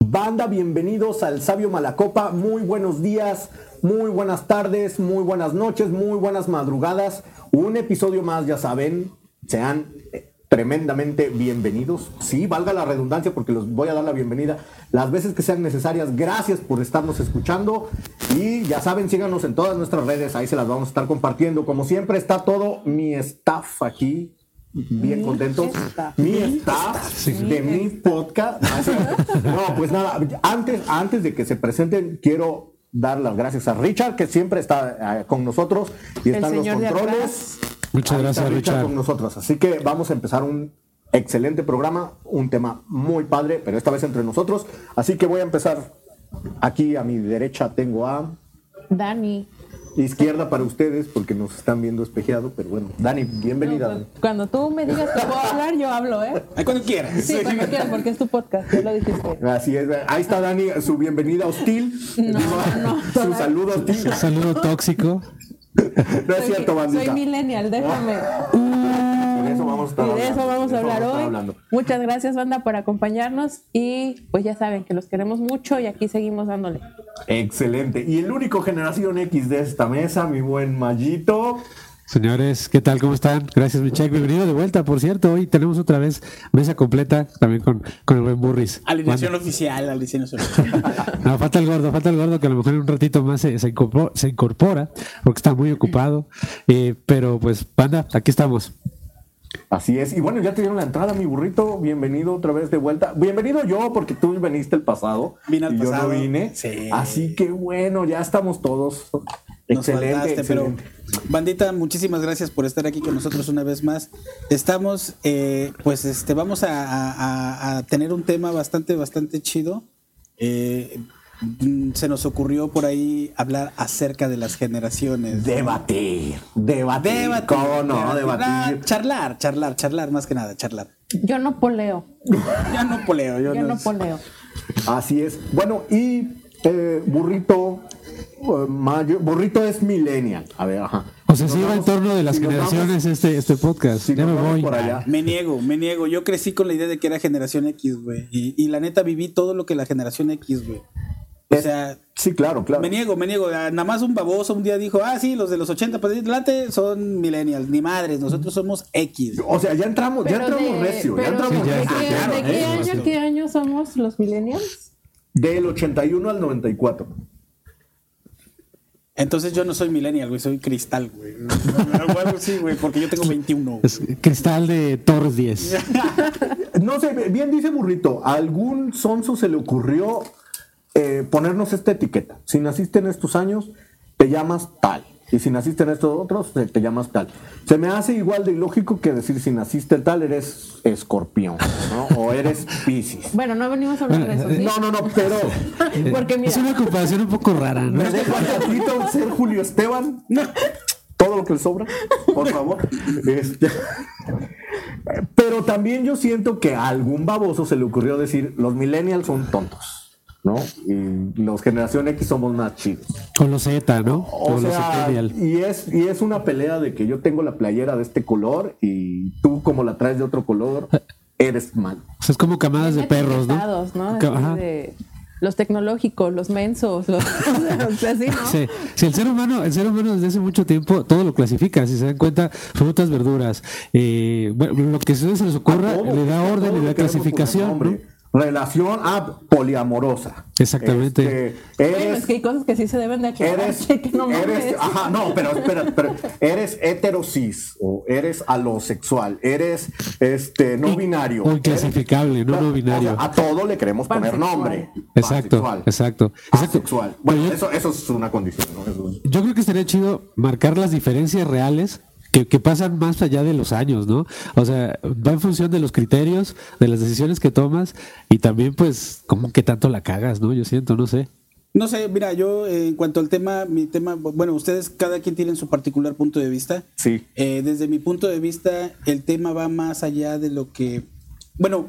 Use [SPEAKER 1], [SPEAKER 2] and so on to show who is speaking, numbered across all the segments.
[SPEAKER 1] Banda, bienvenidos al Sabio Malacopa. Muy buenos días, muy buenas tardes, muy buenas noches, muy buenas madrugadas. Un episodio más, ya saben, sean eh, tremendamente bienvenidos. Sí, valga la redundancia porque los voy a dar la bienvenida las veces que sean necesarias. Gracias por estarnos escuchando y ya saben, síganos en todas nuestras redes, ahí se las vamos a estar compartiendo. Como siempre está todo mi staff aquí. Bien contentos. Mi staff de mi podcast. No, pues nada, antes, antes de que se presenten, quiero dar las gracias a Richard, que siempre está eh, con nosotros y
[SPEAKER 2] El
[SPEAKER 1] están los
[SPEAKER 2] señor de
[SPEAKER 1] controles.
[SPEAKER 2] atrás.
[SPEAKER 3] Muchas
[SPEAKER 1] Ahí está
[SPEAKER 3] gracias, Richard.
[SPEAKER 1] con nosotros. Así que vamos a empezar un excelente programa, un tema muy padre, pero esta vez entre nosotros. Así que voy a empezar. Aquí a mi derecha tengo a
[SPEAKER 2] Dani.
[SPEAKER 1] izquierda para ustedes, porque nos están viendo espejeado, pero bueno. Dani, bienvenida. Dani.
[SPEAKER 2] Cuando tú me digas que puedo hablar, yo hablo, ¿eh?
[SPEAKER 4] Ay, cuando quieras.
[SPEAKER 2] Sí, cuando quieras, porque es tu podcast, ya lo dijiste.
[SPEAKER 1] Así es, ahí está Dani, su bienvenida hostil, su saludo hostil.
[SPEAKER 3] Un saludo tóxico.
[SPEAKER 1] No es cierto,
[SPEAKER 2] soy
[SPEAKER 1] bandita.
[SPEAKER 2] millennial, déjame.
[SPEAKER 1] Por eso vamos a estar
[SPEAKER 2] Y de
[SPEAKER 1] hablando,
[SPEAKER 2] eso vamos
[SPEAKER 1] de
[SPEAKER 2] a
[SPEAKER 1] vamos
[SPEAKER 2] hablar
[SPEAKER 1] a estar
[SPEAKER 2] hoy.
[SPEAKER 1] hablando.
[SPEAKER 2] Muchas gracias, banda, por acompañarnos. Y pues ya saben que los queremos mucho y aquí seguimos dándole.
[SPEAKER 1] Excelente. Y el único generación X de esta mesa, mi buen Mayito.
[SPEAKER 3] Señores, ¿qué tal? ¿Cómo están? Gracias, Michelle. Bienvenido de vuelta, por cierto. Hoy tenemos otra vez mesa completa, también con, con el buen Burris.
[SPEAKER 4] Alineación oficial, alineación oficial.
[SPEAKER 3] No, falta el gordo, falta el gordo, que a lo mejor en un ratito más se, se incorpora, se incorpora, porque está muy ocupado. Eh, pero pues, banda, aquí estamos.
[SPEAKER 1] Así es. Y bueno, ya te dieron la entrada, mi burrito. Bienvenido otra vez de vuelta. Bienvenido yo, porque tú viniste el pasado.
[SPEAKER 4] Vine al
[SPEAKER 1] y
[SPEAKER 4] pasado.
[SPEAKER 1] Yo no vine.
[SPEAKER 4] Sí.
[SPEAKER 1] Así que bueno, ya estamos todos.
[SPEAKER 4] Nos
[SPEAKER 1] excelente,
[SPEAKER 4] faltaste, pero
[SPEAKER 1] excelente.
[SPEAKER 4] bandita, muchísimas gracias por estar aquí con nosotros una vez más. Estamos, eh, pues, este, vamos a, a- a- a tener un tema bastante, bastante chido. Eh, mm, se nos ocurrió por ahí hablar acerca de las generaciones.
[SPEAKER 1] Debatir, debatir.
[SPEAKER 4] Debatir,
[SPEAKER 1] ¿Cómo no?
[SPEAKER 4] Ah,
[SPEAKER 1] Debatir.
[SPEAKER 4] charlar, charlar, charlar, más que nada, charlar.
[SPEAKER 2] Yo no poleo,
[SPEAKER 4] Ya no poleo, yo,
[SPEAKER 2] yo
[SPEAKER 4] no.
[SPEAKER 2] no poleo.
[SPEAKER 1] Así es. Bueno, y eh, burrito. eh, Mayo- burrito es millennial. A ver, ajá.
[SPEAKER 3] O sea,
[SPEAKER 1] Si
[SPEAKER 3] sí
[SPEAKER 1] nos
[SPEAKER 3] va en
[SPEAKER 1] vamos-
[SPEAKER 3] torno de las
[SPEAKER 1] si nos vamos-
[SPEAKER 3] generaciones este, este podcast.
[SPEAKER 1] si
[SPEAKER 3] ya
[SPEAKER 1] nos
[SPEAKER 3] me
[SPEAKER 1] vamos
[SPEAKER 3] voy.
[SPEAKER 1] por allá.
[SPEAKER 4] Me niego, me niego. Yo crecí con la idea de que era generación X, güey. Y, y la neta viví todo lo que la generación X, güey. O sea,
[SPEAKER 1] Sí, claro, claro.
[SPEAKER 4] me niego, me niego. Ah, Nada más un baboso un día dijo, ah, sí, los de los 80 para adelante son millennials. Ni madres, nosotros somos X.
[SPEAKER 1] O sea, ya entramos, ya
[SPEAKER 2] Pero
[SPEAKER 1] entramos
[SPEAKER 2] de-
[SPEAKER 1] recio, ya
[SPEAKER 2] pero
[SPEAKER 1] entramos
[SPEAKER 2] ¿De,
[SPEAKER 3] Sí, ya
[SPEAKER 2] de
[SPEAKER 1] recio.
[SPEAKER 3] está,
[SPEAKER 2] qué,
[SPEAKER 3] claro,
[SPEAKER 2] de qué
[SPEAKER 3] ¿eh?
[SPEAKER 2] año, qué año somos los millennials?
[SPEAKER 1] Del 81 al 94.
[SPEAKER 4] Entonces yo no soy millennial, güey, soy cristal, güey. O algo así, güey, porque yo tengo 21. güey.
[SPEAKER 3] Es cristal de Torres 10.
[SPEAKER 1] No sé, bien dice Burrito, a algún sonso se le ocurrió eh, ponernos esta etiqueta. Si naciste en estos años, te llamas tal. Y si naciste en estos otros, te, te llamas tal. Se me hace igual de ilógico que decir si naciste tal, eres escorpión, ¿no? O eres piscis.
[SPEAKER 2] Bueno, no venimos a hablar de eso. ¿sí?
[SPEAKER 1] No, no, no, pero
[SPEAKER 2] Porque mira,
[SPEAKER 3] Es una comparación un poco rara, ¿no?
[SPEAKER 1] ¿me dejas tantito ser Julio Esteban? Todo lo que le sobra, por favor. Este, Pero también yo siento que a algún baboso se le ocurrió decir, los millennials son tontos, ¿no? Y los generación X somos más chidos.
[SPEAKER 3] Con los Z, ¿no?
[SPEAKER 1] O
[SPEAKER 3] Con los
[SPEAKER 1] sea,
[SPEAKER 3] Centennial.
[SPEAKER 1] y es, y es una pelea de que yo tengo la playera de este color y tú como la traes de otro color, eres malo.
[SPEAKER 3] O sea, es como camadas de perros, ¿no?
[SPEAKER 2] etiquetados, ¿no?
[SPEAKER 3] Ca-
[SPEAKER 2] Así
[SPEAKER 3] ajá.
[SPEAKER 2] de los tecnológicos, los mensos, los o sea, así, ¿no?
[SPEAKER 3] Sí, Sí, el ser humano, el ser humano desde hace mucho tiempo todo lo clasifica, si se dan cuenta, frutas, verduras, eh, bueno, lo que se se les ocurra,
[SPEAKER 1] A todo,
[SPEAKER 3] le da
[SPEAKER 1] a
[SPEAKER 3] orden,
[SPEAKER 1] todo
[SPEAKER 3] le
[SPEAKER 1] lo
[SPEAKER 3] da
[SPEAKER 1] queremos
[SPEAKER 3] clasificación,
[SPEAKER 1] poner
[SPEAKER 3] ¿no?
[SPEAKER 1] nombre. Relación a poliamorosa.
[SPEAKER 3] Exactamente.
[SPEAKER 1] Este, eres,
[SPEAKER 2] Bueno, es que hay cosas que sí se deben de aclarar.
[SPEAKER 1] eres,
[SPEAKER 2] que no mames.
[SPEAKER 1] eres, ajá, no, pero espera, pero eres heterosis o eres alosexual, eres este no binario.
[SPEAKER 3] O
[SPEAKER 1] eres-
[SPEAKER 3] inclasificable, no no binario.
[SPEAKER 1] O sea, a todo le queremos poner
[SPEAKER 2] Pansexual.
[SPEAKER 1] nombre.
[SPEAKER 3] Exacto,
[SPEAKER 1] Pansexual.
[SPEAKER 3] exacto. exacto.
[SPEAKER 1] Asexual. Bueno,
[SPEAKER 3] Pero yo-
[SPEAKER 1] eso, eso es una condición, ¿no? Eso es-
[SPEAKER 3] Yo creo que estaría chido marcar las diferencias reales que, que pasan más allá de los años, ¿no? O sea, va en función de los criterios, de las decisiones que tomas y también, pues, como que tanto la cagas, ¿no? Yo siento, no sé.
[SPEAKER 4] No sé, mira, yo eh, en cuanto al tema, mi tema, bueno, ustedes cada quien tienen su particular punto de vista.
[SPEAKER 1] Sí.
[SPEAKER 4] Eh, desde mi punto de vista, el tema va más allá de lo que, bueno,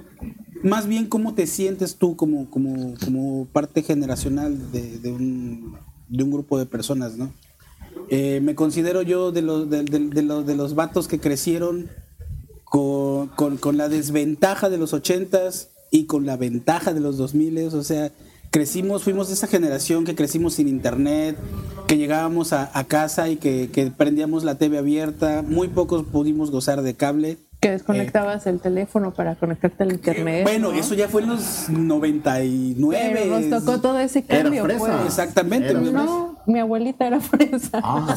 [SPEAKER 4] más bien cómo te sientes tú como, como, como parte generacional de, de un, de un grupo de personas, ¿no? Eh, me considero yo de los, de, de- de los, de los vatos que crecieron con, con- con la desventaja de los ochentas y con la ventaja de los 2000, o sea, crecimos, fuimos de esa generación que crecimos sin internet, que llegábamos a, a casa y que, que prendíamos la TV abierta, muy pocos pudimos gozar de cable.
[SPEAKER 2] Que desconectabas el teléfono para conectarte al internet.
[SPEAKER 4] Bueno,
[SPEAKER 2] ¿no?
[SPEAKER 4] eso ya fue en los 99.
[SPEAKER 2] Pero nos tocó todo ese
[SPEAKER 1] Era
[SPEAKER 2] cambio.
[SPEAKER 1] fresa.
[SPEAKER 2] pues.
[SPEAKER 4] Exactamente.
[SPEAKER 1] Era
[SPEAKER 4] mi
[SPEAKER 1] fresa.
[SPEAKER 4] mamá-
[SPEAKER 2] No, mi abuelita era fresa.
[SPEAKER 1] Ah,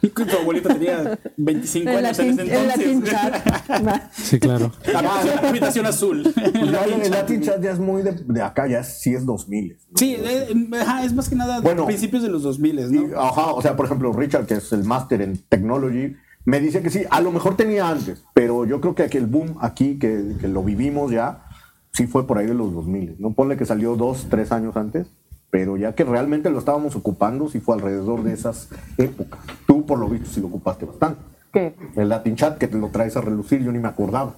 [SPEAKER 4] Tu abuelita tenía 25
[SPEAKER 2] el
[SPEAKER 4] años en
[SPEAKER 2] latin,
[SPEAKER 4] ese
[SPEAKER 2] el latin
[SPEAKER 4] entonces.
[SPEAKER 2] chat. Va.
[SPEAKER 3] Sí, claro.
[SPEAKER 4] La habitación azul.
[SPEAKER 1] Pues ya el Latin Chat ya es muy de, de acá, ya sí es 2000. ¿no?
[SPEAKER 4] Sí, eh, ajá, es más que nada
[SPEAKER 1] Bueno.
[SPEAKER 4] principios de los 2000,
[SPEAKER 1] Y,
[SPEAKER 4] ¿no?
[SPEAKER 1] ajá, o sea, por ejemplo, Richard, que es el máster en technology, me dice que sí, a lo mejor tenía antes, pero yo creo que aquí el boom aquí, que, que lo vivimos ya, sí fue por ahí de los 2000. No ponle que salió dos, tres años antes, pero ya que realmente lo estábamos ocupando, sí fue alrededor de esas épocas. Tú, por lo visto, sí lo ocupaste bastante.
[SPEAKER 2] Que,
[SPEAKER 1] El Latin Chat, que te lo traes a relucir, yo ni me acordaba.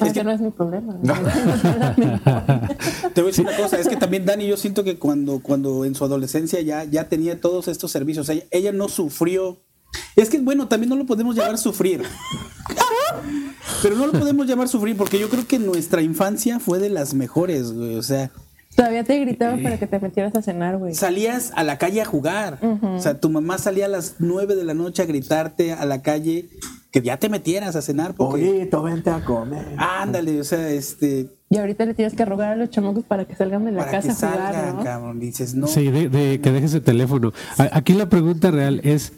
[SPEAKER 2] es que no es mi problema. ¿no?
[SPEAKER 4] Te voy a decir una cosa, es que también Dani yo siento que cuando, cuando en su adolescencia ya, ya tenía todos estos servicios, ella, ella no sufrió. Es que bueno, también no lo podemos llamar sufrir. Pero no lo podemos llamar sufrir porque yo creo que nuestra infancia fue de las mejores, güey. O sea,
[SPEAKER 2] Todavía te gritaban para que te metieras a cenar, güey.
[SPEAKER 4] salías a la calle a jugar. O sea, tu mamá salía a las 9 de la noche a gritarte a la calle que ya te metieras a cenar. Porque,
[SPEAKER 1] Pollito, vente a comer.
[SPEAKER 4] ándale, o sea, este...
[SPEAKER 2] Y ahorita le tienes que rogar a los chamacos para que salgan de la
[SPEAKER 4] Para
[SPEAKER 2] casa
[SPEAKER 4] que
[SPEAKER 2] a jugar,
[SPEAKER 4] salgan,
[SPEAKER 2] ¿no?
[SPEAKER 4] cabrón. Dices, no.
[SPEAKER 3] Sí, de, de que dejes el teléfono. A- Aquí la pregunta real es,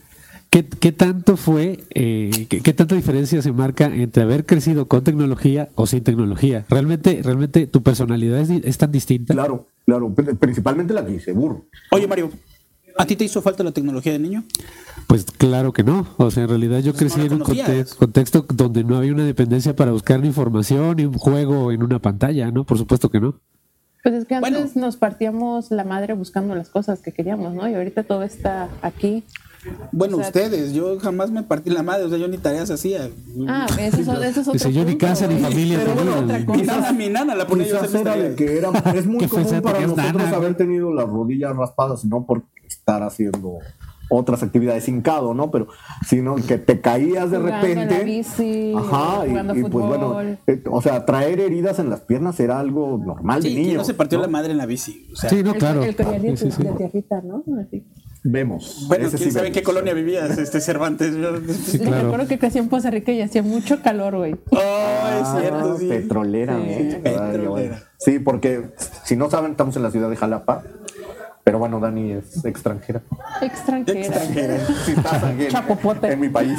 [SPEAKER 3] ¿qué, qué tanto fue, eh, qué, qué tanta diferencia se marca entre haber crecido con tecnología o sin tecnología? ¿Realmente, realmente tu personalidad es, di- es tan distinta?
[SPEAKER 1] Claro, claro, pri- principalmente la que hice, burro.
[SPEAKER 4] Oye, Mario, ¿a ti te hizo falta la tecnología de niño?
[SPEAKER 3] Pues claro que no. O sea, en realidad yo
[SPEAKER 4] Entonces,
[SPEAKER 3] crecí
[SPEAKER 4] Pues no la
[SPEAKER 3] en un conte-
[SPEAKER 4] conocías.
[SPEAKER 3] contexto donde no había una dependencia para buscar ni información, ni un juego en una pantalla, ¿no? Por supuesto que no.
[SPEAKER 2] Pues es que antes
[SPEAKER 4] Bueno.
[SPEAKER 2] nos partíamos la madre buscando las cosas que queríamos, ¿no? Y ahorita todo está aquí.
[SPEAKER 4] Bueno,
[SPEAKER 2] O sea,
[SPEAKER 4] ustedes, yo jamás me partí la madre, o sea, yo ni tareas hacía.
[SPEAKER 2] Ah, eso es, eso es otro
[SPEAKER 3] Mm. Dice, yo ni
[SPEAKER 2] punto,
[SPEAKER 3] casa, ni
[SPEAKER 2] güey.
[SPEAKER 3] familia,
[SPEAKER 2] Pero
[SPEAKER 3] ni
[SPEAKER 2] bueno,
[SPEAKER 3] nada,
[SPEAKER 2] otra
[SPEAKER 3] güey.
[SPEAKER 2] cosa.
[SPEAKER 4] Quizás a mi nana la ponía yo a
[SPEAKER 1] Quizás
[SPEAKER 4] hacer mis
[SPEAKER 1] era de
[SPEAKER 4] tareas.
[SPEAKER 1] que era, es muy
[SPEAKER 3] Qué
[SPEAKER 1] común
[SPEAKER 3] fresa,
[SPEAKER 1] para
[SPEAKER 3] tenías
[SPEAKER 1] nosotros
[SPEAKER 3] nana,
[SPEAKER 1] haber
[SPEAKER 3] güey.
[SPEAKER 1] tenido las rodillas raspadas, no por estar haciendo otras actividades hincado, ¿no? Pero, sino que te caías de
[SPEAKER 2] Jugando a la
[SPEAKER 1] repente.
[SPEAKER 2] bici,
[SPEAKER 1] ajá,
[SPEAKER 2] jugando
[SPEAKER 1] y, y, pues bueno,
[SPEAKER 2] fútbol.
[SPEAKER 1] eh, o sea, traer heridas en las piernas era algo normal
[SPEAKER 4] Sí,
[SPEAKER 1] de
[SPEAKER 4] ¿quién
[SPEAKER 1] niño.
[SPEAKER 4] no se partió
[SPEAKER 1] ¿no?
[SPEAKER 4] la madre en la bici? O sea,
[SPEAKER 3] Sí, no,
[SPEAKER 2] El-
[SPEAKER 3] claro.
[SPEAKER 2] El collar de,
[SPEAKER 3] Sí, sí, sí.
[SPEAKER 2] de tierrita, ¿no? Así.
[SPEAKER 1] Vemos.
[SPEAKER 4] bueno,
[SPEAKER 1] ese
[SPEAKER 4] quién
[SPEAKER 1] sí
[SPEAKER 4] sabe en
[SPEAKER 1] vemos.
[SPEAKER 4] qué colonia vivías, este Cervantes.
[SPEAKER 3] Sí,
[SPEAKER 2] Me
[SPEAKER 3] claro.
[SPEAKER 2] acuerdo que crecí en Poza Rica y hacía mucho calor, güey.
[SPEAKER 4] Oh, es
[SPEAKER 1] Ah,
[SPEAKER 4] cierto, sí.
[SPEAKER 1] Petrolera,
[SPEAKER 2] Sí,
[SPEAKER 1] ¿eh?
[SPEAKER 4] petrolera.
[SPEAKER 1] Ay, bueno. Sí, porque si no saben, estamos en la ciudad de Jalapa. Pero bueno, Dani es extranjera.
[SPEAKER 2] Extranjera.
[SPEAKER 4] Extranjera.
[SPEAKER 1] Si estás aquí en-
[SPEAKER 2] Chapopote.
[SPEAKER 1] en mi país.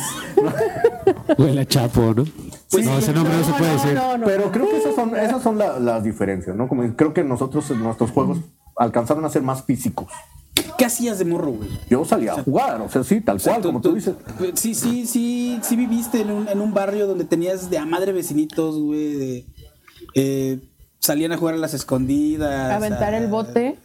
[SPEAKER 3] Huele a chapo, ¿no?
[SPEAKER 4] Pues
[SPEAKER 3] no,
[SPEAKER 4] sí,
[SPEAKER 3] ese nombre no, se puede decir.
[SPEAKER 2] No, no,
[SPEAKER 1] Pero creo que esas son, esas son la- las diferencias, ¿no? Como creo que nosotros, nuestros juegos alcanzaron a ser más físicos.
[SPEAKER 4] ¿Qué hacías de morro, güey?
[SPEAKER 1] Yo salía a jugar, o sea, sí, tal
[SPEAKER 4] O sea,
[SPEAKER 1] cual, como tú dices.
[SPEAKER 4] Sí, sí, sí, sí viviste en un, en un barrio donde tenías de a madre vecinitos, güey. de, eh, salían a jugar a las escondidas.
[SPEAKER 2] aventar
[SPEAKER 4] a-
[SPEAKER 2] el bote.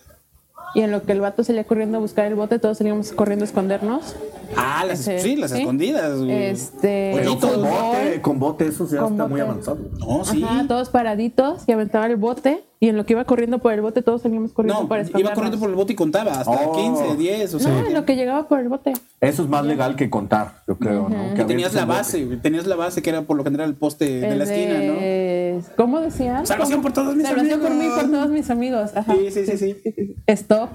[SPEAKER 2] Y en lo que el vato salía corriendo a buscar el bote, todos salíamos corriendo a escondernos.
[SPEAKER 4] Ah, las,
[SPEAKER 2] Ese-
[SPEAKER 4] sí, las
[SPEAKER 2] sí.
[SPEAKER 4] escondidas, güey.
[SPEAKER 2] Este,
[SPEAKER 4] Pero
[SPEAKER 1] Pero
[SPEAKER 4] Ojitos,
[SPEAKER 1] con
[SPEAKER 2] fútbol.
[SPEAKER 1] bote, con bote, eso ya
[SPEAKER 2] Con
[SPEAKER 1] está muy
[SPEAKER 2] bote.
[SPEAKER 1] avanzado.
[SPEAKER 4] No, sí.
[SPEAKER 2] Ajá, todos paraditos y aventaba el bote. Y en lo que iba corriendo por el bote, todos salíamos corriendo
[SPEAKER 4] No,
[SPEAKER 2] para
[SPEAKER 4] iba
[SPEAKER 2] escondernos.
[SPEAKER 4] corriendo por el bote y contaba hasta
[SPEAKER 1] Oh.
[SPEAKER 4] 15, 10, o sea.
[SPEAKER 2] No, en lo que llegaba por el bote.
[SPEAKER 1] Eso es más legal que contar, yo creo, ¿no? Que
[SPEAKER 4] que tenías la base, güey, tenías la base que era por lo general el poste de
[SPEAKER 2] El
[SPEAKER 4] la esquina, ¿no?
[SPEAKER 2] de- ¿Cómo decían?
[SPEAKER 4] Salvación por todos mis
[SPEAKER 2] Salvación por mí,
[SPEAKER 4] amigos.
[SPEAKER 2] por todos mis amigos. Ajá.
[SPEAKER 4] Sí, sí, sí, sí.
[SPEAKER 2] Stop.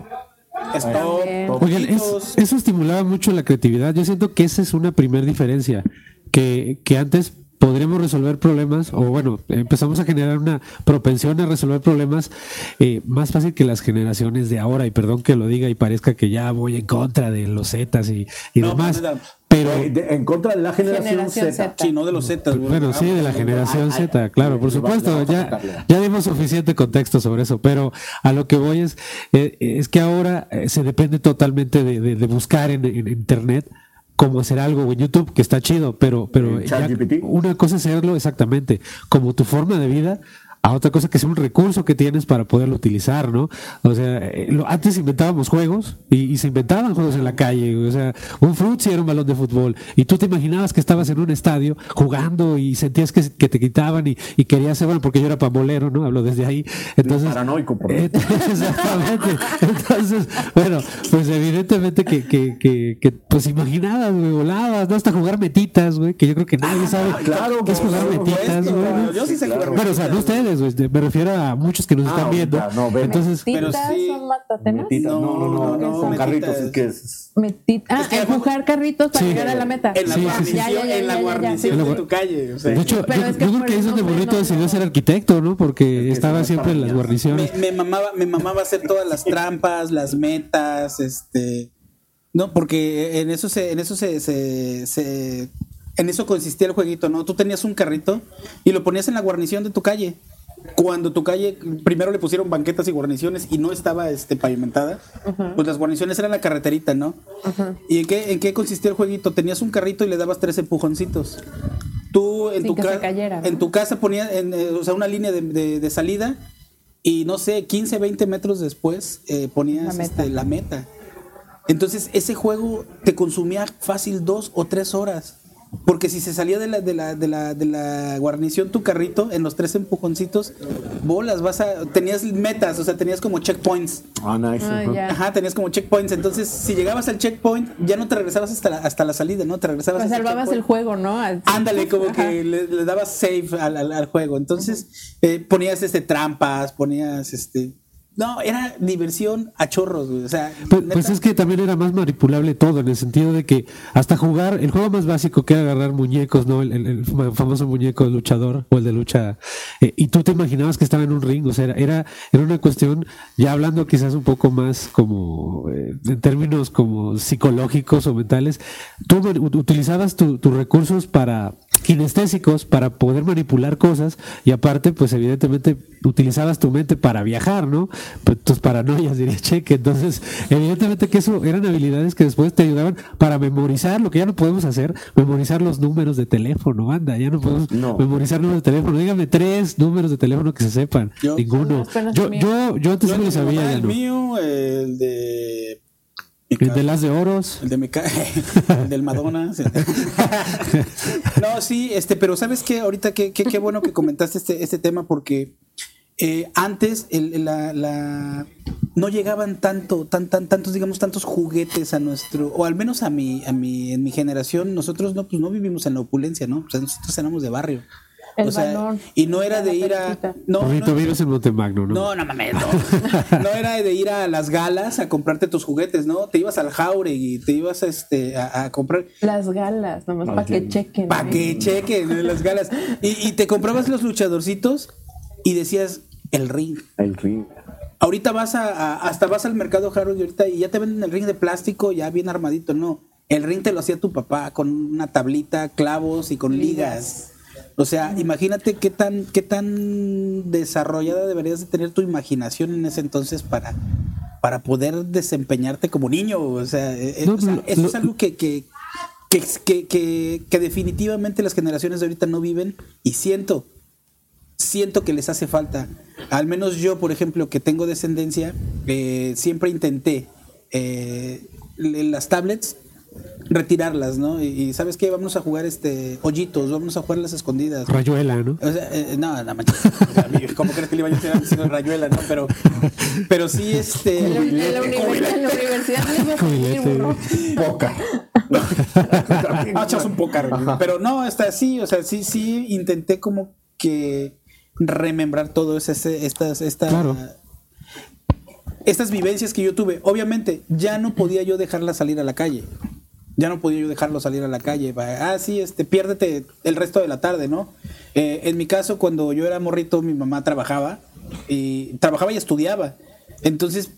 [SPEAKER 4] Stop,
[SPEAKER 2] También.
[SPEAKER 3] Oigan, es-
[SPEAKER 4] ojitos.
[SPEAKER 3] eso estimulaba mucho la creatividad. Yo siento que esa es una primer diferencia. Que, que antes podremos resolver problemas, o bueno, empezamos a generar una propensión a resolver problemas eh, más fácil que las generaciones de ahora. Y perdón que lo diga y parezca que ya voy en contra de los Zetas y, y
[SPEAKER 4] No,
[SPEAKER 3] demás.
[SPEAKER 4] no, no.
[SPEAKER 3] Pero,
[SPEAKER 1] Eh, de- en contra de la generación,
[SPEAKER 2] Generación
[SPEAKER 1] Z.
[SPEAKER 2] Z.
[SPEAKER 4] Sí, no de los Zetas, güey.
[SPEAKER 3] Pues Bueno, sí, de la generación Z, claro, por
[SPEAKER 1] le va- le
[SPEAKER 3] supuesto.
[SPEAKER 1] vamos a
[SPEAKER 3] Ya,
[SPEAKER 1] sacarle.
[SPEAKER 3] ya dimos suficiente contexto sobre eso, pero a lo que voy es, eh, es que ahora eh, se depende totalmente de, de- de buscar en, en Internet cómo hacer algo en YouTube, que está chido, pero, pero
[SPEAKER 1] En ChatGPT.
[SPEAKER 3] ya una cosa es hacerlo exactamente como tu forma de vida. A otra cosa que es un recurso que tienes para poderlo utilizar, ¿no? O sea, eh, lo- antes inventábamos juegos y, y se inventaban juegos en la calle. O sea, un frutzi era un balón de fútbol y tú te imaginabas que estabas en un estadio jugando y sentías que, que te quitaban y, y querías ser, bueno, porque yo era pambolero, ¿no? Hablo desde ahí. Entonces,
[SPEAKER 1] Paranoico, por
[SPEAKER 3] Eh, Exactamente. Entonces, bueno, pues evidentemente que, que, que, que, pues imaginabas, güey, volabas, ¿no? Hasta jugar metitas, güey, que yo creo que nadie sabe
[SPEAKER 1] claro,
[SPEAKER 3] qué es
[SPEAKER 1] por
[SPEAKER 3] jugar
[SPEAKER 1] supuesto,
[SPEAKER 3] metitas, güey.
[SPEAKER 4] Yo sí sé
[SPEAKER 1] claro.
[SPEAKER 4] jugar.
[SPEAKER 3] Bueno, o sea, no ustedes, mujeres, güey. Me refiero a muchos que nos
[SPEAKER 1] Ah,
[SPEAKER 3] están viendo.
[SPEAKER 1] ahorita, no, ven.
[SPEAKER 3] Entonces,
[SPEAKER 4] Pero
[SPEAKER 2] ¿Metitas
[SPEAKER 4] sí-
[SPEAKER 2] son matatenas?
[SPEAKER 1] Metitas,
[SPEAKER 4] No,
[SPEAKER 1] No, no, no,
[SPEAKER 4] no,
[SPEAKER 1] no, con
[SPEAKER 4] metitas.
[SPEAKER 1] carritos, es que es-
[SPEAKER 2] Metita- Ah,
[SPEAKER 4] Es que-
[SPEAKER 2] empujar carritos para
[SPEAKER 3] Sí.
[SPEAKER 2] llegar a la meta.
[SPEAKER 4] En la
[SPEAKER 3] Sí, sí,
[SPEAKER 4] guarnición,
[SPEAKER 2] Ya, ya, ya,
[SPEAKER 4] en la
[SPEAKER 2] ya, ya,
[SPEAKER 4] guarnición
[SPEAKER 3] sí.
[SPEAKER 4] de tu calle. o sea.
[SPEAKER 3] de hecho,
[SPEAKER 2] Pero
[SPEAKER 3] yo,
[SPEAKER 2] es que
[SPEAKER 3] yo creo
[SPEAKER 2] por
[SPEAKER 3] que ahí es
[SPEAKER 2] eso
[SPEAKER 3] donde
[SPEAKER 2] fue,
[SPEAKER 3] Burrito
[SPEAKER 2] no,
[SPEAKER 3] decidió
[SPEAKER 2] no.
[SPEAKER 3] ser arquitecto, ¿no? Porque
[SPEAKER 1] que
[SPEAKER 3] estaba
[SPEAKER 1] sí,
[SPEAKER 3] siempre en
[SPEAKER 1] para
[SPEAKER 3] las
[SPEAKER 1] allá.
[SPEAKER 3] guarniciones.
[SPEAKER 4] me, me mamaba, me mamaba hacer todas las trampas, las metas, este. No, porque en eso se, en eso se, se- se- en eso consistía el jueguito, ¿no? Tú tenías un carrito y lo ponías en la guarnición de tu calle. Cuando tu calle, primero le pusieron banquetas y guarniciones y no estaba este, pavimentada, pues las guarniciones eran la carreterita, ¿no? ¿Y en qué, en qué consistía el jueguito? Tenías un carrito y le dabas tres empujoncitos. Tú en
[SPEAKER 2] Sin
[SPEAKER 4] tu
[SPEAKER 2] que se
[SPEAKER 4] ca-
[SPEAKER 2] cayera, ¿no?
[SPEAKER 4] en tu casa ponías en, eh, o sea, una línea de, de- de salida y no sé, 15, 20 metros después eh, ponías
[SPEAKER 2] La meta.
[SPEAKER 4] este, la meta. Entonces, ese juego te consumía fácil dos o tres horas. Porque si se salía de la, de la, de la, de la guarnición tu carrito en los tres empujoncitos, bolas, vas a. Tenías metas, o sea, tenías como checkpoints.
[SPEAKER 1] Ah, nice.
[SPEAKER 2] Ah,
[SPEAKER 1] ajá.
[SPEAKER 2] ya.
[SPEAKER 4] Ajá, tenías como checkpoints. Entonces, si llegabas al checkpoint, ya no te regresabas hasta la, hasta la salida, ¿no? Te Ah, regresabas
[SPEAKER 2] Pues
[SPEAKER 4] hasta
[SPEAKER 2] salvabas el
[SPEAKER 4] checkpoint.
[SPEAKER 2] juego, ¿no? Al-
[SPEAKER 4] Ándale, como
[SPEAKER 2] Ajá.
[SPEAKER 4] que le, le dabas save al, al- al juego. Entonces, eh, ponías este trampas, ponías este. No, era diversión a chorros, güey. O sea,
[SPEAKER 3] Pues,
[SPEAKER 4] neta,
[SPEAKER 3] pues es que también era más manipulable todo, en el sentido de que hasta jugar, el juego más básico que era agarrar muñecos, ¿no? El, el- el fam- famoso muñeco luchador o el de lucha, eh, y tú te imaginabas que estaba en un ring, o sea, era- era, era una cuestión, ya hablando quizás un poco más como, eh, en términos como psicológicos o mentales, tú man- ut- utilizabas tu- tus recursos para kinestésicos para poder manipular cosas y aparte pues evidentemente utilizabas tu mente para viajar, ¿no? Pues tus paranoias diría Cheque, entonces evidentemente que eso eran habilidades que después te ayudaban para memorizar lo que ya no podemos hacer, memorizar los números de teléfono, anda, ya no podemos
[SPEAKER 1] No.
[SPEAKER 3] memorizar números de teléfono, dígame tres números de teléfono que se sepan,
[SPEAKER 4] Yo-
[SPEAKER 3] ninguno.
[SPEAKER 2] Las penas
[SPEAKER 3] Yo,
[SPEAKER 2] mías.
[SPEAKER 3] yo, yo antes
[SPEAKER 4] yo
[SPEAKER 3] sí me lo
[SPEAKER 4] de mi
[SPEAKER 3] sabía,
[SPEAKER 4] mamá,
[SPEAKER 3] ya
[SPEAKER 4] el
[SPEAKER 3] no.
[SPEAKER 4] mío, el de.
[SPEAKER 3] El de las de oros.
[SPEAKER 4] El de Meca- el del Madonna. sí. no, sí, este, pero ¿sabes qué? Ahorita qué, qué, qué bueno que comentaste este, este tema porque eh, antes el- la, la- no llegaban tanto, tan, tan, tantos, digamos, tantos juguetes a nuestro, o al menos a mi, a mi, en mi generación, nosotros no, pues no vivimos en la opulencia, ¿no? O sea, nosotros éramos de barrio.
[SPEAKER 2] El
[SPEAKER 4] o sea,
[SPEAKER 2] valor.
[SPEAKER 4] y no era
[SPEAKER 2] La
[SPEAKER 4] de ir a.
[SPEAKER 2] pelotita.
[SPEAKER 4] No,
[SPEAKER 3] Bonito
[SPEAKER 4] no-
[SPEAKER 3] virus en Montemagno, ¿no?
[SPEAKER 4] no, no mames, no. No era de ir a las galas a comprarte tus juguetes, ¿no? Te ibas al Jauregui, te ibas este, a, a comprar.
[SPEAKER 2] Las galas, nomás para que chequen.
[SPEAKER 4] Pa'
[SPEAKER 2] ¿eh?
[SPEAKER 4] que chequen en las galas. Y, y te comprabas los luchadorcitos y decías, el ring.
[SPEAKER 1] El ring.
[SPEAKER 4] Ahorita vas a, a- hasta vas al mercado Harold y ahorita y ya te venden el ring de plástico ya bien armadito, no. El ring te lo hacía tu papá con una tablita, clavos y con ligas. O sea, imagínate qué tan qué tan desarrollada deberías de tener tu imaginación en ese entonces para para poder desempeñarte como niño, o sea, eh, eh,
[SPEAKER 3] No,
[SPEAKER 4] o sea,
[SPEAKER 3] lo-
[SPEAKER 4] eso
[SPEAKER 3] lo-
[SPEAKER 4] es algo que que, que, que- que- que definitivamente las generaciones de ahorita no viven y siento siento que les hace falta. Al menos yo, por ejemplo, que tengo descendencia, eh, siempre intenté eh, le- las tablets retirarlas, ¿no? Y, y, sabes qué, vamos a jugar este hoyitos, vamos a jugar las escondidas.
[SPEAKER 3] Rayuela, ¿no?
[SPEAKER 4] O sea, eh, no, no manches. O sea, a mí, ¿Cómo crees que le iba yo a tirar decir rayuela, no? Pero, pero sí, este.
[SPEAKER 2] En la, en la univers- en la universidad les vas a decir,
[SPEAKER 3] Cubilete,
[SPEAKER 2] burro.
[SPEAKER 1] Poca.
[SPEAKER 4] Ah, echas un pócar. güey. Pero no, está así, o sea, sí, sí intenté como que remembrar todo ese, ese- estas, esta-
[SPEAKER 3] Claro.
[SPEAKER 4] estas vivencias que yo tuve. Obviamente, ya no podía yo dejarla salir a la calle. Ya no podía yo dejarlo salir a la calle. Va, Ah, sí, este, piérdete el resto de la tarde, ¿no? Eh, en mi caso, cuando yo era morrito, mi mamá trabajaba y trabajaba y estudiaba. Entonces,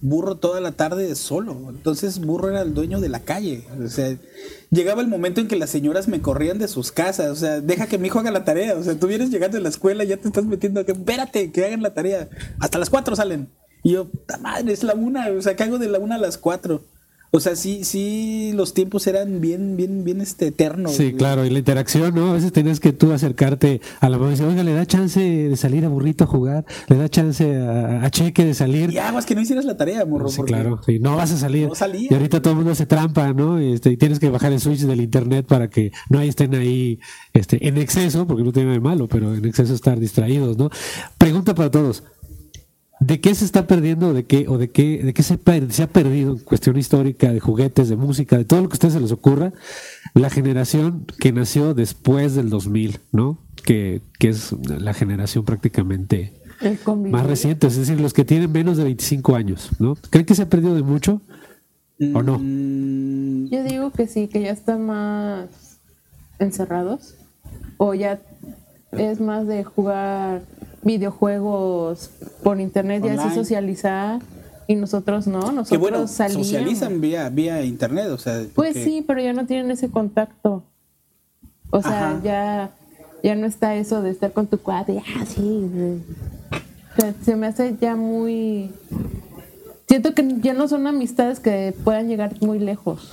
[SPEAKER 4] burro toda la tarde solo. Entonces, burro era el dueño de la calle. O sea, llegaba el momento en que las señoras me corrían de sus casas. O sea, deja que mi hijo haga la tarea. O sea, tú vienes llegando de la escuela y ya te estás metiendo a que, espérate, que hagan la tarea. Hasta las 4 salen. Y yo, "Ta madre, es la una. O sea, que hago de la una a las 4. O sea, sí, sí, los tiempos eran bien, bien, bien este, eternos.
[SPEAKER 3] Sí,
[SPEAKER 4] güey.
[SPEAKER 3] claro, y la interacción, ¿no? A veces tenías que tú acercarte a la mamá y decir, oiga, le da chance de salir a burrito a jugar, le da chance a, a cheque de salir.
[SPEAKER 4] Y aguas que no hicieras la tarea, morro.
[SPEAKER 3] Sí,
[SPEAKER 4] porque-
[SPEAKER 3] claro, sí, no vas a salir.
[SPEAKER 4] No salía.
[SPEAKER 3] y ahorita todo el mundo hace trampa, ¿no? Este, y tienes que bajar el switch del internet para que no ahí estén ahí este, en exceso, porque no tiene nada de malo, pero en exceso estar distraídos, ¿no? Pregunta para todos. ¿De qué se está perdiendo de qué, o de qué, de qué se, per- se ha perdido en cuestión histórica, de juguetes, de música, de todo lo que a ustedes se les ocurra, la generación que nació después del 2000, ¿no? que, que es la generación prácticamente
[SPEAKER 2] El convivir.
[SPEAKER 3] más reciente, es decir, los que tienen menos de 25 años, ¿no? ¿Creen que se ha perdido de mucho o no?
[SPEAKER 4] Mm,
[SPEAKER 2] Yo digo que sí, que ya están más encerrados. O ya es más de jugar videojuegos por internet y así
[SPEAKER 4] Online.
[SPEAKER 2] socializar. Y nosotros no, nosotros
[SPEAKER 4] que bueno,
[SPEAKER 2] salíamos.
[SPEAKER 4] socializan vía, vía internet, o sea.
[SPEAKER 2] Pues
[SPEAKER 4] porque-
[SPEAKER 2] sí, pero ya no tienen ese contacto. O sea,
[SPEAKER 4] Ajá.
[SPEAKER 2] ya ya no está eso de estar con tu cuate, ya sí. güey. O sea, se me hace ya muy siento que ya no son amistades que puedan llegar muy lejos.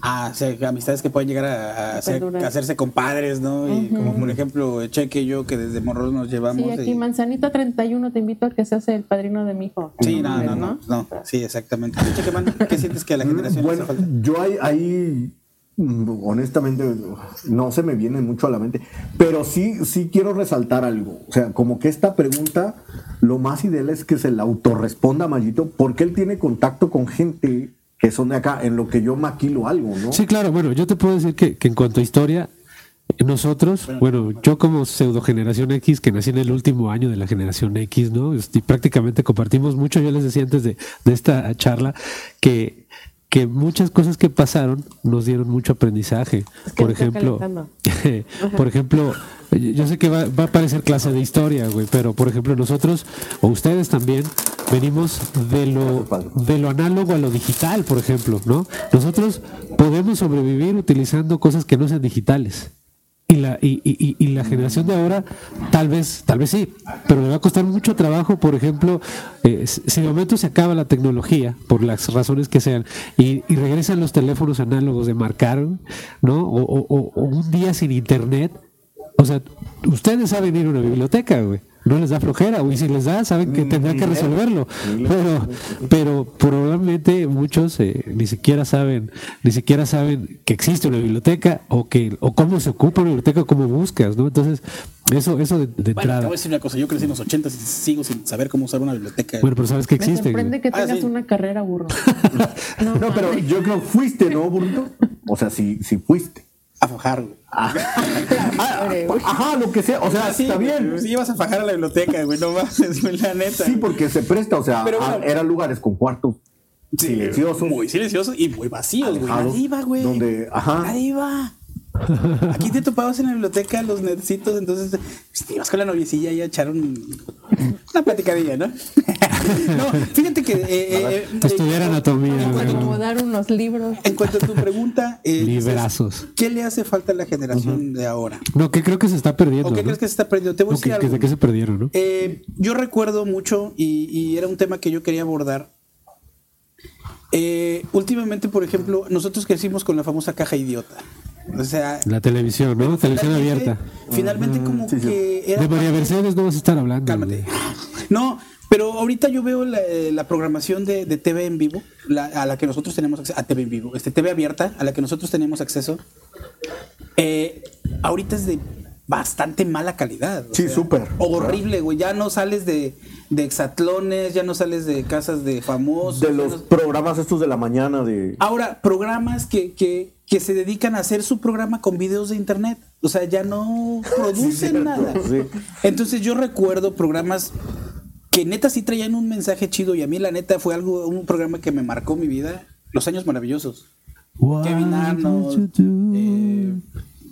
[SPEAKER 4] Ah, o sea, amistades que pueden llegar a, a ser-
[SPEAKER 2] Perdurar.
[SPEAKER 4] a hacerse compadres, ¿no? Y como por ejemplo, Cheque y yo, que desde morros nos llevamos.
[SPEAKER 2] Sí, aquí
[SPEAKER 4] y-
[SPEAKER 2] Manzanita 31 te invito a que seas el padrino de mi hijo.
[SPEAKER 4] Sí, no, no, no, no. Sí, exactamente. Tú, Cheque, man, ¿qué sientes
[SPEAKER 3] Mm,
[SPEAKER 4] que a la generación le
[SPEAKER 1] Bueno,
[SPEAKER 4] hace falta?
[SPEAKER 1] yo ahí, ahí, mm, honestamente no se me viene mucho a la mente, pero sí, sí quiero resaltar algo. O sea, como que esta pregunta, lo más ideal es que se la autorresponda a Mayito, porque él tiene contacto con gente que son de acá, en lo que yo maquilo algo, ¿no?
[SPEAKER 3] Sí, claro, bueno, yo te puedo decir que, que en cuanto a historia, nosotros, bueno, yo como pseudo generación X, que nací en el último año de la generación X, ¿no? Y prácticamente compartimos mucho, yo les decía antes de, de esta charla, que, que muchas cosas que pasaron nos dieron mucho aprendizaje.
[SPEAKER 2] Es que
[SPEAKER 3] Por
[SPEAKER 2] me estoy
[SPEAKER 3] ejemplo,
[SPEAKER 2] calentando.
[SPEAKER 3] por ejemplo, yo sé que va, va a parecer clase de historia, güey, pero por ejemplo nosotros, o ustedes también, venimos de lo, de lo análogo a lo digital, por ejemplo, ¿no? Nosotros podemos sobrevivir utilizando cosas que no sean digitales. Y la, y, y- y- y la generación de ahora, tal vez, tal vez sí, pero le va a costar mucho trabajo, por ejemplo, eh, si si de momento se acaba la tecnología, por las razones que sean, y, y regresan los teléfonos análogos de marcar, ¿no? O, o- o- o un día sin internet, o sea, ustedes saben ir a una biblioteca, güey. No les da flojera, güey. Si les da, saben que tendrán que resolverlo. Pero, pero probablemente muchos eh, ni siquiera saben, ni siquiera saben que existe una biblioteca o que, o cómo se ocupa una biblioteca, o cómo buscas, ¿no? Entonces, eso, eso de, de
[SPEAKER 4] Bueno, pues, te
[SPEAKER 3] entrada.
[SPEAKER 4] voy a decir una cosa. Yo crecí en los 80 y sigo sin saber cómo usar una biblioteca.
[SPEAKER 3] Bueno, pero sabes que
[SPEAKER 2] Me
[SPEAKER 3] existe.
[SPEAKER 2] sorprende que
[SPEAKER 4] Ah,
[SPEAKER 2] tengas
[SPEAKER 4] sí.
[SPEAKER 2] una carrera burro.
[SPEAKER 1] No, pero yo creo que fuiste, ¿no, Burrito? O sea, sí, sí fuiste.
[SPEAKER 4] A fajar, güey.
[SPEAKER 1] Ah, Ajá, lo que sea. O sea,
[SPEAKER 4] Ah, sí,
[SPEAKER 1] está bien.
[SPEAKER 4] güey, Sí, ibas a fajar a la biblioteca, güey. No mames, güey, la neta.
[SPEAKER 1] Sí,
[SPEAKER 4] güey.
[SPEAKER 1] porque se presta, o sea,
[SPEAKER 4] Pero bueno.
[SPEAKER 1] a- eran lugares con cuartos
[SPEAKER 4] Sí,
[SPEAKER 1] silenciosos.
[SPEAKER 4] Muy silenciosos y muy vacíos, güey.
[SPEAKER 1] Alejados,
[SPEAKER 4] Nadie iba, güey.
[SPEAKER 1] donde- ajá.
[SPEAKER 4] Nadie iba. Aquí te topabas en la biblioteca los nercitos, entonces pues, te ibas con la noviecilla y a echar un- una platicadilla, ¿no? no, fíjate que. eh, eh, eh,
[SPEAKER 3] Estudiar anatomía,
[SPEAKER 4] en cuanto a tu-
[SPEAKER 2] Acomodar unos libros.
[SPEAKER 4] En cuanto a tu pregunta, eh,
[SPEAKER 3] Librazos.
[SPEAKER 4] ¿qué le hace falta a la generación de ahora?
[SPEAKER 3] No, que creo que se está perdiendo.
[SPEAKER 4] ¿O qué
[SPEAKER 3] ¿no?
[SPEAKER 4] crees que se está perdiendo? Te voy a
[SPEAKER 3] No,
[SPEAKER 4] decir
[SPEAKER 3] que- que-
[SPEAKER 4] algo.
[SPEAKER 3] de qué se perdieron, ¿no?
[SPEAKER 4] Eh, yo recuerdo mucho y, y era un tema que yo quería abordar. Eh, últimamente, por ejemplo, nosotros crecimos con la famosa caja idiota. O sea,
[SPEAKER 3] La televisión, ¿no? Televisión
[SPEAKER 4] finalmente-
[SPEAKER 3] abierta. Ah,
[SPEAKER 4] Finalmente, como
[SPEAKER 1] sí, sí.
[SPEAKER 4] que era.
[SPEAKER 3] De María Mercedes no vas a estar hablando.
[SPEAKER 4] Cálmate.
[SPEAKER 3] güey.
[SPEAKER 4] No, pero ahorita yo veo la, eh, la programación de, de TV en vivo, la- a la que nosotros tenemos acceso, a TV en vivo, este, TV abierta, a la que nosotros tenemos acceso. Eh, ahorita es de bastante mala calidad. o
[SPEAKER 1] Sí,
[SPEAKER 4] sea,
[SPEAKER 1] súper.
[SPEAKER 4] Horrible, güey. Ya no sales de, de exatlones, ya no sales de casas de famosos.
[SPEAKER 1] de
[SPEAKER 4] ya
[SPEAKER 1] los
[SPEAKER 4] no-
[SPEAKER 1] programas estos de la mañana de
[SPEAKER 4] Ahora, programas que, que, que se dedican a hacer su programa con videos de internet. O sea, ya no producen
[SPEAKER 1] cierto,
[SPEAKER 4] nada.
[SPEAKER 1] sí.
[SPEAKER 4] Entonces yo recuerdo programas que neta sí traían un mensaje chido y a mí la neta fue algo, un programa que me marcó mi vida. Los años maravillosos.
[SPEAKER 3] What
[SPEAKER 4] Kevin Arnold,
[SPEAKER 3] would you do?
[SPEAKER 4] eh,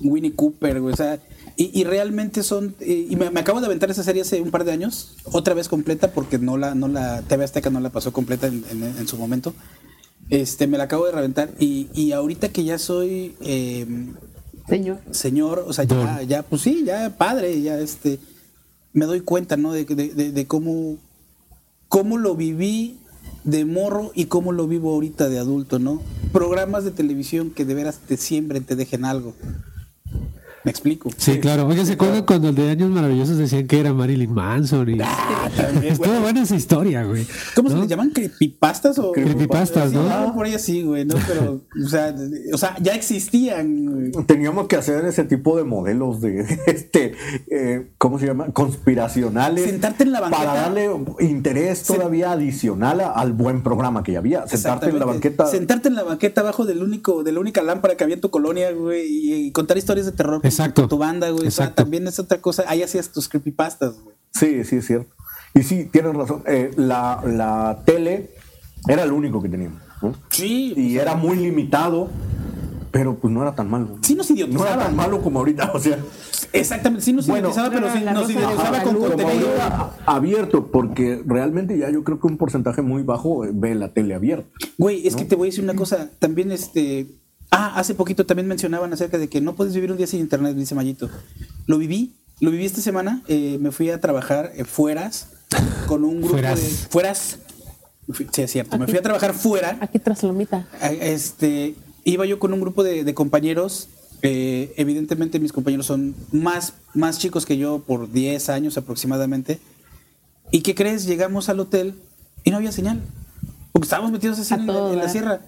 [SPEAKER 4] Winnie Cooper, güey, o sea, y, y realmente son, eh, y me, me acabo de aventar esa serie hace un par de años, otra vez completa, porque no la, no la, TV Azteca no la pasó completa en, en- en su momento, este, me la acabo de reventar, y, y ahorita que ya soy eh,
[SPEAKER 2] Señor.
[SPEAKER 4] señor, o sea, ya,
[SPEAKER 3] Don.
[SPEAKER 4] ya, pues sí, ya padre, ya este, me doy cuenta, ¿no? De, de- de- de cómo, cómo lo viví de morro y cómo lo vivo ahorita de adulto, ¿no? Programas de televisión que de veras te siembren, te dejen algo. ¿Me explico?
[SPEAKER 3] Sí, claro. Oigan, ¿se acuerdan cuando el de Años Maravillosos decían que era Marilyn Manson? Y...
[SPEAKER 4] también,
[SPEAKER 3] Estuvo buena esa historia, güey.
[SPEAKER 4] Ah, ¿Cómo se
[SPEAKER 3] ¿No?
[SPEAKER 4] les llaman? ¿Creepypastas o...?
[SPEAKER 3] Creepypastas,
[SPEAKER 4] Sí,
[SPEAKER 3] ¿no?
[SPEAKER 4] algo por ahí así, güey, ¿no? Pero, o sea, o sea, ya existían. güey.
[SPEAKER 1] teníamos que hacer ese tipo de modelos de este eh, ¿cómo se llama? Conspiracionales.
[SPEAKER 4] Sentarte en la banqueta.
[SPEAKER 1] Para darle interés
[SPEAKER 4] Sen-
[SPEAKER 1] todavía adicional a- al buen programa que ya había. Sentarte en la
[SPEAKER 4] Exactamente.
[SPEAKER 1] banqueta.
[SPEAKER 4] Sentarte en la banqueta abajo del único, de la única lámpara que había en tu colonia, güey, y, y contar historias de terror con-
[SPEAKER 3] Exacto.
[SPEAKER 4] con tu banda, güey. O sea,
[SPEAKER 3] Exacto.
[SPEAKER 4] también es otra cosa. Ahí hacías tus creepypastas, güey.
[SPEAKER 1] Sí, sí, es cierto. Y sí, tienes razón. eh, la, la tele era lo único que teníamos. ¿no?
[SPEAKER 4] Sí.
[SPEAKER 1] Y era muy limitado, pero pues no era tan malo.
[SPEAKER 4] Sí nos
[SPEAKER 1] No
[SPEAKER 4] idiotizaban.
[SPEAKER 1] era tan malo como ahorita, o sea.
[SPEAKER 4] Exactamente, sí nos
[SPEAKER 1] Bueno,
[SPEAKER 4] idiotizaba, pero
[SPEAKER 2] no,
[SPEAKER 4] sí
[SPEAKER 2] la
[SPEAKER 4] nos
[SPEAKER 2] Rosa de
[SPEAKER 4] idiotizaba
[SPEAKER 2] Guadalupe.
[SPEAKER 4] con
[SPEAKER 1] como
[SPEAKER 4] contenido.
[SPEAKER 1] ahorita a- abierto, porque realmente ya yo creo que un porcentaje muy bajo eh, ve la tele abierta.
[SPEAKER 4] Güey, es que te voy a decir una cosa. También, este. Ah, hace poquito también mencionaban acerca de que no puedes vivir un día sin internet, dice Mayito. Lo viví, lo viví esta semana. eh, me fui a trabajar eh, fueras con un grupo
[SPEAKER 3] Fueras.
[SPEAKER 4] de. Fueras. Me fui- Sí, es cierto. Me fui a trabajar fuera.
[SPEAKER 2] Aquí tras Lomita.
[SPEAKER 4] a- Este, iba yo con un grupo de, de compañeros. eh, evidentemente, mis compañeros son más, más chicos que yo por 10 años aproximadamente. ¿Y qué crees? Llegamos al hotel y no había señal. Porque estábamos metidos así
[SPEAKER 2] A
[SPEAKER 4] en, la-
[SPEAKER 2] todo
[SPEAKER 4] en la
[SPEAKER 2] dar.
[SPEAKER 4] sierra.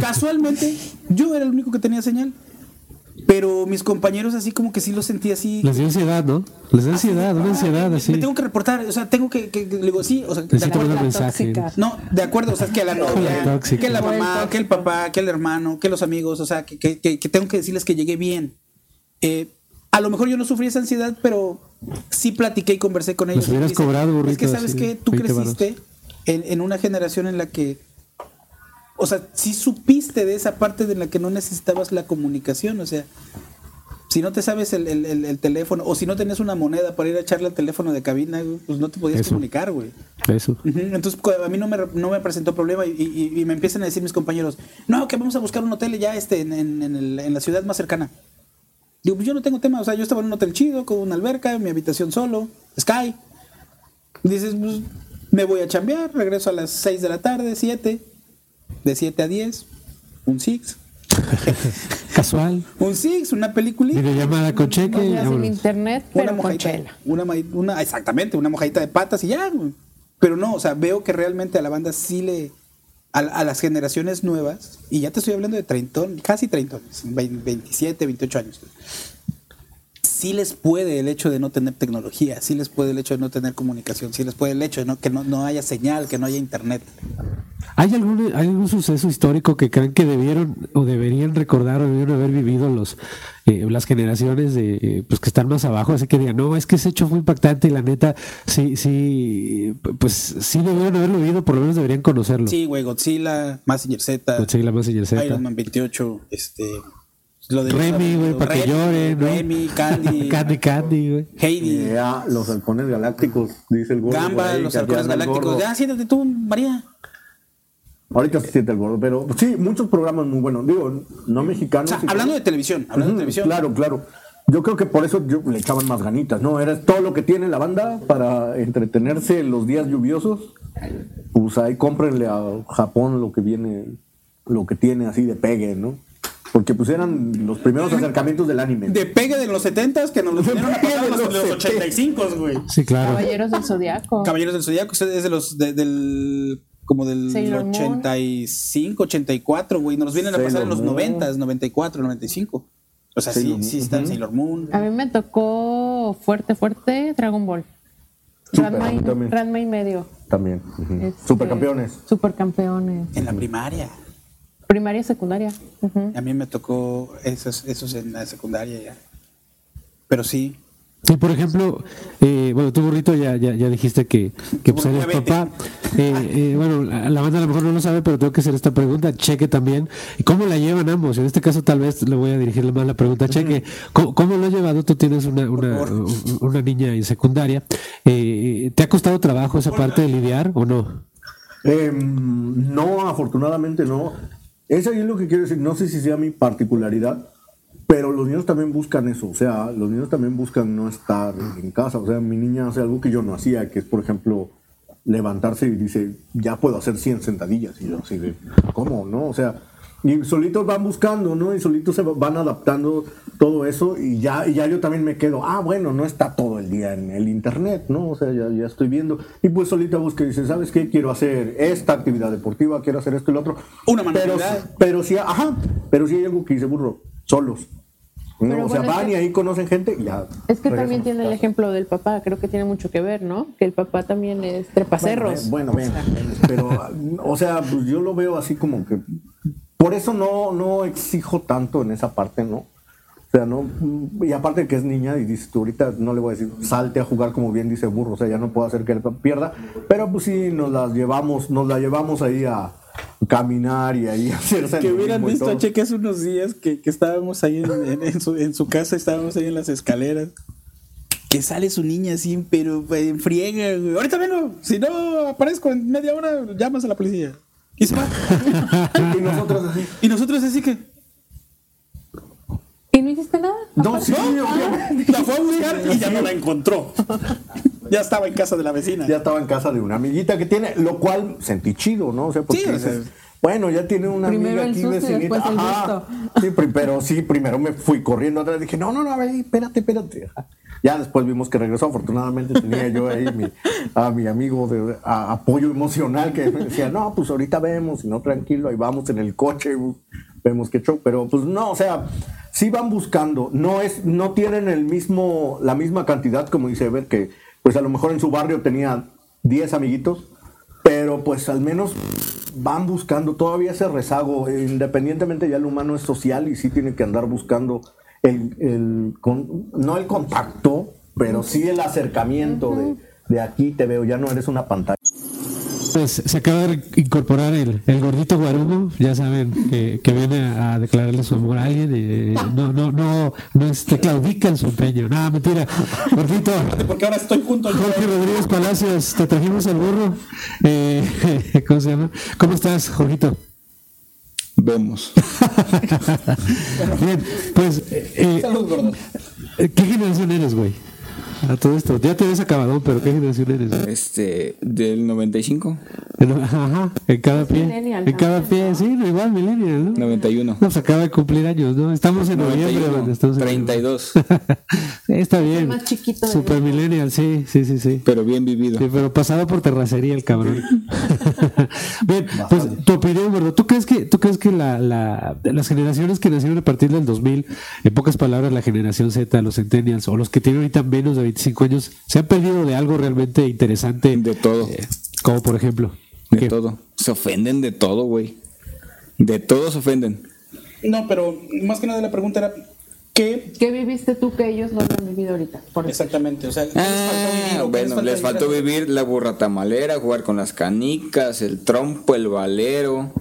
[SPEAKER 4] Casualmente, yo era el único que tenía señal. Pero mis compañeros así como que sí lo sentí así.
[SPEAKER 3] Les dio ansiedad, ¿no? Les da
[SPEAKER 4] así de,
[SPEAKER 3] ansiedad,
[SPEAKER 4] "Ah,
[SPEAKER 3] una ansiedad
[SPEAKER 4] me-
[SPEAKER 3] así.
[SPEAKER 4] Me tengo que reportar, o sea, tengo que, que- que- le digo, sí, o sea, de
[SPEAKER 3] Necesito
[SPEAKER 4] acuerdo.
[SPEAKER 3] mandar
[SPEAKER 2] la
[SPEAKER 3] mensaje.
[SPEAKER 2] tóxica.
[SPEAKER 4] No, de acuerdo, o sea, que a la novia,
[SPEAKER 3] tóxica.
[SPEAKER 4] que la
[SPEAKER 2] Por el
[SPEAKER 4] mamá,
[SPEAKER 2] tóxico.
[SPEAKER 4] que el papá, que el hermano, que los amigos, o sea, que, que- que- que tengo que decirles que llegué bien. Eh, a lo mejor yo no sufrí esa ansiedad, pero sí platiqué y conversé con ellos.
[SPEAKER 3] Les hubieras
[SPEAKER 4] Y me dicen,
[SPEAKER 3] cobrado, burrito,
[SPEAKER 4] Es que sabes
[SPEAKER 3] así,
[SPEAKER 4] que tú
[SPEAKER 3] 20
[SPEAKER 4] creciste en, en una generación en la que, o sea, sí supiste de esa parte de la que no necesitabas la comunicación, o sea, si no te sabes el, el- el- el teléfono o si no tenías una moneda para ir a echarle al teléfono de cabina, güey, pues no te podías
[SPEAKER 3] Eso.
[SPEAKER 4] comunicar, güey.
[SPEAKER 3] Eso.
[SPEAKER 4] Ujú, Entonces cu- a mí no me, re- no me presentó problema y, y- y me empiezan a decir mis compañeros, no, que vamos a buscar un hotel ya este, en, en- en el- en la ciudad más cercana. Digo, pues yo no tengo tema, o sea, yo estaba en un hotel chido, con una alberca, mi habitación solo, Sky. Dices, pues me voy a chambear, regreso a las 6 de la tarde, 7, de 7 a 10, un Six,
[SPEAKER 3] Casual.
[SPEAKER 4] un Six, una película.
[SPEAKER 3] Videollamada con
[SPEAKER 2] No
[SPEAKER 3] cheque.
[SPEAKER 2] se hace en
[SPEAKER 3] vámonos.
[SPEAKER 2] internet,
[SPEAKER 4] una
[SPEAKER 2] pero con
[SPEAKER 4] mojadita,
[SPEAKER 2] chela.
[SPEAKER 4] una, ma- una- exactamente, una mojadita de patas y ya, güey. Pero no, o sea, veo que realmente a la banda sí le, a, a las generaciones nuevas, y ya te estoy hablando de treintón, casi treintones, vein- 27, 28 años. Sí les puede el hecho de no tener tecnología, sí les puede el hecho de no tener comunicación, sí les puede el hecho de no, que no, no haya señal, que no haya internet.
[SPEAKER 3] ¿Hay algún, hay algún suceso histórico que crean que debieron o deberían recordar o debieron haber vivido los eh, las generaciones de eh, pues que están más abajo? Así que digan, no, es que ese hecho fue impactante y la neta, sí, sí, pues sí debieron haberlo vivido, por lo menos deberían conocerlo.
[SPEAKER 4] Sí, güey, Godzilla, Massinger Z,
[SPEAKER 3] Godzilla Mazinger Z.
[SPEAKER 4] Iron Man 28, este... Lo de
[SPEAKER 3] Remy, güey, para que
[SPEAKER 4] Remy,
[SPEAKER 3] lloren, ¿no?
[SPEAKER 4] Remy, Candy.
[SPEAKER 3] Candy, Candy, güey.
[SPEAKER 4] Heidi,
[SPEAKER 1] Y ya los halcones galácticos, dice el Eh, gordo. por
[SPEAKER 4] Gamba,
[SPEAKER 1] ahí,
[SPEAKER 4] los
[SPEAKER 1] que
[SPEAKER 4] halcones
[SPEAKER 1] anda el gordo.
[SPEAKER 4] galácticos. Ya, siéntate tú, María.
[SPEAKER 1] Ahorita se siente el gordo, pero sí, muchos programas muy buenos. Digo, no
[SPEAKER 4] O
[SPEAKER 1] mexicanos.
[SPEAKER 4] sea,
[SPEAKER 1] y-
[SPEAKER 4] hablando de televisión, hablando de
[SPEAKER 1] Ujú,
[SPEAKER 4] televisión.
[SPEAKER 1] Claro, claro. Yo creo que por eso yo- le echaban más ganitas, ¿no? Era todo lo que tiene la banda para entretenerse en los días lluviosos. Pues ahí cómprenle a Japón lo que viene, lo que tiene así de pegue, ¿no? Porque pues eran los primeros acercamientos del anime.
[SPEAKER 4] De pegue de los 70 que nos lo vinieron a pasar
[SPEAKER 1] De
[SPEAKER 4] los,
[SPEAKER 1] los
[SPEAKER 4] los 85, güey.
[SPEAKER 3] Sí, claro.
[SPEAKER 2] Caballeros del Zodiaco.
[SPEAKER 4] Caballeros del Zodíaco es de los de- del como del
[SPEAKER 2] Sailor Moon.
[SPEAKER 4] 85, 84, güey, nos vienen a pasar en los
[SPEAKER 1] Sailor Moon.
[SPEAKER 4] 90, 94, 95. O sea,
[SPEAKER 1] Sailor
[SPEAKER 4] sí,
[SPEAKER 1] Moon.
[SPEAKER 4] sí están Sailor Moon.
[SPEAKER 2] A mí me tocó fuerte, fuerte Dragon Ball.
[SPEAKER 1] Súper,
[SPEAKER 2] Ranma
[SPEAKER 1] a
[SPEAKER 2] y,
[SPEAKER 1] mí también.
[SPEAKER 2] Ranma y medio.
[SPEAKER 1] También. ujú.
[SPEAKER 2] Este,
[SPEAKER 1] Supercampeones.
[SPEAKER 2] Supercampeones.
[SPEAKER 4] En la primaria.
[SPEAKER 2] Primaria, secundaria. Ujú.
[SPEAKER 4] A mí me tocó esos, esos en la secundaria ya. Pero sí,
[SPEAKER 3] Sí, por ejemplo, eh, bueno, tú burrito ya, ya, ya dijiste que, que pues, eres
[SPEAKER 4] Obviamente.
[SPEAKER 3] papá. Eh, eh, bueno, la la banda a lo mejor no lo sabe, pero tengo que hacer esta pregunta. Cheque también. ¿Cómo la llevan ambos? En este caso, tal vez le voy a dirigirle más la pregunta a Cheque. ¿Cómo, cómo lo has llevado? Tú tienes una, una,
[SPEAKER 4] favor.
[SPEAKER 3] u- una niña en secundaria. Eh, ¿Te ha costado trabajo esa parte de lidiar o no?
[SPEAKER 1] Em, no, afortunadamente no. Eso es lo que quiero decir. No sé si sea mi particularidad, pero los niños también buscan eso. O sea, los niños también buscan no estar en casa. O sea, mi niña hace algo que yo no hacía, que es, por ejemplo, levantarse y dice, ya puedo hacer 100 sentadillas. Y yo así de, ¿cómo? ¿No? O sea, y solitos van buscando, ¿no? Y solitos se va- van adaptando todo eso y ya, y ya yo también me quedo, ah, bueno, no está todo el día en el internet, ¿no? O sea, ya, ya estoy viendo. Y pues solita busca y dice, ¿sabes qué? Quiero hacer esta actividad deportiva, quiero hacer esto y lo otro.
[SPEAKER 4] Una
[SPEAKER 1] pero,
[SPEAKER 4] manualidad.
[SPEAKER 1] pero sí, ajá, pero sí hay algo que dice burro, solos. No,
[SPEAKER 2] Pero
[SPEAKER 1] o sea,
[SPEAKER 2] bueno, es
[SPEAKER 1] van
[SPEAKER 2] que-
[SPEAKER 1] y ahí conocen gente y ya.
[SPEAKER 2] Es que
[SPEAKER 1] regresan
[SPEAKER 2] también
[SPEAKER 1] a su
[SPEAKER 2] tiene el
[SPEAKER 1] casa.
[SPEAKER 2] ejemplo del papá, creo que tiene mucho que ver, ¿no? Que el papá también es trepacerros.
[SPEAKER 1] Bueno, bien, pero, o sea, pues, yo lo veo así como que. Por eso no, no exijo tanto en esa parte, ¿no? O sea, no. Y aparte que es niña y dices tú ahorita no le voy a decir salte a jugar como bien dice burro, o sea, ya no puedo hacer que él pierda, pero pues sí nos las llevamos, nos la llevamos ahí a caminar y ahí a hacer
[SPEAKER 4] Que hubieran
[SPEAKER 1] senderismo y
[SPEAKER 4] visto
[SPEAKER 1] todo.
[SPEAKER 4] a Cheque hace unos días que, que estábamos ahí en, en- en su, en su casa, estábamos ahí en las escaleras. Que sale su niña así, pero eh, en friega, güey. Ahorita vengo, si no aparezco en media hora, llamas a la policía. Y se va.
[SPEAKER 1] Y nosotros así.
[SPEAKER 4] Y nosotros así que.
[SPEAKER 2] ¿Y no hiciste nada?
[SPEAKER 1] No, sí, obviamente.
[SPEAKER 4] La fue a buscar y ya no la encontró. Ya estaba en casa de la vecina.
[SPEAKER 1] ya estaba en casa de una amiguita que tiene, lo cual sentí chido, ¿no? O sea, porque
[SPEAKER 4] Sí, o
[SPEAKER 1] dices,
[SPEAKER 4] sea.
[SPEAKER 1] bueno, ya tiene una
[SPEAKER 2] Primero
[SPEAKER 1] amiga
[SPEAKER 2] el
[SPEAKER 1] aquí
[SPEAKER 2] susto y
[SPEAKER 1] vecinita.
[SPEAKER 2] después el
[SPEAKER 1] Ajá. Sí, pri- pero sí, primero me fui corriendo atrás, dije, no, no, no, a ver, espérate, espérate. Ya después vimos que regresó, afortunadamente tenía yo ahí mi- a mi amigo de a- apoyo emocional que me decía, no, pues ahorita vemos, y no, tranquilo, ahí vamos en el coche, vemos que show, pero pues no, o sea, sí van buscando, no es, no tienen el mismo, la misma cantidad, como dice Ever, que pues a lo mejor en su barrio tenía 10 amiguitos, pero pues al menos van buscando todavía ese rezago. Independientemente ya el humano es social y sí tiene que andar buscando el, el con- no el contacto, pero sí el acercamiento de, de aquí te veo, ya no eres una pantalla.
[SPEAKER 3] Pues se acaba de incorporar el, el gordito guarumo, ya saben, que, que viene a, a declararle su amor a alguien y eh, no, no, no, no este, claudica en su empeño. No, mentira. Gordito,
[SPEAKER 4] Porque ahora estoy junto al
[SPEAKER 3] Jorge Rodríguez Palacios, te trajimos al burro. Eh, ¿Cómo se llama? ¿Cómo estás, Jorgito?
[SPEAKER 5] Vemos.
[SPEAKER 3] Bien, pues, eh,
[SPEAKER 4] Salud, gordo.
[SPEAKER 3] eh, ¿qué generación eres, güey? A todo esto. Ya te ves acabado, pero ¿qué generación eres? güey?
[SPEAKER 5] Este, del 95,
[SPEAKER 3] En- Ajá, en cada pie.
[SPEAKER 2] millennial,
[SPEAKER 3] En
[SPEAKER 2] ¿no?
[SPEAKER 3] cada pie, sí, igual, millennial, ¿no?
[SPEAKER 5] 91.
[SPEAKER 3] Nos acaba de cumplir años, ¿no? Estamos en noviembre,
[SPEAKER 5] 91,
[SPEAKER 3] banda, estamos en
[SPEAKER 5] 32,
[SPEAKER 3] noviembre. Está bien.
[SPEAKER 2] más chiquito de
[SPEAKER 3] Super millennial, sí, sí, sí, sí.
[SPEAKER 5] pero bien vivido.
[SPEAKER 3] Sí, pero pasado por terracería el cabrón. bien, pues tu opinión, gordo. ¿Tú crees que, tú crees que la, la- las generaciones que nacieron a partir del 2000, en pocas palabras, la generación Z, los centennials o los que tienen ahorita menos de 25 años, se han perdido de algo realmente interesante?
[SPEAKER 5] De todo.
[SPEAKER 3] Como por ejemplo.
[SPEAKER 5] De
[SPEAKER 3] ¿qué?
[SPEAKER 5] todo. Se ofenden de todo, güey. De todo se ofenden.
[SPEAKER 4] No, pero más que nada la pregunta era: ¿qué
[SPEAKER 2] ¿Qué viviste tú que ellos no han vivido ahorita? Por eso.
[SPEAKER 4] exactamente? O sea, ¿qué
[SPEAKER 5] Ah,
[SPEAKER 4] o qué
[SPEAKER 5] bueno, les faltó
[SPEAKER 4] vivir?
[SPEAKER 5] vivir la burra tamalera, jugar con las canicas, el trompo, el valero.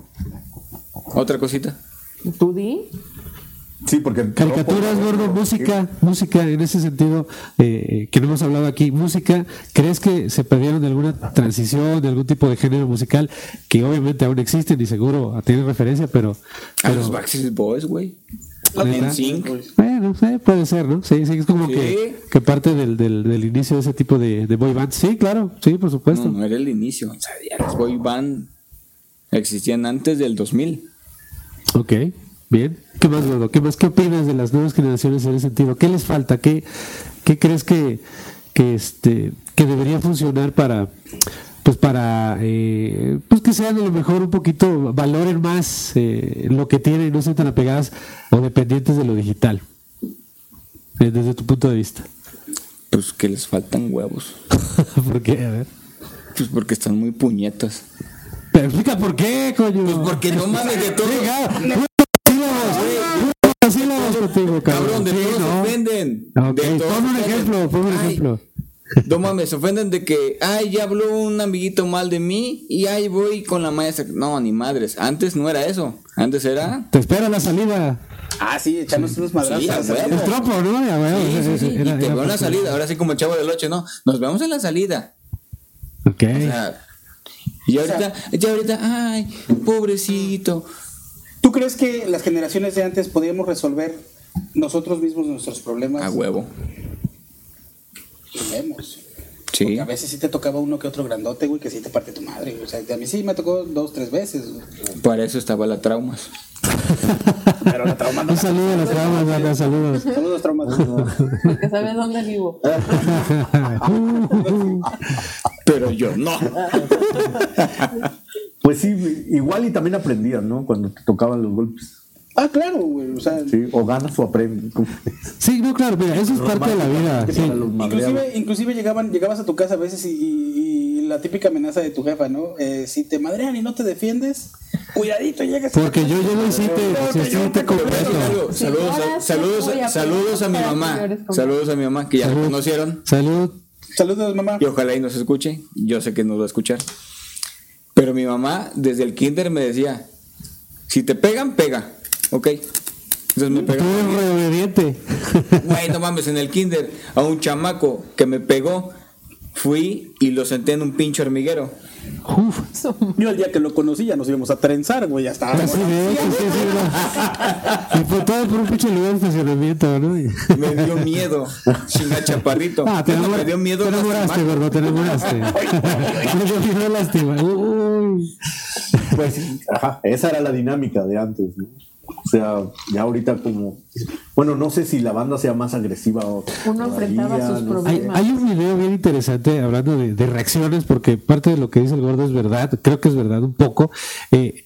[SPEAKER 5] ¿Otra cosita?
[SPEAKER 2] ¿Tú di?
[SPEAKER 1] Sí, porque
[SPEAKER 3] Caricaturas, gordo, música, música, en ese sentido, eh, que no hemos hablado aquí, música, ¿crees que se perdieron de alguna transición, de algún tipo de género musical, que obviamente aún existen y seguro tienen referencia, pero...
[SPEAKER 5] A
[SPEAKER 3] pero
[SPEAKER 5] los Backstreet Boys, güey.
[SPEAKER 3] ¿neta?
[SPEAKER 5] En Sync.
[SPEAKER 3] Bueno, sí, puede ser, ¿no? Sí, sí, es como
[SPEAKER 5] Sí.
[SPEAKER 3] que, que parte del, del, del inicio de ese tipo de, de boy bands. Sí, claro, sí, por supuesto.
[SPEAKER 5] No, no era el inicio. O sea, ya las boy band existían antes del 2000.
[SPEAKER 3] Ok, bien. ¿Qué más, Gordo? ¿Qué más? ¿Qué opinas de las nuevas generaciones en ese sentido? ¿Qué les falta? ¿Qué, qué crees que, que, este, que debería funcionar para, pues para, eh, pues que sean a lo mejor un poquito, valoren más eh, lo que tienen y no sean tan apegadas o dependientes de lo digital? Eh, Desde tu punto de vista.
[SPEAKER 5] Pues que les faltan huevos.
[SPEAKER 3] ¿Por qué? A ver.
[SPEAKER 5] Pues porque están muy puñetas.
[SPEAKER 3] Pero explica por qué, coño.
[SPEAKER 5] Pues porque no mames de todo.
[SPEAKER 3] Venga, putos sílabos, putos sílabos contigo,
[SPEAKER 5] Cabrón, de
[SPEAKER 3] Sí,
[SPEAKER 5] todo se
[SPEAKER 3] no.
[SPEAKER 5] ofenden.
[SPEAKER 3] Ok,
[SPEAKER 5] De
[SPEAKER 3] pon
[SPEAKER 5] todo
[SPEAKER 3] un
[SPEAKER 5] se ofenden.
[SPEAKER 3] ejemplo, pon un
[SPEAKER 5] Ay,
[SPEAKER 3] ejemplo.
[SPEAKER 5] No mames, se ofenden de que, ay, ya habló un amiguito mal de mí y ahí voy con la maestra. No, ni madres. Antes no era eso. Antes era.
[SPEAKER 3] Te espera la salida.
[SPEAKER 4] Ah, sí, echarnos unos madrazos.
[SPEAKER 5] Sí, a
[SPEAKER 4] a la
[SPEAKER 5] huevo.
[SPEAKER 3] El trompo, ¿no? Ya, bueno,
[SPEAKER 5] Sí, sí, sí, Y
[SPEAKER 3] era-
[SPEAKER 5] te
[SPEAKER 3] era
[SPEAKER 5] veo en la
[SPEAKER 3] fácil.
[SPEAKER 5] salida. Ahora sí, como el chavo del 8, no. Nos vemos en la salida.
[SPEAKER 3] Ok.
[SPEAKER 5] O sea, y ahorita, ya ahorita, ay, pobrecito.
[SPEAKER 4] ¿Tú crees que las generaciones de antes podíamos resolver nosotros mismos nuestros problemas?
[SPEAKER 5] A huevo.
[SPEAKER 4] Los vemos.
[SPEAKER 5] Sí.
[SPEAKER 4] Porque a veces sí te tocaba uno que otro grandote, güey, que sí te parte tu madre. güey. O sea, a mí sí me tocó dos, tres veces. güey.
[SPEAKER 5] Para eso estaba la traumas.
[SPEAKER 4] Pero la trauma
[SPEAKER 3] Un saludo a las damas, banda, saludos.
[SPEAKER 4] Saludos, traumas.
[SPEAKER 2] Porque sabes dónde vivo.
[SPEAKER 5] Pero yo no.
[SPEAKER 1] Pues sí, igual y también aprendían, ¿no? Cuando te tocaban los golpes.
[SPEAKER 4] Ah, claro, güey. O sea,
[SPEAKER 1] Sí, o ganas o aprendes.
[SPEAKER 3] Sí, no, claro, mira, eso es parte de la vida. sí.
[SPEAKER 1] Para los madreados.
[SPEAKER 4] Inclusive, inclusive llegaban, llegabas a tu casa a veces y, y- y la típica amenaza de tu jefa, ¿no? Eh, si te madrean y no te defiendes, cuidadito, llegas a-
[SPEAKER 3] Porque yo llego y sí te, sí, sí te confieso.
[SPEAKER 5] Saludos, saludos,
[SPEAKER 2] ahora sí
[SPEAKER 5] saludos,
[SPEAKER 2] voy a
[SPEAKER 5] saludos a mi
[SPEAKER 2] para
[SPEAKER 5] mamá.
[SPEAKER 2] señores como-
[SPEAKER 5] Saludos a mi mamá que ya la
[SPEAKER 3] Salud.
[SPEAKER 5] conocieron.
[SPEAKER 3] Salud.
[SPEAKER 4] Saludos, mamá.
[SPEAKER 5] Y ojalá y nos escuche. Yo sé que nos va a escuchar. Pero mi mamá desde el kinder me decía, si te pegan, pega. Ok. Entonces me
[SPEAKER 3] Tú
[SPEAKER 5] pegaba.
[SPEAKER 3] eres reobediente.
[SPEAKER 5] Güey, no mames, en el kinder a un chamaco que me pegó, fui y lo senté en un pinche hormiguero.
[SPEAKER 3] Uf.
[SPEAKER 4] Yo el día que lo conocí ya nos íbamos a trenzar, güey, ya estábamos.
[SPEAKER 3] Así de hecho, sí, sí, no. Y por todo por un pinche lugar de estacionamiento, ¿no? Y-
[SPEAKER 5] Me dio miedo, chinga chaparrito.
[SPEAKER 3] Ah, te,
[SPEAKER 5] Bueno,
[SPEAKER 3] enamor-
[SPEAKER 5] me dio miedo.
[SPEAKER 3] te enamoraste,
[SPEAKER 5] lastimar.
[SPEAKER 3] gordo, te enamoraste. Me dio miedo lástima. Uy.
[SPEAKER 1] Pues, ajá, esa era la dinámica de antes, ¿no? O sea, ya ahorita como... Bueno, no sé si la banda sea más agresiva o...
[SPEAKER 2] Uno enfrentaba
[SPEAKER 1] todavía,
[SPEAKER 2] sus
[SPEAKER 1] no sé.
[SPEAKER 2] problemas.
[SPEAKER 3] Hay, hay un video bien interesante hablando de, de reacciones, porque parte de lo que dice el gordo es verdad, creo que es verdad un poco. Eh,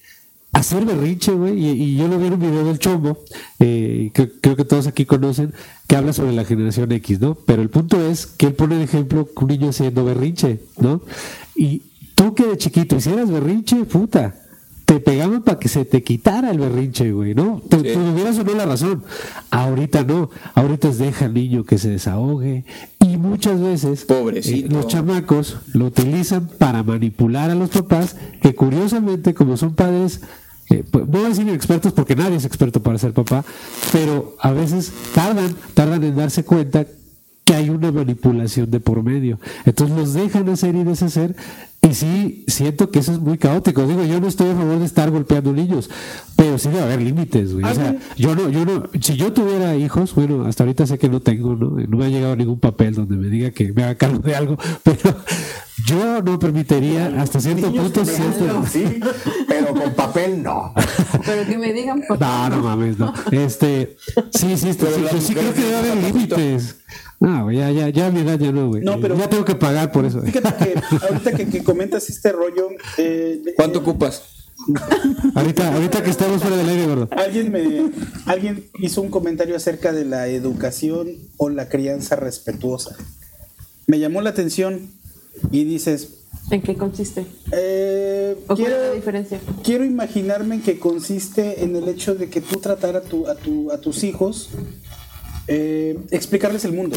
[SPEAKER 3] hacer berrinche, güey, y, y yo lo vi en un video del Chombo, eh, que creo que todos aquí conocen, que habla sobre la generación X, ¿no? Pero el punto es que él pone de ejemplo que un niño haciendo berrinche, ¿no? Y tú que de chiquito hicieras berrinche, puta. Te pegaban para que se te quitara el berrinche, güey, ¿no? Te,
[SPEAKER 5] Sí.
[SPEAKER 3] te tuvieras o no la razón. Ahorita no. Ahorita es deja al niño que se desahogue. Y muchas veces eh,
[SPEAKER 5] Pobrecito.
[SPEAKER 3] los chamacos lo utilizan para manipular a los papás que curiosamente como son padres, eh, pues, no voy a decir expertos porque nadie es experto para ser papá, pero a veces tardan, tardan en darse cuenta que hay una manipulación de por medio. Entonces los dejan hacer y deshacer y sí, siento que eso es muy caótico. Digo, yo no estoy a favor de estar golpeando niños, pero sí debe haber límites, güey. O sea, yo no, yo no, si yo tuviera hijos, bueno, hasta ahorita sé que no tengo, ¿no? No me ha llegado ningún papel donde me diga que me haga cargo de algo, pero yo no permitiría hasta cierto punto cierto.
[SPEAKER 1] Sí, pero con papel no.
[SPEAKER 2] Pero que me digan por
[SPEAKER 3] No, no mames, no. Este, sí, sí, esto-
[SPEAKER 5] Pero
[SPEAKER 3] sí,
[SPEAKER 5] la
[SPEAKER 3] pues sí
[SPEAKER 5] mujer
[SPEAKER 3] creo que debe haber
[SPEAKER 5] necesita poquito.
[SPEAKER 3] límites. No, güey, ya, ya, ya a mi edad ya no, güey.
[SPEAKER 4] No, pero-
[SPEAKER 3] ya tengo que pagar por eso.
[SPEAKER 4] Fíjate que ahorita que, que comentas este rollo, eh, de-
[SPEAKER 5] ¿Cuánto ocupas?
[SPEAKER 3] Ahorita, ahorita que estamos fuera del aire, gordo.
[SPEAKER 4] Alguien me alguien hizo un comentario acerca de la educación o la crianza respetuosa. Me llamó la atención y dices,
[SPEAKER 2] ¿En qué consiste?
[SPEAKER 4] eh,
[SPEAKER 2] ¿O cuál es la
[SPEAKER 4] quiero,
[SPEAKER 2] diferencia?
[SPEAKER 4] quiero imaginarme en que consiste en el hecho de que tú tratar a, tu, a, tu- a tus hijos, eh, explicarles el mundo.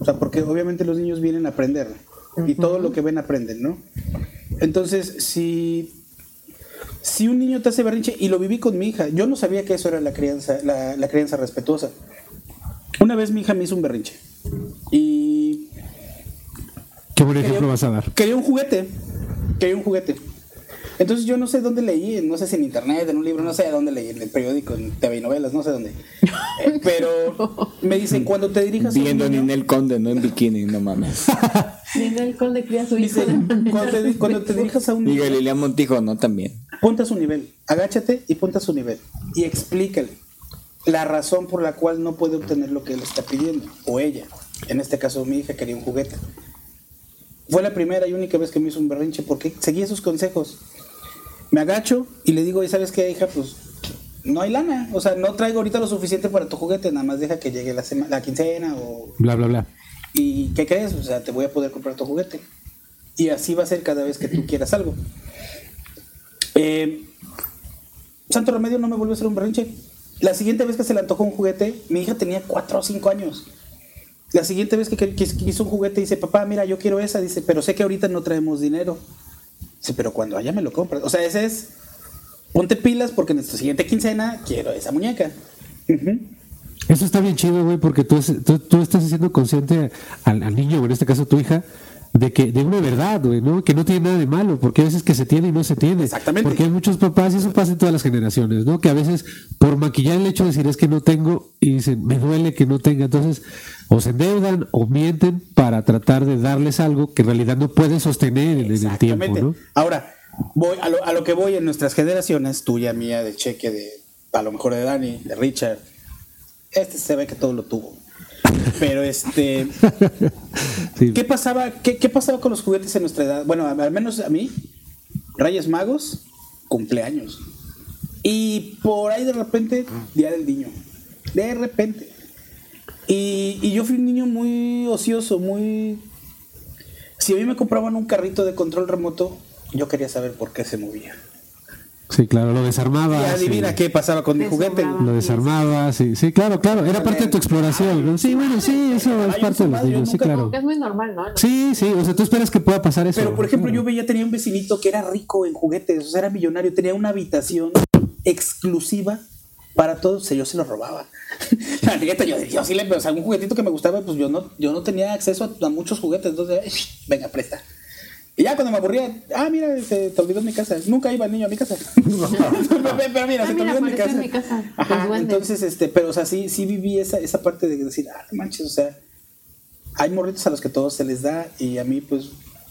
[SPEAKER 4] O sea, porque obviamente los niños vienen a aprender y todo lo que ven aprenden, ¿no? Entonces, si si un niño te hace berrinche, y lo viví con mi hija, yo no sabía que eso era la crianza, la, la crianza respetuosa. Una vez mi hija me hizo un berrinche y
[SPEAKER 3] Qué buen ejemplo vas a dar.
[SPEAKER 4] quería un juguete, quería un juguete. Entonces yo no sé dónde leí, no sé si en internet, en un libro, no sé dónde leí, en el periódico, en TV y novelas, no sé dónde. Eh, Pero me dicen, cuando te dirijas a un
[SPEAKER 5] Viendo a
[SPEAKER 4] niño-
[SPEAKER 5] Ninel Conde, no en bikini, no mames.
[SPEAKER 2] Viene el conde cría a su hijo.
[SPEAKER 4] dice,
[SPEAKER 2] de manera
[SPEAKER 4] cuando, te, cuando
[SPEAKER 2] respetuosa.
[SPEAKER 4] te dirijas a un
[SPEAKER 5] Y
[SPEAKER 4] niño,
[SPEAKER 5] Galilea Montijo, no también.
[SPEAKER 4] ponte a su nivel, agáchate y ponte a su nivel y explícale la razón por la cual no puede obtener lo que él está pidiendo o ella. En este caso mi hija quería un juguete. Fue la primera y única vez que me hizo un berrinche porque seguí sus consejos. Me agacho y le digo, ¿y sabes qué, hija? Pues no hay lana. O sea, no traigo ahorita lo suficiente para tu juguete, nada más deja que llegue la, sema- la quincena o
[SPEAKER 3] Bla, bla, bla.
[SPEAKER 4] ¿Y qué crees? O sea, te voy a poder comprar tu juguete. Y así va a ser cada vez que tú quieras algo. Eh, Santo Remedio no me volvió a hacer un berrinche. La siguiente vez que se le antojó un juguete, mi hija tenía 4 o 5 años. La siguiente vez que que- que quiso un juguete, dice, papá, mira, yo quiero esa. Dice, pero sé que ahorita no traemos dinero. Dice, pero cuando haya me lo compras. O sea, ese es, ponte pilas porque en tu siguiente quincena quiero esa muñeca. Ujú.
[SPEAKER 3] Eso está bien chido, güey, porque tú, es- tú, tú estás haciendo consciente al, al niño, o en este caso tu hija, de que de una verdad, güey, ¿no? Que no tiene nada de malo, porque a veces que se tiene y no se tiene.
[SPEAKER 4] Exactamente.
[SPEAKER 3] Porque hay muchos papás, y eso pasa en todas las generaciones, ¿no? Que a veces por maquillar el hecho de decir es que no tengo y dicen, me duele que no tenga. Entonces, o se endeudan o mienten para tratar de darles algo que en realidad no pueden sostener en, en el tiempo,
[SPEAKER 4] Exactamente.
[SPEAKER 3] ¿no?
[SPEAKER 4] Ahora, voy a lo, a lo que voy en nuestras generaciones, tuya, mía, de Cheque, de a lo mejor de Dani, de Richard. Este se ve que todo lo tuvo. Pero este,
[SPEAKER 3] Sí.
[SPEAKER 4] ¿qué pasaba, qué, qué pasaba con los juguetes en nuestra edad? Bueno, al al menos a mí, Reyes Magos, cumpleaños. Y por ahí de repente, día del niño. De repente. Y, y yo fui un niño muy ocioso, muy... Si a mí me compraban un carrito de control remoto, yo quería saber por qué se movía.
[SPEAKER 3] Sí, claro, lo desarmaba.
[SPEAKER 4] Y adivina qué pasaba con mi juguete.
[SPEAKER 2] Desarmaba.
[SPEAKER 3] Lo desarmaba, sí, sí, claro, claro. Era parte de tu exploración. ¿no? Sí, bueno, sí, eso es
[SPEAKER 4] Ay,
[SPEAKER 3] parte de los
[SPEAKER 4] madre, yo
[SPEAKER 3] niños, sí,
[SPEAKER 4] nunca
[SPEAKER 3] claro.
[SPEAKER 2] Como que es muy normal, ¿no?
[SPEAKER 3] Sí, sí, o sea, tú esperas que pueda pasar eso. Mm.
[SPEAKER 4] Pero por ejemplo, yo veía, tenía un vecinito que era rico en juguetes, o sea, era millonario, tenía una habitación exclusiva para todos, o sea, yo se lo robaba. La neta, yo, yo sí le, o sea, un juguetito que me gustaba, pues yo no, yo no tenía acceso a, a muchos juguetes, entonces, "Ey, venga, presta. Y ya cuando me aburría, ah, mira, se te olvidó en mi casa. Nunca iba el niño a mi casa. pero, pero mira,
[SPEAKER 2] Ah,
[SPEAKER 4] se te
[SPEAKER 2] mira,
[SPEAKER 4] olvidó en mi
[SPEAKER 2] apareció
[SPEAKER 4] casa.
[SPEAKER 2] en mi casa, Pues el
[SPEAKER 4] Ajá,
[SPEAKER 2] duende.
[SPEAKER 4] entonces, este, pero, o sea, sí, sí viví esa, esa parte de decir, ah, no manches, o sea, hay morritos a los que todos se les da y a mí pues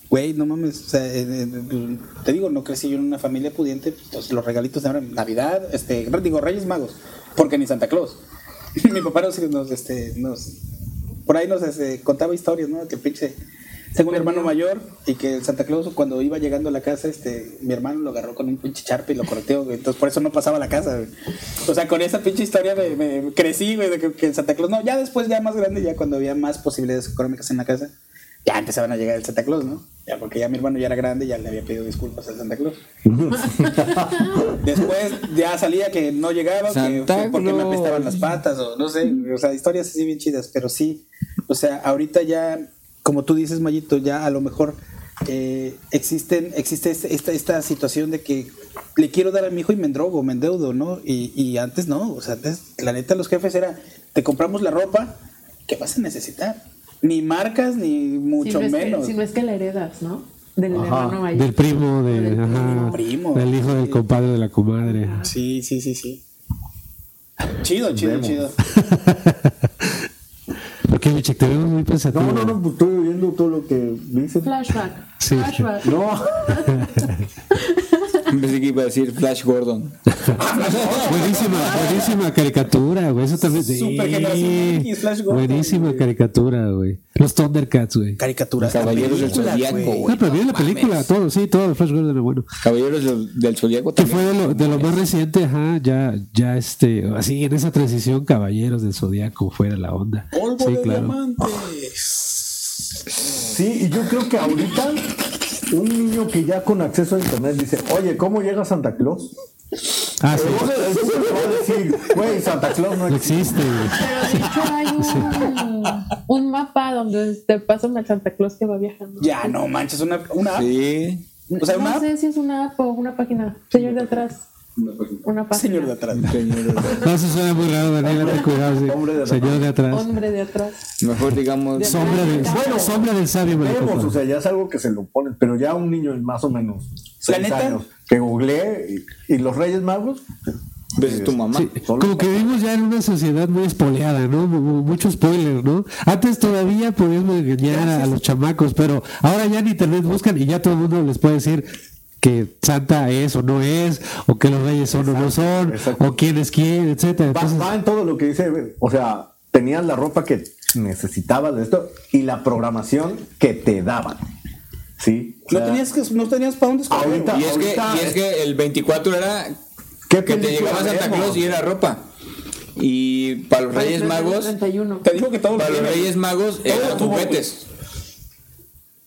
[SPEAKER 4] güey no mames o sea, eh, eh, pues, te digo no crecí yo en una familia pudiente pues, entonces los regalitos de ahora navidad este digo Reyes Magos porque ni Santa Claus mi papá nos, nos, este nos por ahí nos este, contaba historias no que pinche tengo un hermano mayor y que el Santa Claus cuando iba llegando a la casa, este, mi hermano lo agarró con un pinche charpe y lo corteó, güey. Entonces por eso no pasaba a la casa, güey. O sea, con esa pinche historia me, me crecí, güey, de que, que el Santa Claus. No, ya después, ya más grande, ya cuando había más posibilidades económicas en la casa, ya empezaban a llegar el Santa Claus, ¿no? Ya porque ya mi hermano ya era grande y ya le había pedido disculpas al Santa Claus. Después ya salía que no llegaba, que
[SPEAKER 5] Santa
[SPEAKER 4] fue porque me
[SPEAKER 5] Claus.
[SPEAKER 4] apestaban las patas, o no sé, o sea, historias así bien chidas, pero sí, o sea, ahorita ya, como tú dices, Mayito, ya a lo mejor eh, existen, existe este- esta, esta situación de que le quiero dar a mi hijo y me endrogo, me endeudo, ¿no? Y, y antes no, o sea, antes, la neta, los jefes era, te compramos la ropa, ¿qué vas a necesitar? Ni marcas, ni
[SPEAKER 2] si
[SPEAKER 4] mucho
[SPEAKER 2] no es que-
[SPEAKER 4] menos.
[SPEAKER 2] si no es que la heredas, ¿no? Del hermano mayor.
[SPEAKER 3] Del primo, de,
[SPEAKER 2] Del
[SPEAKER 3] ajá,
[SPEAKER 4] primo.
[SPEAKER 3] del hijo del compadre, de la comadre.
[SPEAKER 4] Sí, sí, sí, sí. Chido, chido,
[SPEAKER 1] Vemos.
[SPEAKER 4] chido.
[SPEAKER 3] Porque mi cheque te veo muy pensativo.
[SPEAKER 1] No, no, no, pues estoy viendo todo lo que dicen.
[SPEAKER 2] Flashback.
[SPEAKER 3] Sí.
[SPEAKER 2] Flashback.
[SPEAKER 1] No,
[SPEAKER 5] Pensé que iba a decir Flash Gordon.
[SPEAKER 3] Buenísima, buenísima caricatura, güey. Eso también.
[SPEAKER 4] Supergeneración X, Flash Gordon,
[SPEAKER 3] Buenísima
[SPEAKER 4] güey.
[SPEAKER 3] caricatura, güey. Los Thundercats, güey.
[SPEAKER 4] Caricaturas.
[SPEAKER 5] Caballeros del
[SPEAKER 4] películas,
[SPEAKER 5] Zodiaco,
[SPEAKER 4] güey.
[SPEAKER 5] güey.
[SPEAKER 3] No, pero bien la película, todo, sí, todo. Flash Gordon era bueno.
[SPEAKER 5] Caballeros del, del Zodíaco
[SPEAKER 3] Que
[SPEAKER 5] también.
[SPEAKER 3] fue de lo, de lo más reciente, ajá, ya, ya este, así en esa transición, Caballeros del Zodíaco fuera la onda.
[SPEAKER 4] Polvo
[SPEAKER 3] Sí,
[SPEAKER 4] de
[SPEAKER 3] claro.
[SPEAKER 4] diamantes.
[SPEAKER 1] sí, y yo creo que ahorita un niño que ya con acceso a internet dice, oye, ¿cómo llega Santa Claus?
[SPEAKER 3] Ah, sí,
[SPEAKER 1] Entonces, eso se va a decir, güey, Santa Claus no
[SPEAKER 3] no
[SPEAKER 1] existe.
[SPEAKER 3] existe, güey.
[SPEAKER 2] Pero de hecho hay un, un mapa donde te pasan al Santa Claus que va viajando.
[SPEAKER 4] Ya, no manches, una, una app.
[SPEAKER 5] Sí.
[SPEAKER 4] O sea, una
[SPEAKER 2] no
[SPEAKER 4] app.
[SPEAKER 2] sé si es una app o una página. Señor de atrás. Una página.
[SPEAKER 4] Señor de atrás.
[SPEAKER 5] Señor,
[SPEAKER 3] No, eso suena muy raro, Daniel, ten cuidado, sí.
[SPEAKER 1] Hombre de atrás.
[SPEAKER 3] Señor de atrás.
[SPEAKER 2] Hombre de atrás.
[SPEAKER 5] Mejor digamos.
[SPEAKER 3] Sombra del,
[SPEAKER 1] Bueno,
[SPEAKER 3] sombra del sabio, me la
[SPEAKER 1] Vemos,
[SPEAKER 3] copa.
[SPEAKER 1] o sea, ya es algo que se lo ponen, pero ya un niño de más o menos seis
[SPEAKER 4] neta.
[SPEAKER 1] años que googleé y, y los Reyes Magos,
[SPEAKER 5] Ves a tu mamá.
[SPEAKER 3] Sí, como que vivimos ya en una sociedad muy espoleada, ¿no? Mu- mu- Mucho spoiler, ¿no? Antes todavía podíamos engañar a, a los chamacos, pero ahora ya en internet buscan y ya todo el mundo les puede decir que Santa es o no es, o que los reyes son o no son,
[SPEAKER 1] exacto.
[SPEAKER 3] o quién es quién, etcétera.
[SPEAKER 1] va,
[SPEAKER 3] Entonces,
[SPEAKER 1] va en todo lo que dice, o sea, tenías la ropa que necesitabas de esto y la programación que te daban. ¿Sí? O
[SPEAKER 4] No
[SPEAKER 1] sea,
[SPEAKER 4] tenías, que, no tenías para dónde escoger.
[SPEAKER 1] Ahorita-
[SPEAKER 5] Y es, que, y es que el 24 era
[SPEAKER 1] ¿Qué
[SPEAKER 5] que te
[SPEAKER 1] película
[SPEAKER 5] llegaba Santa
[SPEAKER 1] vemos?
[SPEAKER 5] Claus y era ropa. Y para los Reyes
[SPEAKER 2] Para el
[SPEAKER 5] Magos,
[SPEAKER 2] 31.
[SPEAKER 4] Te digo que todo lo
[SPEAKER 5] para los
[SPEAKER 4] tiene.
[SPEAKER 5] Reyes Magos eran juguetes.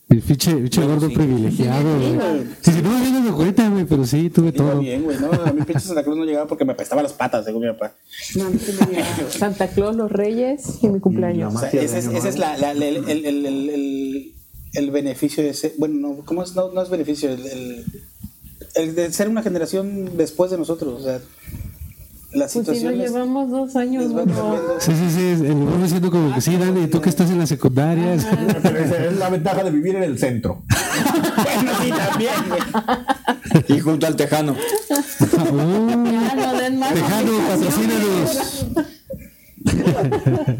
[SPEAKER 3] el pinche, pinche gordo privilegiado,
[SPEAKER 2] Sí,
[SPEAKER 3] güey.
[SPEAKER 2] sí,
[SPEAKER 3] Sí, sí, no me había dado cuenta, güey, pero sí, tuve
[SPEAKER 4] Iba
[SPEAKER 3] todo.
[SPEAKER 4] bien, güey. No, a mi pinche Santa Cruz no llegaba porque me apestaba las patas, según mi papá.
[SPEAKER 2] No, no sé cómo llamaba. Santa Claus, los Reyes y mi cumpleaños.
[SPEAKER 1] Y
[SPEAKER 4] O sea,
[SPEAKER 1] Magia
[SPEAKER 4] ese es,
[SPEAKER 1] de año
[SPEAKER 4] ese es la, la- la- el, el, el, el- el- el beneficio de ser. Bueno, no, ¿cómo es? No, no es beneficio. El, el, el de ser una generación después de nosotros. O sea, la
[SPEAKER 2] Pues si
[SPEAKER 4] situación
[SPEAKER 2] nos llevamos dos años, ¿no? Ah,
[SPEAKER 3] Sí, sí, sí, el gordo diciendo como que sí, Dani, tú que estás en la secundaria.
[SPEAKER 1] Pero esa es la ventaja de vivir en el centro.
[SPEAKER 4] Bueno, sí, también, güey.
[SPEAKER 5] Y junto al tejano.
[SPEAKER 3] Uh,
[SPEAKER 2] Ya no den más.
[SPEAKER 3] Tejano, patrocínanos.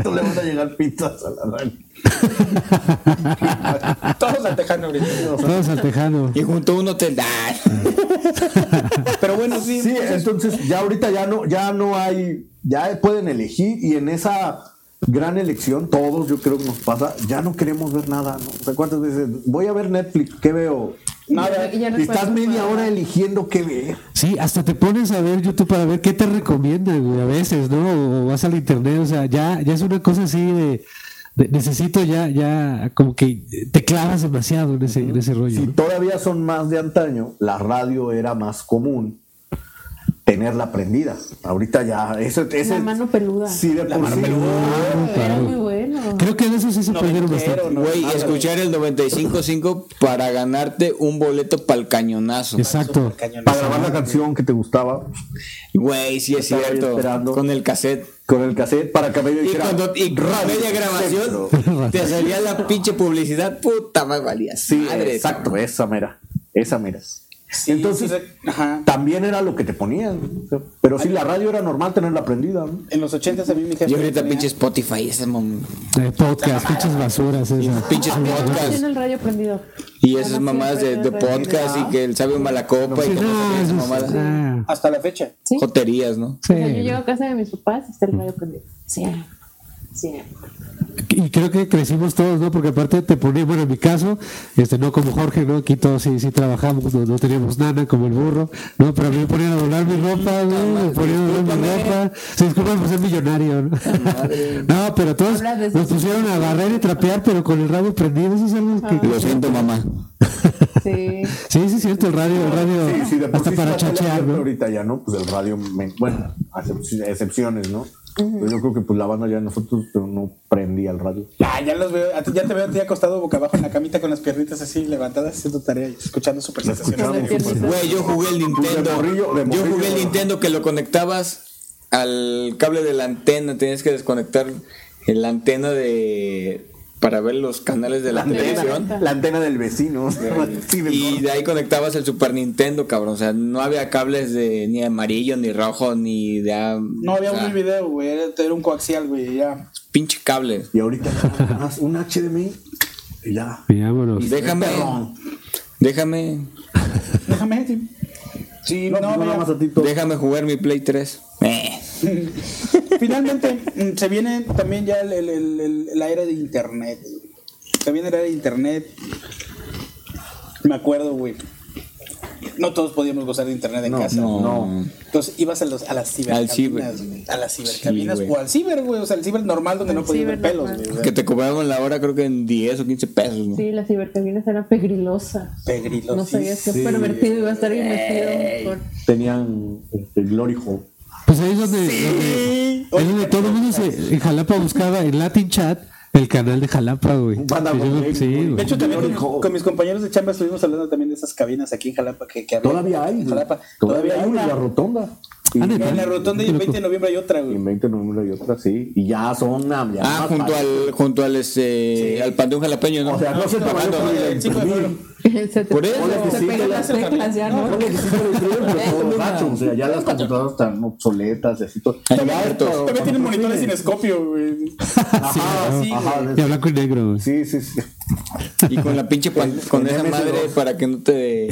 [SPEAKER 1] Tú le van a llegar pizzas a la radio.
[SPEAKER 4] Todos al tejano ahorita.
[SPEAKER 3] Todos al tejano.
[SPEAKER 5] Y junto a un hotel. ¡Ah!
[SPEAKER 4] Pero bueno, sí.
[SPEAKER 1] Sí, entonces ya ahorita ya no, ya no hay, ya pueden elegir y en esa gran elección, todos yo creo que nos pasa, ya no queremos ver nada, ¿no? O sea, ¿cuántas veces? Voy a ver Netflix, ¿qué veo? Nada.
[SPEAKER 2] Ya- ya no
[SPEAKER 1] Y estás
[SPEAKER 2] recuerdo.
[SPEAKER 1] media hora eligiendo qué ver.
[SPEAKER 3] Sí, hasta te pones a ver YouTube para ver qué te recomiendan, güey, a veces, ¿no? O vas al internet, o sea, ya, ya es una cosa así de, de- necesito ya, ya, como que te clavas demasiado en ese, en ese rollo.
[SPEAKER 1] Si
[SPEAKER 3] ¿no?
[SPEAKER 1] todavía son más de antaño, la radio era más común tenerla prendida. Ahorita ya, eso es.
[SPEAKER 2] La mano peluda.
[SPEAKER 1] Sí, de por sí.
[SPEAKER 2] Era muy bueno.
[SPEAKER 3] Creo que de eso sí se perdieron bastante.
[SPEAKER 5] Güey,
[SPEAKER 1] Ah,
[SPEAKER 5] escuchar el 95.5 para ganarte un boleto para el cañonazo.
[SPEAKER 3] Exacto.
[SPEAKER 1] Para grabar la canción que te gustaba
[SPEAKER 5] Güey, sí es
[SPEAKER 1] Estaba ahí
[SPEAKER 5] cierto.
[SPEAKER 1] esperando.
[SPEAKER 5] Con el cassette.
[SPEAKER 1] con el cassette para que medio
[SPEAKER 5] Y
[SPEAKER 1] dijera,
[SPEAKER 5] cuando y con
[SPEAKER 1] "Radio
[SPEAKER 5] media grabación
[SPEAKER 1] Centro".
[SPEAKER 5] te salía la pinche publicidad, puta más valía.
[SPEAKER 1] Sí,
[SPEAKER 5] madre,
[SPEAKER 1] exacto,
[SPEAKER 5] cabrón.
[SPEAKER 1] esa mera. Esa mera.
[SPEAKER 4] Sí,
[SPEAKER 1] Entonces,
[SPEAKER 4] sí, sí. Ajá.
[SPEAKER 1] también era lo que te ponían. Pero sí, la radio era normal tenerla prendida. ¿no?
[SPEAKER 4] En los 80 a mí mi jefe.
[SPEAKER 5] Y ahorita
[SPEAKER 4] tenía-
[SPEAKER 5] pinche Spotify, ese mom-
[SPEAKER 3] Eh, podcast, pinches basuras. Esa.
[SPEAKER 5] pinches podcasts
[SPEAKER 2] Tiene el radio prendido.
[SPEAKER 5] y esas
[SPEAKER 2] Ahora
[SPEAKER 5] mamadas de,
[SPEAKER 2] siempre
[SPEAKER 5] de
[SPEAKER 2] es radio.
[SPEAKER 5] podcast y que el sabio malacopa
[SPEAKER 3] Sí,
[SPEAKER 5] y que no sé
[SPEAKER 3] no,
[SPEAKER 5] qué, esas
[SPEAKER 3] eso es-
[SPEAKER 5] mamadas.
[SPEAKER 3] ah,
[SPEAKER 4] Hasta la fecha.
[SPEAKER 2] Sí.
[SPEAKER 5] Joterías, ¿no?
[SPEAKER 2] O sea, yo
[SPEAKER 3] sí.
[SPEAKER 2] llego a casa de mis papás y está el radio prendido. Sí. Sí.
[SPEAKER 3] Y creo que crecimos todos, ¿no? Porque aparte te ponía, bueno, en mi caso, este, no como Jorge, ¿no? Aquí todos sí, sí trabajamos, no, no teníamos nana como el burro, ¿no? Pero a mí me ponían a doblar mi ropa, güey, me ponían a doblar mi ropa. Se disculpan por ser millonario, ¿no? No, pero todos
[SPEAKER 2] Habla de eso.
[SPEAKER 3] nos pusieron a barrer y trapear, pero con el radio prendido, eso es algo
[SPEAKER 1] Ah.
[SPEAKER 3] que...
[SPEAKER 5] Lo siento, mamá.
[SPEAKER 2] Sí.
[SPEAKER 3] Sí, sí es cierto, el radio, el radio,
[SPEAKER 1] Sí, sí, de por
[SPEAKER 3] hasta
[SPEAKER 1] sí
[SPEAKER 3] para
[SPEAKER 1] está la
[SPEAKER 3] chachear,
[SPEAKER 1] tele
[SPEAKER 3] ¿no?
[SPEAKER 1] Ahorita ya, ¿no? Pues el radio, me- bueno, excep- excepciones, ¿no? Pero Yo creo que pues la banda ya nosotros pero no prendía el radio.
[SPEAKER 4] Ah, ya los veo. a ti- Ya te veo a ti acostado boca abajo en la camita con las piernitas así levantadas haciendo tarea y escuchando súper
[SPEAKER 1] Lo
[SPEAKER 4] sensacional.
[SPEAKER 1] escuchamos,
[SPEAKER 2] Con la
[SPEAKER 1] pues,
[SPEAKER 2] piernita.
[SPEAKER 5] Güey, yo jugué el
[SPEAKER 1] De morrillo-
[SPEAKER 5] Nintendo.
[SPEAKER 1] de
[SPEAKER 5] Yo
[SPEAKER 1] morrillo.
[SPEAKER 5] jugué el Nintendo que lo conectabas al cable de la antena. Tenías que desconectar la antena de. para ver los canales de la televisión.
[SPEAKER 1] La antena del vecino. Sí, del
[SPEAKER 5] Y
[SPEAKER 1] gordo.
[SPEAKER 5] de ahí conectabas el Super Nintendo, cabrón. O sea, no había cables de ni amarillo, ni rojo, ni de. ah,
[SPEAKER 4] No había
[SPEAKER 5] o sea,
[SPEAKER 4] un video, güey. Era era un coaxial, güey. Ya.
[SPEAKER 5] Pinche cable.
[SPEAKER 1] y ahorita nada más un HDMI y ya.
[SPEAKER 3] Y vámonos.
[SPEAKER 5] Déjame. Déjame.
[SPEAKER 4] Déjame, sí. Sí,
[SPEAKER 1] No, pues,
[SPEAKER 4] no,
[SPEAKER 1] nada
[SPEAKER 4] mira,
[SPEAKER 1] más a ti, todo.
[SPEAKER 5] Déjame jugar mi Play 3. Eh.
[SPEAKER 4] Finalmente, mm, se viene también ya el, el- el- el- la era de internet. güey. Se viene la era de internet. Me acuerdo, güey. No todos podíamos gozar de internet en casa.
[SPEAKER 5] no.
[SPEAKER 4] Entonces ibas a, los, a las cibercabinas,
[SPEAKER 5] ciber.
[SPEAKER 4] güey. A las cibercabinas
[SPEAKER 5] Sí, güey.
[SPEAKER 4] o al ciber, güey. O sea, al ciber normal donde no
[SPEAKER 2] Al
[SPEAKER 4] podías ver
[SPEAKER 2] ciber
[SPEAKER 4] pelos,
[SPEAKER 2] normal.
[SPEAKER 4] güey. o
[SPEAKER 5] Que
[SPEAKER 4] sea,
[SPEAKER 5] te cobraban la hora, creo que en 10 o 15 pesos. ¿no?
[SPEAKER 2] Sí, las cibercabinas eran pegrilosas.
[SPEAKER 4] pegrilos,
[SPEAKER 2] No
[SPEAKER 4] sí,
[SPEAKER 2] sabías qué
[SPEAKER 1] sí.
[SPEAKER 2] pervertido iba a estar bien metido. Por...
[SPEAKER 1] Tenían este, Glory Hole.
[SPEAKER 3] Pues ahí es donde, donde- ahí donde todo el mundo se, en Jalapa buscaba en Latin Chat el canal de Jalapa, güey.
[SPEAKER 1] Banda
[SPEAKER 3] Y yo me-
[SPEAKER 1] Gourmet,
[SPEAKER 3] sí,
[SPEAKER 1] güey.
[SPEAKER 3] güey.
[SPEAKER 4] De hecho, también
[SPEAKER 1] Glory
[SPEAKER 4] con,
[SPEAKER 1] Hole.
[SPEAKER 4] con mis compañeros de chamba estuvimos hablando también de esas cabinas aquí en Jalapa. Que, que había.
[SPEAKER 1] Todavía hay.
[SPEAKER 4] En
[SPEAKER 1] güey.
[SPEAKER 4] Jalapa.
[SPEAKER 1] Todavía hay una
[SPEAKER 4] una.
[SPEAKER 1] en la rotonda. Y
[SPEAKER 3] Ah, neta.
[SPEAKER 4] En la rotonda y el 20 de noviembre hay otra,
[SPEAKER 1] y
[SPEAKER 4] güey.
[SPEAKER 1] en 20 número y otra, sí. Y ya son. ya
[SPEAKER 5] Ah,
[SPEAKER 1] más
[SPEAKER 5] junto
[SPEAKER 1] baratas.
[SPEAKER 5] al, junto al, este, al panteón jalapeño, ¿no?
[SPEAKER 1] O sea, no se te valió por el
[SPEAKER 4] el cinco de
[SPEAKER 1] imprimir.
[SPEAKER 4] febrero.
[SPEAKER 2] se te
[SPEAKER 5] Por eso,
[SPEAKER 2] se
[SPEAKER 1] sí,
[SPEAKER 2] pegan
[SPEAKER 1] te
[SPEAKER 2] las teclas ya, ¿no?
[SPEAKER 1] No le quisiste imprimir, pero todo borracho. O sea, ya las computadoras están obsoletas y así todo.
[SPEAKER 5] Ay, Alberto.
[SPEAKER 1] Pero-
[SPEAKER 4] También tienen monitores sin escopio, güey.
[SPEAKER 1] Ajá, sí, ajá,
[SPEAKER 3] Y a blanco y negro, güey.
[SPEAKER 1] Sí, sí, sí.
[SPEAKER 5] Y con la pinche pan- con esa madre para que no te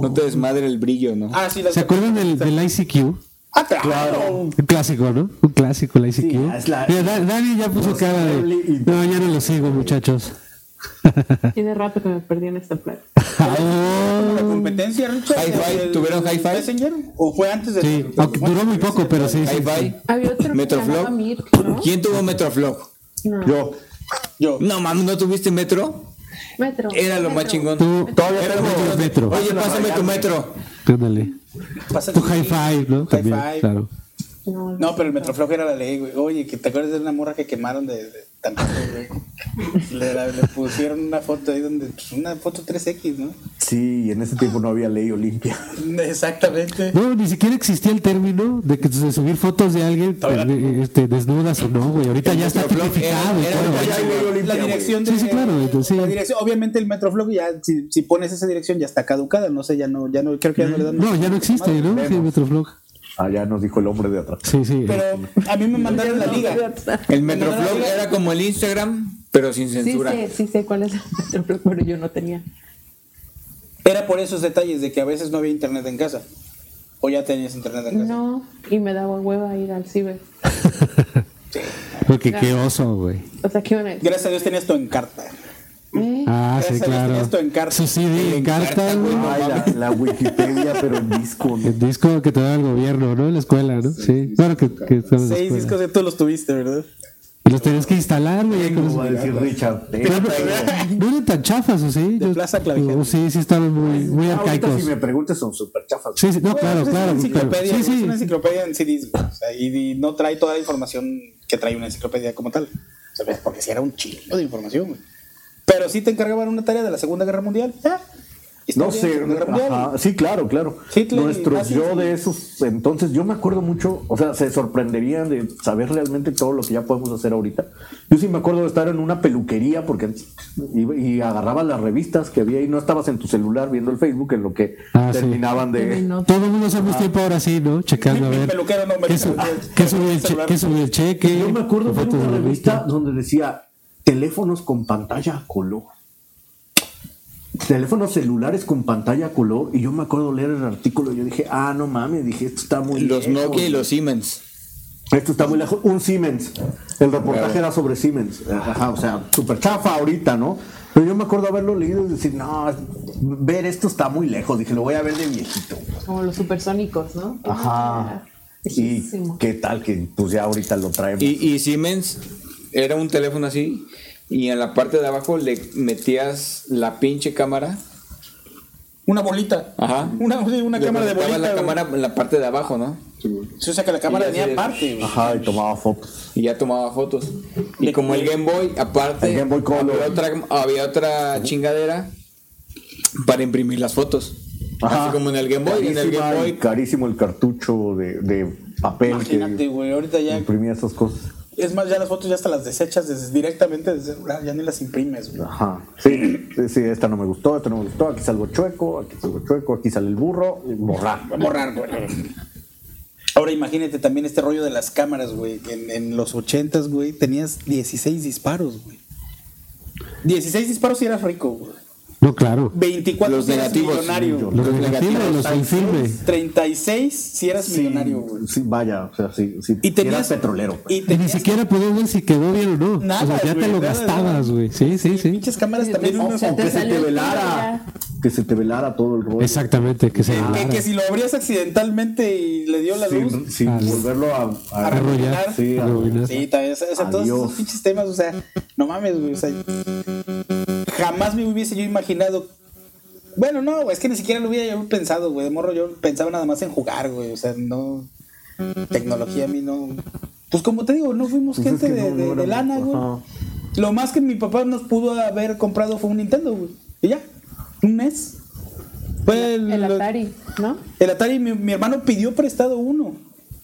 [SPEAKER 5] no te desmadre el brillo, ¿no?
[SPEAKER 4] Ah, sí, las
[SPEAKER 3] ¿Se acuerdan del, del ICQ?
[SPEAKER 4] Ah, claro.
[SPEAKER 3] Un clásico, ¿no? Un clásico, el ICQ.
[SPEAKER 1] Sí, es la-
[SPEAKER 3] Mira, Dan- Dani ya puso cara de. No, ya no lo sigo, muchachos.
[SPEAKER 2] Tiene rato que me perdí en esta plata.
[SPEAKER 3] Ah,
[SPEAKER 4] La competencia, Richard.
[SPEAKER 5] Hi-Fi,
[SPEAKER 4] del-
[SPEAKER 5] ¿tuvieron
[SPEAKER 4] del
[SPEAKER 5] hi-fi?
[SPEAKER 4] Messenger, ¿O fue antes de.?
[SPEAKER 3] Sí, aunque duró muy poco, pero sí. sí, sí.
[SPEAKER 5] Hi-Fi,
[SPEAKER 2] Había otro que se
[SPEAKER 5] Metroflog.
[SPEAKER 2] llamaba Mirk, ¿no?
[SPEAKER 5] ¿Quién tuvo Metroflog?
[SPEAKER 2] No.
[SPEAKER 1] Yo,
[SPEAKER 4] Yo.
[SPEAKER 5] No mames, ¿no tuviste Metro?
[SPEAKER 2] Metro.
[SPEAKER 5] Era lo
[SPEAKER 2] Metro.
[SPEAKER 5] más chingón.
[SPEAKER 3] Tú,
[SPEAKER 1] todavía
[SPEAKER 5] Era lo más
[SPEAKER 1] tengo
[SPEAKER 5] chingón.
[SPEAKER 3] Metro.
[SPEAKER 5] Oye, pásame tu Metro.
[SPEAKER 3] ándale.
[SPEAKER 4] Pasa
[SPEAKER 3] Tu
[SPEAKER 4] que-
[SPEAKER 3] hi-fi, ¿no?
[SPEAKER 4] Hi-Fi.
[SPEAKER 3] También, claro.
[SPEAKER 2] No,
[SPEAKER 4] No, pero el Metroflog era la ley, güey. Oye, que te acuerdas de una morra que quemaron de, de Tampico, güey. Le, la- le pusieron una foto ahí donde. pues, Una foto 3X, ¿no?
[SPEAKER 1] Sí, en ese tiempo no había ley Olimpia.
[SPEAKER 4] Exactamente.
[SPEAKER 3] No, ni siquiera existía el término de que de subir fotos de alguien eh, este, desnudas o no, güey. Ahorita ya está
[SPEAKER 5] Metroflog era-
[SPEAKER 3] tipificado.
[SPEAKER 5] era
[SPEAKER 3] claro.
[SPEAKER 5] lo más chingón.
[SPEAKER 4] La dirección de.
[SPEAKER 3] Sí, sí, claro, entonces, sí.
[SPEAKER 4] La dirección, obviamente el Metroflog, ya, si, si pones esa dirección, ya está caducada. No sé, ya no, ya no, creo que ya no le dan.
[SPEAKER 3] No, ya no existe, ¿no? Sí, Metroflog.
[SPEAKER 1] Allá Ah, nos dijo el hombre de atrás.
[SPEAKER 3] Sí, sí.
[SPEAKER 4] Pero a mí me mandaron la liga.
[SPEAKER 5] El Metroflog era como el Instagram, pero sin
[SPEAKER 2] Sí
[SPEAKER 5] censura.
[SPEAKER 2] sé, sí sé cuál es el Metroflog, pero yo no tenía.
[SPEAKER 4] Era por esos detalles de que a veces no había internet en casa. O ya tenías internet en casa.
[SPEAKER 2] No, y me daba hueva ir al ciber.
[SPEAKER 3] Porque qué oso, güey.
[SPEAKER 2] O sea, ¿qué van a decir?
[SPEAKER 4] Gracias a Dios tenías tu encarta.
[SPEAKER 2] ¿Eh?
[SPEAKER 3] Ah, Ah, sí,
[SPEAKER 4] Ese-
[SPEAKER 3] claro.
[SPEAKER 4] Esto en carta.
[SPEAKER 3] Su CD en carta, güey.
[SPEAKER 1] Ay, la, la Wikipedia, pero en disco. ¿no?
[SPEAKER 3] El disco que te da el gobierno, ¿no? En la escuela, ¿no? Sí. Claro que, que estaba en la
[SPEAKER 4] Seis
[SPEAKER 3] escuela.
[SPEAKER 4] discos de todos los tuviste, ¿verdad?
[SPEAKER 3] Y los tenías que instalar, güey. con
[SPEAKER 1] Tengo,
[SPEAKER 3] eso.
[SPEAKER 1] va a decir Richard. Este,
[SPEAKER 3] Pero
[SPEAKER 1] tengo.
[SPEAKER 3] no, no eran tan chafas, ¿o sí?
[SPEAKER 4] De
[SPEAKER 3] Yo-
[SPEAKER 4] Plaza Clavijero. Ah,
[SPEAKER 3] Oh, Sí, sí, estaban muy, muy
[SPEAKER 1] Ahorita,
[SPEAKER 3] arcaicos.
[SPEAKER 1] si me preguntas, son súper chafas.
[SPEAKER 3] Sí, sí, no,
[SPEAKER 4] Bueno,
[SPEAKER 3] claro,
[SPEAKER 4] pues es
[SPEAKER 3] claro.
[SPEAKER 4] Una
[SPEAKER 3] pero-
[SPEAKER 4] enciclopedia,
[SPEAKER 3] sí,
[SPEAKER 4] güey, Es
[SPEAKER 3] sí.
[SPEAKER 4] una enciclopedia en CDs. güey. O sea, y, y no trae toda la información que trae una enciclopedia como tal. O sea, pues, porque si era un chingo de información, güey. Pero sí te encargaban una tarea de la Segunda Guerra Mundial. ¿ya? Historia
[SPEAKER 1] No
[SPEAKER 4] de
[SPEAKER 1] sé,
[SPEAKER 4] la Segunda Guerra Mundial.
[SPEAKER 1] ajá, sí, claro, claro.
[SPEAKER 4] Hitler y
[SPEAKER 1] Nuestros
[SPEAKER 4] nazis,
[SPEAKER 1] yo
[SPEAKER 4] sí.
[SPEAKER 1] de esos entonces, yo me acuerdo mucho, o sea, se sorprenderían de saber realmente todo lo que ya podemos hacer ahorita. Yo sí me acuerdo de estar en una peluquería porque y, y agarrabas las revistas que había y no estabas en tu celular viendo el Facebook en lo que
[SPEAKER 3] Ah, sí.
[SPEAKER 1] terminaban de
[SPEAKER 2] Terminó.
[SPEAKER 3] Todo el mundo hacemos tiempo ahora sí, ¿no? Checando a
[SPEAKER 4] Mi- mi
[SPEAKER 3] ver.
[SPEAKER 4] peluquero no me-
[SPEAKER 3] ¿Qué, su-
[SPEAKER 4] Ah,
[SPEAKER 3] qué subió el che-
[SPEAKER 4] celular.
[SPEAKER 3] qué subió el cheque?
[SPEAKER 1] Yo me acuerdo de
[SPEAKER 3] Fotos
[SPEAKER 1] una
[SPEAKER 3] de revista.
[SPEAKER 1] revista donde decía teléfonos con pantalla a color. Teléfonos celulares con pantalla a color. Y yo me acuerdo leer el artículo y yo dije, ah, no mames, dije, esto está muy
[SPEAKER 5] Los
[SPEAKER 1] lejos.
[SPEAKER 5] Nokia y los Siemens.
[SPEAKER 1] Esto está muy lejos. Un Siemens. El reportaje era sobre Siemens. Ajá, o sea, súper chafa ahorita, ¿no? Pero yo me acuerdo haberlo leído y decir, no, ver esto está muy lejos. Dije, lo voy a ver de viejito.
[SPEAKER 2] Como los supersónicos, ¿no?
[SPEAKER 1] Ajá. Y
[SPEAKER 2] Lejísimo.
[SPEAKER 1] qué tal que pues ya ahorita lo traemos.
[SPEAKER 5] Y, y Siemens era un teléfono así y en la parte de abajo le metías la pinche cámara.
[SPEAKER 4] Una bolita.
[SPEAKER 5] Ajá.
[SPEAKER 4] Una, sí, una
[SPEAKER 5] Le
[SPEAKER 4] cámara de bolita.
[SPEAKER 5] conectabas la
[SPEAKER 4] güey.
[SPEAKER 5] cámara en la parte de abajo, ¿no?
[SPEAKER 4] Sí, o sea, que la cámara
[SPEAKER 5] Y
[SPEAKER 4] venía
[SPEAKER 5] ya se-
[SPEAKER 4] aparte, güey.
[SPEAKER 1] Ajá, y tomaba fotos.
[SPEAKER 5] Y ya tomaba fotos. Y como el Game Boy, aparte,
[SPEAKER 1] El Game Boy Color.
[SPEAKER 5] Había, otra, había otra chingadera para imprimir las fotos.
[SPEAKER 1] Ajá.
[SPEAKER 5] Así como en el Game Boy. En el
[SPEAKER 1] Carísima
[SPEAKER 5] Game
[SPEAKER 1] y
[SPEAKER 5] Boy
[SPEAKER 1] carísimo el cartucho de, de papel
[SPEAKER 4] Imagínate,
[SPEAKER 1] que
[SPEAKER 4] güey. Ahorita ya.
[SPEAKER 1] imprimía esas cosas.
[SPEAKER 4] Es más, ya las fotos ya hasta las desechas desde- directamente desde el celular. Ya ni las imprimes, güey.
[SPEAKER 1] Ajá. Sí, sí, sí, esta no me gustó, esta no me gustó. Aquí salgo chueco, aquí salgo chueco, aquí sale el burro. y Borrar.
[SPEAKER 4] borrar, güey. Ahora imagínate también este rollo de las cámaras, güey. que En, en los 80, güey, tenías 16 disparos, güey. 16 disparos y eras rico, güey.
[SPEAKER 3] No, claro.
[SPEAKER 4] 24
[SPEAKER 5] Los
[SPEAKER 4] si eras
[SPEAKER 5] negativos,
[SPEAKER 4] millonario. güey.
[SPEAKER 3] Los negativos, los sin filme.
[SPEAKER 4] 36 si eras millonario, güey.
[SPEAKER 1] Sí, vaya, o sea, sí, sí.
[SPEAKER 4] Y tenías
[SPEAKER 1] Era petrolero. pues.
[SPEAKER 4] Y
[SPEAKER 3] Y ni
[SPEAKER 4] tenías
[SPEAKER 3] siquiera podías ver si quedó bien o no.
[SPEAKER 4] Nada,
[SPEAKER 3] o sea, ya
[SPEAKER 4] güey,
[SPEAKER 3] te lo
[SPEAKER 4] nada,
[SPEAKER 3] gastabas,
[SPEAKER 4] nada.
[SPEAKER 3] güey. Sí, sí, sí.
[SPEAKER 4] pinches cámaras también
[SPEAKER 2] O
[SPEAKER 4] unas-
[SPEAKER 2] sea,
[SPEAKER 1] Que se
[SPEAKER 2] salió
[SPEAKER 1] te
[SPEAKER 2] el
[SPEAKER 1] velara. Que se te velara todo el rollo.
[SPEAKER 3] Exactamente, que se
[SPEAKER 4] que, que
[SPEAKER 3] doblara.
[SPEAKER 4] si lo abrías accidentalmente y le dio la luz,
[SPEAKER 1] Sin, sin
[SPEAKER 3] Ah, sí.
[SPEAKER 1] volverlo a, a-
[SPEAKER 3] Arrollar,
[SPEAKER 1] Sí, a-
[SPEAKER 3] arruinar.
[SPEAKER 4] Sí, también. O sea, o sea, todos esos
[SPEAKER 1] Adiós.
[SPEAKER 4] pinches temas, o sea, no mames, güey. O sea, jamás me hubiese yo imaginado. Bueno, no, güey, es que ni siquiera lo hubiera yo pensado, güey. De morro yo pensaba nada más en jugar, güey. O sea, no. Tecnología a mí no. Pues como te digo, no fuimos
[SPEAKER 1] Pues es
[SPEAKER 4] gente
[SPEAKER 1] que
[SPEAKER 4] de,
[SPEAKER 1] no,
[SPEAKER 4] de-
[SPEAKER 1] no
[SPEAKER 4] de
[SPEAKER 1] éramos,
[SPEAKER 4] lana, güey.
[SPEAKER 1] ajá.
[SPEAKER 4] Lo más que mi papá nos pudo haber comprado fue un Nintendo, güey. Y ya, un mes. Fue el,
[SPEAKER 2] El Atari, ¿no?
[SPEAKER 4] El Atari, mi, mi hermano pidió prestado uno.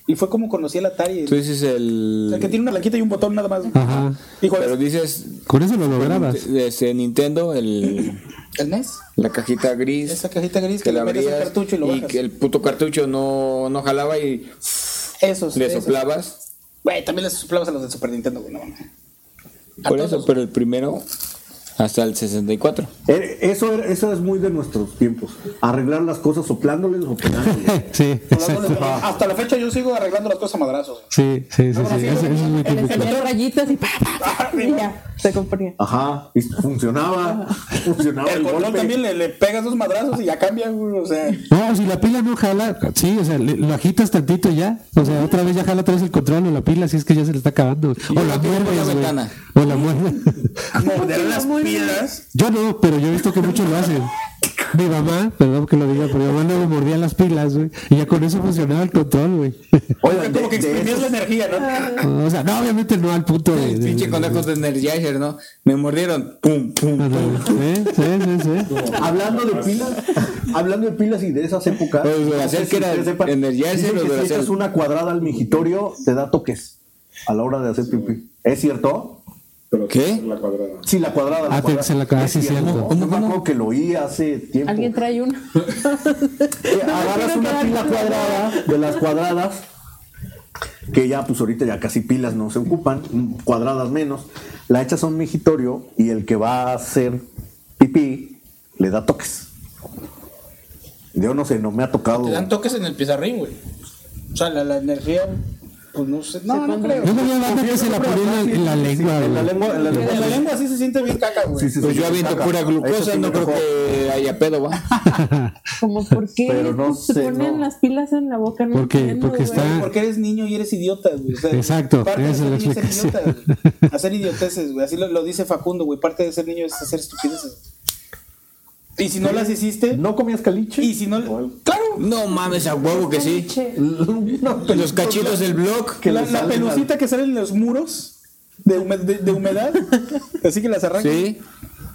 [SPEAKER 4] Y fue como conocí el Atari.
[SPEAKER 5] Tú dices
[SPEAKER 4] O
[SPEAKER 5] el.
[SPEAKER 4] sea, que tiene una blanquita y un botón nada más.
[SPEAKER 3] Ajá.
[SPEAKER 4] Hijo,
[SPEAKER 5] Pero dices.
[SPEAKER 3] Con eso lo lograbas.
[SPEAKER 5] Desde Nintendo, el,
[SPEAKER 4] ¿el NES?
[SPEAKER 5] la cajita gris.
[SPEAKER 4] Esa cajita gris que,
[SPEAKER 5] que
[SPEAKER 4] le
[SPEAKER 5] la
[SPEAKER 4] metes el
[SPEAKER 5] abrías
[SPEAKER 4] cartucho y lo bajas.
[SPEAKER 5] que el puto cartucho no, no jalaba y
[SPEAKER 4] Esos.
[SPEAKER 5] le
[SPEAKER 4] esos.
[SPEAKER 5] soplabas.
[SPEAKER 4] Güey, también le soplabas a los de Super Nintendo, güey. No, mames. A
[SPEAKER 5] Por
[SPEAKER 4] todos.
[SPEAKER 5] eso, pero el primero hasta el 64.
[SPEAKER 1] Eh, Eso, era- eso es muy de nuestros tiempos. Arreglar las cosas soplándoles o pegándoles.
[SPEAKER 3] Sí,
[SPEAKER 4] Hablando
[SPEAKER 3] exacto.
[SPEAKER 4] de- Hasta la fecha yo sigo arreglando las cosas a madrazos.
[SPEAKER 3] Sí, sí, sí, sí. Eso, eso es muy
[SPEAKER 2] Que le
[SPEAKER 3] típico.
[SPEAKER 2] salían rayitas y pa, pa, pa, y ya, se componía.
[SPEAKER 1] Ajá, y funcionaba. funcionaba
[SPEAKER 4] El control
[SPEAKER 1] Ah, golpe.
[SPEAKER 4] también le, le pegas dos madrazos y ya cambia, güey. O sea,
[SPEAKER 3] No, si la pila no jala, sí, o sea, le- lo agitas tantito y ya. O sea, otra vez ya jala otra vez el control o la pila, si es que ya se le está acabando. O la
[SPEAKER 5] yo que pongo la
[SPEAKER 3] muerdes, güey.
[SPEAKER 5] ventana.
[SPEAKER 3] O la muerdes.
[SPEAKER 4] morder las pilas.
[SPEAKER 3] Yo no, pero yo he visto que muchos lo hacen. Mi mamá, perdón que lo diga, pero mi mamá luego mordía las pilas, güey. Y ya con eso funcionaba el control, güey.
[SPEAKER 1] Oigan, de-
[SPEAKER 4] como que
[SPEAKER 1] de
[SPEAKER 4] exprimías
[SPEAKER 1] esos-
[SPEAKER 4] la energía, ¿no?
[SPEAKER 3] O sea, no, obviamente no al punto de. de-
[SPEAKER 5] Pinche conejos de Energizer, ¿no? Me mordieron. Pum, pum.
[SPEAKER 3] Ajá. Sí, sí, sí, sí.
[SPEAKER 1] Hablando de pilas, hablando de pilas y de esas épocas,
[SPEAKER 5] Los de
[SPEAKER 1] no
[SPEAKER 5] Duracell
[SPEAKER 1] sé
[SPEAKER 5] que era
[SPEAKER 1] ustedes sepan,
[SPEAKER 5] Energizer,
[SPEAKER 1] dicen
[SPEAKER 5] los
[SPEAKER 1] que si
[SPEAKER 5] Duracell.
[SPEAKER 1] echas una cuadrada al migitorio, te da toques a la hora de hacer pipí. ¿Es cierto?
[SPEAKER 6] Pero
[SPEAKER 5] ¿Qué?
[SPEAKER 6] La cuadrada.
[SPEAKER 1] Sí, la cuadrada.
[SPEAKER 3] Ah,
[SPEAKER 1] cuadrada.
[SPEAKER 3] se la acaba,
[SPEAKER 1] Es
[SPEAKER 3] sí, cierto.
[SPEAKER 1] Yo me acuerdo que lo oí hace tiempo.
[SPEAKER 2] Alguien trae uno.
[SPEAKER 1] Eh, agarras
[SPEAKER 2] quiero
[SPEAKER 1] una pila
[SPEAKER 2] quedar con la
[SPEAKER 1] cuadrada de las cuadradas que ya pues ahorita ya casi pilas no se ocupan mm, cuadradas menos la echas a un migitorio y el que va a hacer pipí le da toques yo no sé no me ha tocado
[SPEAKER 4] Te dan toques en el pizarrín, güey. O sea, la, la energía. pues no sé. No, no creo.
[SPEAKER 3] Yo sabía banda que se la ponía en la- en la lengua,
[SPEAKER 1] En la
[SPEAKER 3] güey.
[SPEAKER 1] lengua, en la lengua.
[SPEAKER 4] En la lengua sí se siente bien caca, güey.
[SPEAKER 1] Sí, sí,
[SPEAKER 5] Pues
[SPEAKER 1] sí,
[SPEAKER 5] yo
[SPEAKER 1] sí,
[SPEAKER 5] aviento
[SPEAKER 1] saca.
[SPEAKER 5] pura
[SPEAKER 1] Eso
[SPEAKER 5] glucosa,
[SPEAKER 1] sí
[SPEAKER 5] no
[SPEAKER 1] me
[SPEAKER 5] creo
[SPEAKER 1] enojó.
[SPEAKER 5] que haya pedo, va.
[SPEAKER 2] Como, ¿por qué
[SPEAKER 1] Pero no
[SPEAKER 2] se
[SPEAKER 1] sé,
[SPEAKER 2] ponen
[SPEAKER 1] no.
[SPEAKER 2] las pilas en la boca? No
[SPEAKER 3] Porque-
[SPEAKER 2] entiendo,
[SPEAKER 3] porque
[SPEAKER 2] güey.
[SPEAKER 3] está-
[SPEAKER 4] Porque eres niño y eres idiota, güey. O sea,
[SPEAKER 3] Exacto,
[SPEAKER 4] parte de
[SPEAKER 3] esa es la
[SPEAKER 4] ser niño es ser
[SPEAKER 3] explicación.
[SPEAKER 4] idiota, güey. Hacer idioteces, güey. Así lo, lo dice Facundo, güey. Parte de ser niño es hacer estupideces. Y si no las hiciste,
[SPEAKER 1] ¿No comías caliche?
[SPEAKER 4] y si no. Claro,
[SPEAKER 5] No mames, a huevo que sí. Pues
[SPEAKER 2] Che,
[SPEAKER 1] No, pero-
[SPEAKER 5] Los cachitos del blog.
[SPEAKER 1] que
[SPEAKER 4] la,
[SPEAKER 1] le
[SPEAKER 4] la
[SPEAKER 1] salen
[SPEAKER 4] pelucita que sale en los muros de, hume- de- de humedad. Así que las arrancas.
[SPEAKER 5] Sí.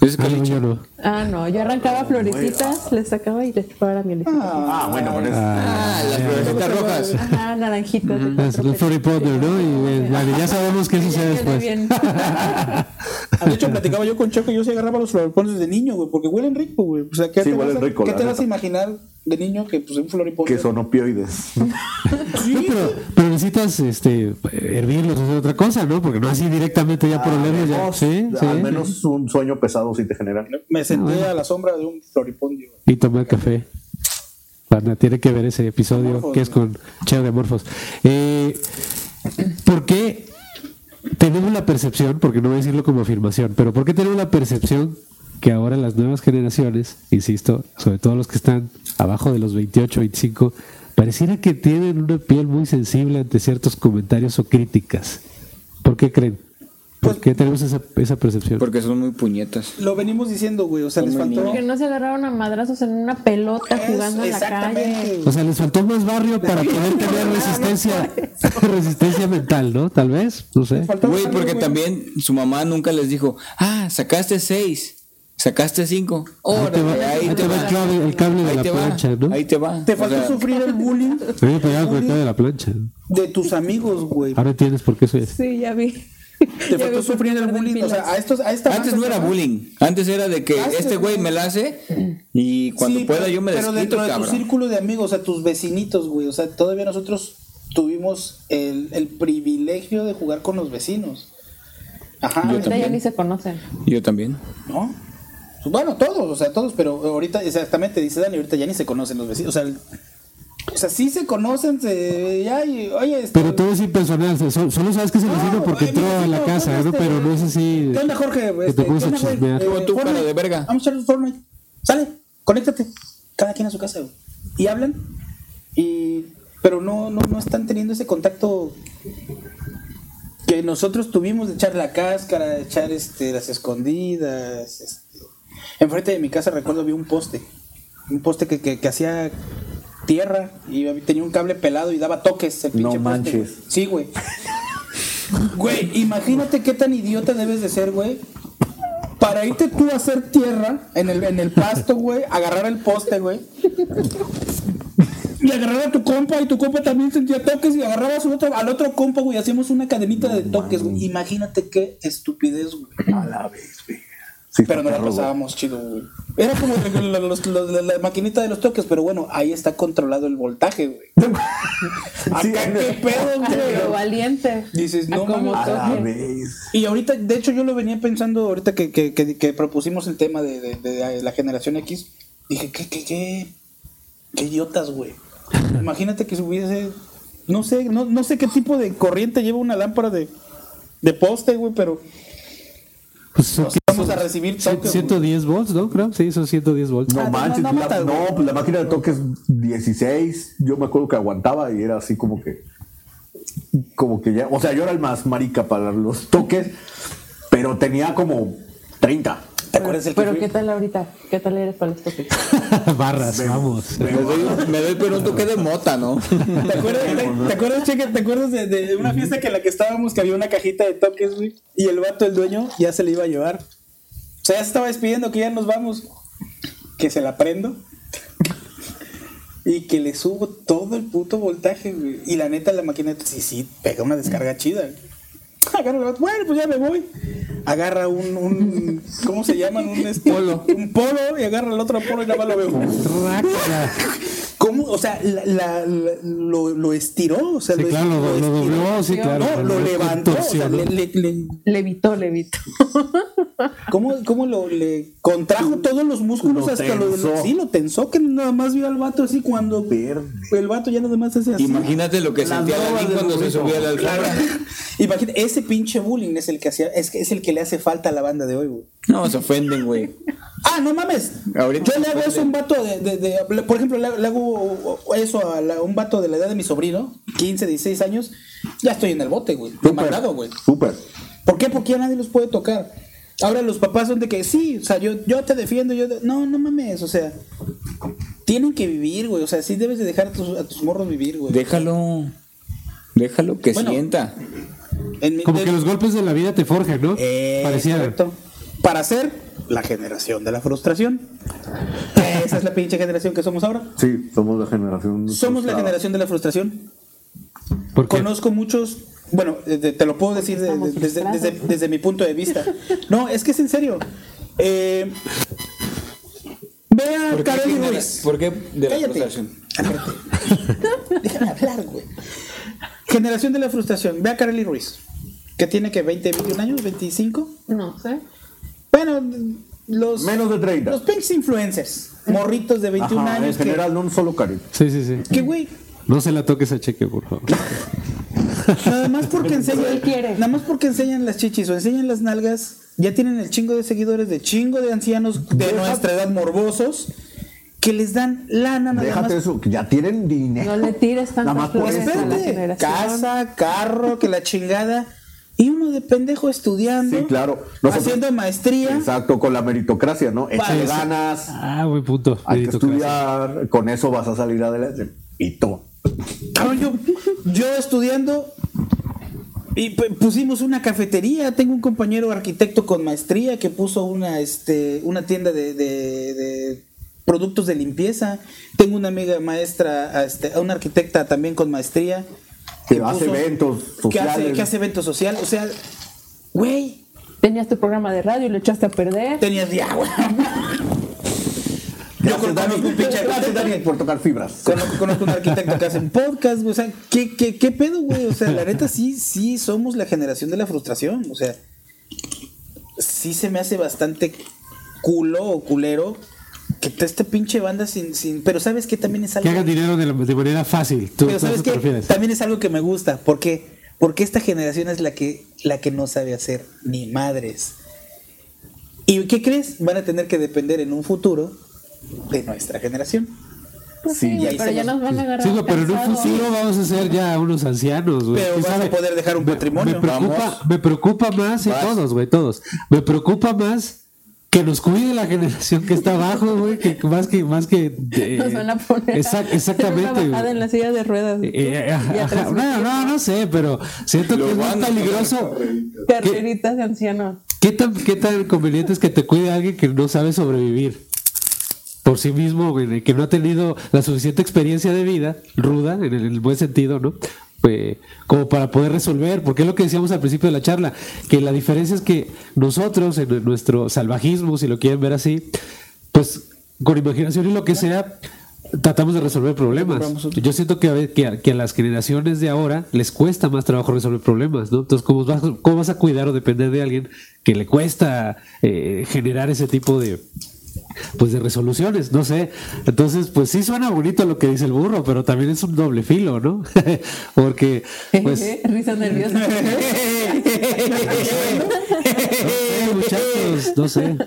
[SPEAKER 5] Es
[SPEAKER 3] Ah, no,
[SPEAKER 5] caliche.
[SPEAKER 3] yo no.
[SPEAKER 2] Ah, no, yo arrancaba florecitas, les sacaba y les chupaba la mielecita.
[SPEAKER 1] Ah, bueno, pero es-
[SPEAKER 5] Ah, las florecitas rojas.
[SPEAKER 2] Ajá, naranjitas. de
[SPEAKER 3] Es
[SPEAKER 2] cuatro
[SPEAKER 3] el Florey Pues, Potter, ¿no? Y eh, vale, ya sabemos qué
[SPEAKER 2] Ya
[SPEAKER 3] sucede
[SPEAKER 2] quedé
[SPEAKER 3] después.
[SPEAKER 2] bien.
[SPEAKER 4] Ah, De hecho, platicaba yo con Choco y yo sí agarraba los floripondios de niño, güey, porque huelen rico, güey. O sea, ¿qué
[SPEAKER 1] Sí,
[SPEAKER 4] te, vas
[SPEAKER 1] huelen
[SPEAKER 4] a,
[SPEAKER 1] rico,
[SPEAKER 4] ¿qué
[SPEAKER 1] la
[SPEAKER 4] te
[SPEAKER 1] neta.
[SPEAKER 4] vas a imaginar de niño que pues, un floripondio?
[SPEAKER 1] que son opioides. ¿no?
[SPEAKER 3] No, pero, pero necesitas este, hervirlos, hacer otra cosa, ¿no? Porque no así directamente ya por olerlos. Ya.
[SPEAKER 1] Al
[SPEAKER 3] Sí,
[SPEAKER 1] menos-
[SPEAKER 3] sí.
[SPEAKER 1] Ah, Al menos un sueño pesado si te genera.
[SPEAKER 4] Me senté a la sombra de un floripondio.
[SPEAKER 3] Y tomar café. Banda, tiene que ver ese episodio que es con Cheo de Morfos. Eh, ¿Por qué tenemos la percepción, porque no voy a decirlo como afirmación, pero por qué tenemos la percepción que ahora las nuevas generaciones, insisto, sobre todo los que están abajo de los 28, 25, pareciera que tienen una piel muy sensible ante ciertos comentarios o críticas? ¿Por qué creen? ¿Por qué tenemos esa, esa percepción?
[SPEAKER 5] Porque son muy puñetas.
[SPEAKER 4] Lo venimos diciendo, güey. O sea, les faltó.
[SPEAKER 2] Que no se agarraron a madrazos en una pelota jugando en la calle.
[SPEAKER 3] O sea, les faltó más barrio para poder tener resistencia, resistencia mental, ¿no? Tal vez, no sé.
[SPEAKER 4] Faltó
[SPEAKER 5] Güey,
[SPEAKER 4] algo,
[SPEAKER 5] porque también su mamá nunca les dijo, ah, sacaste seis, sacaste cinco.
[SPEAKER 3] Ahí te va,
[SPEAKER 5] Órale, ahí te
[SPEAKER 3] va el
[SPEAKER 5] va.
[SPEAKER 3] cable, el cable de
[SPEAKER 5] Ahí
[SPEAKER 3] la
[SPEAKER 5] te va.
[SPEAKER 3] plancha, ¿no?
[SPEAKER 5] Ahí te va.
[SPEAKER 4] Te
[SPEAKER 5] O
[SPEAKER 4] faltó
[SPEAKER 5] sea,
[SPEAKER 4] sufrir el bullying
[SPEAKER 3] Me había pegado con el cable de la plancha.
[SPEAKER 4] de tus amigos, güey.
[SPEAKER 3] Ahora entiendes por qué soy así.
[SPEAKER 2] Sí, ya vi.
[SPEAKER 4] Te faltó sufrir el bullying. O sea, a estos, a esta
[SPEAKER 5] Antes
[SPEAKER 4] banda-
[SPEAKER 5] no era bullying. Antes era de que
[SPEAKER 4] Antes
[SPEAKER 5] este güey me la hace y cuando
[SPEAKER 4] Sí,
[SPEAKER 5] pueda
[SPEAKER 4] pero-
[SPEAKER 5] yo me
[SPEAKER 4] Pero
[SPEAKER 5] desquito,
[SPEAKER 4] dentro de tu
[SPEAKER 5] cabrón.
[SPEAKER 4] círculo de amigos, o sea, tus vecinitos, güey. O sea, todavía nosotros tuvimos el, el privilegio de jugar con los vecinos. Ajá.
[SPEAKER 5] Yo
[SPEAKER 2] Ahorita ya
[SPEAKER 5] también.
[SPEAKER 2] ni se conocen.
[SPEAKER 5] Yo también.
[SPEAKER 4] ¿no? Pues, Bueno, todos, o sea, todos, pero ahorita, exactamente, dice Dani, ahorita ya ni se conocen los vecinos, o sea, el- o sea, sí se conocen, se, ya, y, oye, este,
[SPEAKER 3] Pero todo es impersonal, se- solo, solo sabes que es el
[SPEAKER 4] no,
[SPEAKER 3] vecino porque
[SPEAKER 4] oye, mi
[SPEAKER 3] entró a la
[SPEAKER 4] vecino,
[SPEAKER 3] casa,
[SPEAKER 4] ¿dónde
[SPEAKER 3] ¿no?
[SPEAKER 4] este-
[SPEAKER 3] Pero no es así.
[SPEAKER 4] ¿Qué onda, Jorge?
[SPEAKER 3] que
[SPEAKER 4] Este,
[SPEAKER 3] te pones
[SPEAKER 4] ¿qué
[SPEAKER 3] a
[SPEAKER 4] onda, güey?
[SPEAKER 3] chismear.
[SPEAKER 5] Como tú, cara
[SPEAKER 4] Fortnite.
[SPEAKER 5] de verga.
[SPEAKER 4] Vamos a echar Fortnite. Sale, conéctate, cada quien a su casa, güey. Y hablan, y, pero no, no, no están teniendo ese contacto que nosotros tuvimos de echar la cáscara, de echar este, las escondidas. este. Enfrente de mi casa recuerdo había un poste, un poste que, que- que hacía tierra y tenía un cable pelado y daba toques el
[SPEAKER 1] No
[SPEAKER 4] pinche poste, güey.
[SPEAKER 1] manches.
[SPEAKER 4] Sí, güey. Güey, imagínate qué tan idiota debes de ser, güey. Para irte tú a hacer tierra en el, en el pasto, güey, agarrar el poste, güey. Y agarrar a tu compa y tu compa también sentía toques y agarrabas al otro, al otro compa, güey. Hacíamos una cadenita de toques, güey. Imagínate qué estupidez, güey.
[SPEAKER 1] A la vez, güey. Sí,
[SPEAKER 4] Pero no la
[SPEAKER 1] perro, güey.
[SPEAKER 4] pasábamos chido, güey. Era como la, la- los- los- la- la maquinita de los toques, pero bueno, ahí está controlado el voltaje, güey.
[SPEAKER 1] Sí,
[SPEAKER 4] Acá, qué pedo,
[SPEAKER 2] Pero
[SPEAKER 4] güey.
[SPEAKER 2] valiente. Ah,
[SPEAKER 4] Dices, no
[SPEAKER 2] A como
[SPEAKER 4] mames.
[SPEAKER 1] A la
[SPEAKER 2] toque.
[SPEAKER 1] vez.
[SPEAKER 4] Y ahorita, de hecho, yo lo venía pensando ahorita que, que- que- que propusimos el tema de, de- de la generación X. Dije, qué, qué, qué, qué idiotas, güey. Imagínate que hubiese, no sé, no, no sé qué tipo de corriente lleva una lámpara de, de poste, güey, pero
[SPEAKER 3] Pues son
[SPEAKER 4] nos vamos a recibir toques.
[SPEAKER 3] 110 volts, ¿no? Creo, sí, son 110 volts.
[SPEAKER 1] No
[SPEAKER 2] Ah,
[SPEAKER 4] no,
[SPEAKER 1] manches,
[SPEAKER 4] no
[SPEAKER 1] la-
[SPEAKER 4] matas,
[SPEAKER 1] no, pues la máquina de toques 16. Yo me acuerdo que aguantaba y era así como que. Como que ya. O sea, yo era el más marica para los toques, pero tenía como 30.
[SPEAKER 4] güey. ¿Te acuerdas el que
[SPEAKER 2] Pero
[SPEAKER 4] fui?
[SPEAKER 2] ¿qué tal ahorita? ¿Qué tal eres para los toques?
[SPEAKER 3] Barras, vamos.
[SPEAKER 5] Me doy, me doy pero un toque de mota, ¿no?
[SPEAKER 4] ¿Te acuerdas, te, te acuerdas, Checa, ¿te acuerdas de, de una fiesta que en la que estábamos que había una cajita de toques, güey? Y el vato, el dueño, ya se le iba a llevar. O sea, ya se estaba despidiendo que ya nos vamos. Que se la prendo. Y que le subo todo el puto voltaje, güey. Y la neta, la maquineta, sí, sí, pega una descarga chida. güey. Agarra el vato, bueno, pues ya me voy. Agarra un, un ¿cómo se llaman? Un este,
[SPEAKER 5] Polo.
[SPEAKER 4] Un polo y agarra el otro polo y nada más lo veo.
[SPEAKER 3] Raca.
[SPEAKER 4] ¿Cómo? O sea, la- la- la- lo, lo estiró. O sea,
[SPEAKER 3] Sí,
[SPEAKER 4] lo,
[SPEAKER 3] claro, lo, lo
[SPEAKER 4] estiró.
[SPEAKER 3] dobló, sí, claro.
[SPEAKER 4] No, lo levantó. o sea,
[SPEAKER 3] contorsionó.
[SPEAKER 4] le- le- le-
[SPEAKER 2] Levitó, levitó.
[SPEAKER 4] ¿Cómo, cómo lo, le contrajo todos los músculos
[SPEAKER 1] Lo
[SPEAKER 4] hasta lo de
[SPEAKER 1] tensó.
[SPEAKER 4] Sí, lo tensó, que nada más vio al vato así cuando
[SPEAKER 1] Verde.
[SPEAKER 4] el vato ya nada más hace así.
[SPEAKER 5] Imagínate lo que
[SPEAKER 1] Las
[SPEAKER 5] sentía
[SPEAKER 1] drogas
[SPEAKER 5] David
[SPEAKER 1] del
[SPEAKER 5] cuando se
[SPEAKER 1] burrito.
[SPEAKER 5] subía a la alfombra.
[SPEAKER 4] Imagínate, ese pinche bullying es el que hacía, es, que es el que le hace falta a la banda de hoy, güey.
[SPEAKER 5] No, se ofenden, güey.
[SPEAKER 4] Ah, no mames.
[SPEAKER 5] Ahorita
[SPEAKER 4] Yo le hago
[SPEAKER 5] después
[SPEAKER 4] eso a un vato de, de- de- por ejemplo, le, le hago eso a la- un vato de la edad de mi sobrino, 15, 16 años, ya estoy en el bote, güey. Demandado, güey.
[SPEAKER 1] Súper.
[SPEAKER 4] ¿Por qué? Porque ya nadie los puede tocar. Ahora los papás son de que sí, o sea, yo, yo te defiendo, yo... te-". No, no mames, o sea, tienen que vivir, güey, o sea, sí debes de dejar a tus, a tus morros vivir, güey.
[SPEAKER 5] Déjalo. Déjalo que
[SPEAKER 4] Bueno.
[SPEAKER 5] sienta.
[SPEAKER 4] En mi-
[SPEAKER 3] Como
[SPEAKER 4] de-
[SPEAKER 3] que los golpes de la vida te forjan, ¿no?
[SPEAKER 4] Eh,
[SPEAKER 3] Pareciera.
[SPEAKER 4] correcto. Para ser la generación de la frustración. Esa es la pinche generación que somos ahora.
[SPEAKER 1] Sí, somos la generación.
[SPEAKER 4] Somos la
[SPEAKER 1] frustrada.
[SPEAKER 4] generación de la frustración.
[SPEAKER 3] Porque
[SPEAKER 4] Conozco muchos, bueno, eh, te, te lo puedo decir de-
[SPEAKER 2] Estamos
[SPEAKER 4] de- desde,
[SPEAKER 2] frustrados.
[SPEAKER 4] desde, desde mi punto de vista. No, es que es en serio. Eh, ve a
[SPEAKER 5] ¿Por qué,
[SPEAKER 4] Kareli
[SPEAKER 5] genera-
[SPEAKER 4] Ruiz.
[SPEAKER 5] ¿Por qué de la
[SPEAKER 4] Cállate.
[SPEAKER 5] frustración?
[SPEAKER 4] Cállate. Déjame hablar, güey. Generación de la frustración. Ve a Kareli Ruiz. Que tiene que 20, 21 años, 25.
[SPEAKER 2] No sé.
[SPEAKER 4] Bueno, los.
[SPEAKER 1] Menos de 30.
[SPEAKER 4] Los pinches influencers. Morritos de 21
[SPEAKER 1] Ajá,
[SPEAKER 4] años.
[SPEAKER 1] En
[SPEAKER 4] que-
[SPEAKER 1] general, no un solo cariño.
[SPEAKER 2] Ah,
[SPEAKER 3] Sí, sí, sí.
[SPEAKER 4] Que, güey.
[SPEAKER 3] No se la toques a cheque, por favor.
[SPEAKER 4] Nada más porque enseñan,
[SPEAKER 2] él quiere.
[SPEAKER 4] nada más porque enseñan las chichis o enseñan las nalgas, ya tienen el chingo de seguidores, de chingo de ancianos de
[SPEAKER 1] Deja-
[SPEAKER 4] nuestra edad morbosos que les dan lana nada
[SPEAKER 1] Déjate
[SPEAKER 4] más. Pues
[SPEAKER 1] eso, que ya tienen dinero.
[SPEAKER 2] No le tires
[SPEAKER 1] Nada
[SPEAKER 2] tantas
[SPEAKER 1] más por
[SPEAKER 2] flores
[SPEAKER 1] eso.
[SPEAKER 2] a la
[SPEAKER 4] Espérate,
[SPEAKER 2] generación.
[SPEAKER 4] casa, carro, que la chingada y uno de pendejo estudiando,
[SPEAKER 1] Sí, claro. Nosotros-
[SPEAKER 4] haciendo maestría.
[SPEAKER 1] Exacto, con la meritocracia, ¿no? Échale
[SPEAKER 4] Vale.
[SPEAKER 1] ganas,
[SPEAKER 3] Ah, buen punto.
[SPEAKER 1] hay que
[SPEAKER 3] Meritocracia.
[SPEAKER 1] estudiar, con eso vas a salir adelante. Y tú.
[SPEAKER 4] Cabrón, yo, yo estudiando y pu- pusimos una cafetería. Tengo un compañero arquitecto con maestría que puso una, este, una tienda de, de- de productos de limpieza. Tengo una amiga maestra, a este, a una arquitecta también con maestría. Pues,
[SPEAKER 1] Que hace eventos
[SPEAKER 4] Que hace,
[SPEAKER 1] sociales.
[SPEAKER 4] que hace eventos sociales. O sea, güey,
[SPEAKER 2] Tenías tu programa de radio y lo echaste a perder.
[SPEAKER 4] tenías ya, güey. Yo
[SPEAKER 1] Gracias, Dani.
[SPEAKER 4] conozco un pinche
[SPEAKER 1] Gracias, Dani, por tocar fibras.
[SPEAKER 4] Conozco, conozco un arquitecto que hace un podcast, güey. O sea, ¿qué, qué, qué pedo, güey? O sea, la neta sí, sí somos la generación de la frustración. O sea, sí se me hace bastante culo o culero que toda esta pinche banda sin. sin pero ¿sabes qué? También es
[SPEAKER 3] Que
[SPEAKER 4] algo.
[SPEAKER 3] hagan dinero de, la- de manera fácil. Tú,
[SPEAKER 4] Pero
[SPEAKER 3] tú a
[SPEAKER 4] ¿sabes
[SPEAKER 3] eso te
[SPEAKER 4] qué?
[SPEAKER 3] refieres.
[SPEAKER 4] También es algo que me gusta. porque Porque esta generación es la que, la que no sabe hacer ni madres. ¿Y qué crees? Van a tener que depender en un futuro de nuestra generación.
[SPEAKER 2] Pues
[SPEAKER 1] Sí,
[SPEAKER 2] sí,
[SPEAKER 4] y
[SPEAKER 2] güey,
[SPEAKER 4] ahí
[SPEAKER 2] pero
[SPEAKER 4] se
[SPEAKER 2] ya
[SPEAKER 4] los-
[SPEAKER 2] nos van a agarrar.
[SPEAKER 3] Sí, güey, pero en un
[SPEAKER 2] cansados.
[SPEAKER 3] futuro vamos a ser ya unos ancianos, güey.
[SPEAKER 4] Pero
[SPEAKER 3] ¿Quién
[SPEAKER 4] vas a
[SPEAKER 3] sabe?
[SPEAKER 4] poder dejar un
[SPEAKER 3] Me-
[SPEAKER 4] patrimonio.
[SPEAKER 3] Me preocupa,
[SPEAKER 5] Vamos.
[SPEAKER 3] me preocupa más, y
[SPEAKER 5] Vas.
[SPEAKER 3] todos, güey, todos. Me preocupa más que nos cuide la generación que está abajo, güey, que más que... Más que de-
[SPEAKER 2] Nos van a poner.
[SPEAKER 3] eh,
[SPEAKER 2] a-
[SPEAKER 3] Exact- exactamente,
[SPEAKER 2] en una bajada
[SPEAKER 3] güey.
[SPEAKER 2] en la silla de ruedas.
[SPEAKER 3] Eh, eh, ajá,
[SPEAKER 2] y a
[SPEAKER 3] ajá.
[SPEAKER 2] transmitir
[SPEAKER 3] no, no, no sé, pero siento
[SPEAKER 5] Lo
[SPEAKER 3] que es más
[SPEAKER 5] van a poner
[SPEAKER 3] peligroso.
[SPEAKER 2] Carreritas de ancianos.
[SPEAKER 3] ¿Qué tan, ¿Qué tan conveniente es que te cuide alguien que no sabe sobrevivir por sí mismo, güey, que no ha tenido la suficiente experiencia de vida, ruda, en el, en el buen sentido, ¿no? Pues, como para poder resolver, porque es lo que decíamos al principio de la charla, que la diferencia es que nosotros, en nuestro salvajismo, si lo quieren ver así, pues con imaginación y lo que sea, tratamos de resolver problemas. Yo siento que a, ve- que a, que a las generaciones de ahora les cuesta más trabajo resolver problemas, ¿no? Entonces, ¿cómo vas, cómo vas a cuidar o depender de alguien que le cuesta eh, generar ese tipo de, pues de resoluciones, no sé. Entonces, pues sí suena bonito lo que dice el burro, pero también es un doble filo, ¿no? Porque, pues,
[SPEAKER 2] Risa nerviosa.
[SPEAKER 3] eh, muchachos, no sé.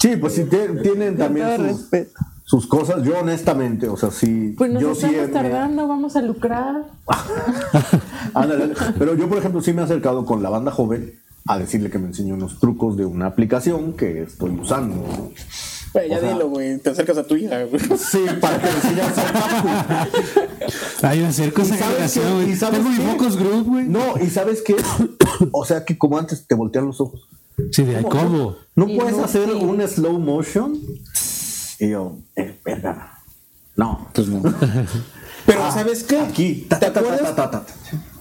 [SPEAKER 1] Sí, pues sí, te- tienen
[SPEAKER 2] todo
[SPEAKER 1] también sus,
[SPEAKER 2] respeto.
[SPEAKER 1] sus cosas. Yo, honestamente, o sea, sí.
[SPEAKER 2] Pues nos
[SPEAKER 1] yo sí.
[SPEAKER 2] estamos
[SPEAKER 1] me-
[SPEAKER 2] tardando, vamos a lucrar.
[SPEAKER 1] Ándale, pero yo, por ejemplo, sí me he acercado con la banda joven a decirle que me enseñó unos trucos de una aplicación que estoy usando. ¿no?
[SPEAKER 4] Güey, ya
[SPEAKER 1] O sea-
[SPEAKER 4] dilo, güey. Te acercas a tu hija, güey.
[SPEAKER 1] Sí, para que me enseñe a hacer tacos.
[SPEAKER 3] Hay que hacer cosas
[SPEAKER 1] ¿Y sabes qué?
[SPEAKER 3] generación,
[SPEAKER 1] ¿Y
[SPEAKER 3] güey.
[SPEAKER 1] sabes
[SPEAKER 3] Tengo muy
[SPEAKER 1] qué?
[SPEAKER 3] pocos group, güey.
[SPEAKER 1] No, y ¿sabes qué? O sea, que como antes te voltean los ojos.
[SPEAKER 3] Sí, de ahí, ¿cómo?
[SPEAKER 1] ¿No
[SPEAKER 2] Y
[SPEAKER 1] puedes
[SPEAKER 2] no,
[SPEAKER 1] hacer
[SPEAKER 2] sí.
[SPEAKER 1] un slow motion? Y yo, eh, verga. No.
[SPEAKER 5] Pues no.
[SPEAKER 4] Pero
[SPEAKER 1] Ah,
[SPEAKER 4] ¿sabes qué?
[SPEAKER 1] Aquí. Ta,
[SPEAKER 4] ¿Te
[SPEAKER 1] ta, ta, ta,
[SPEAKER 4] acuerdas?
[SPEAKER 1] ta, ta, ta.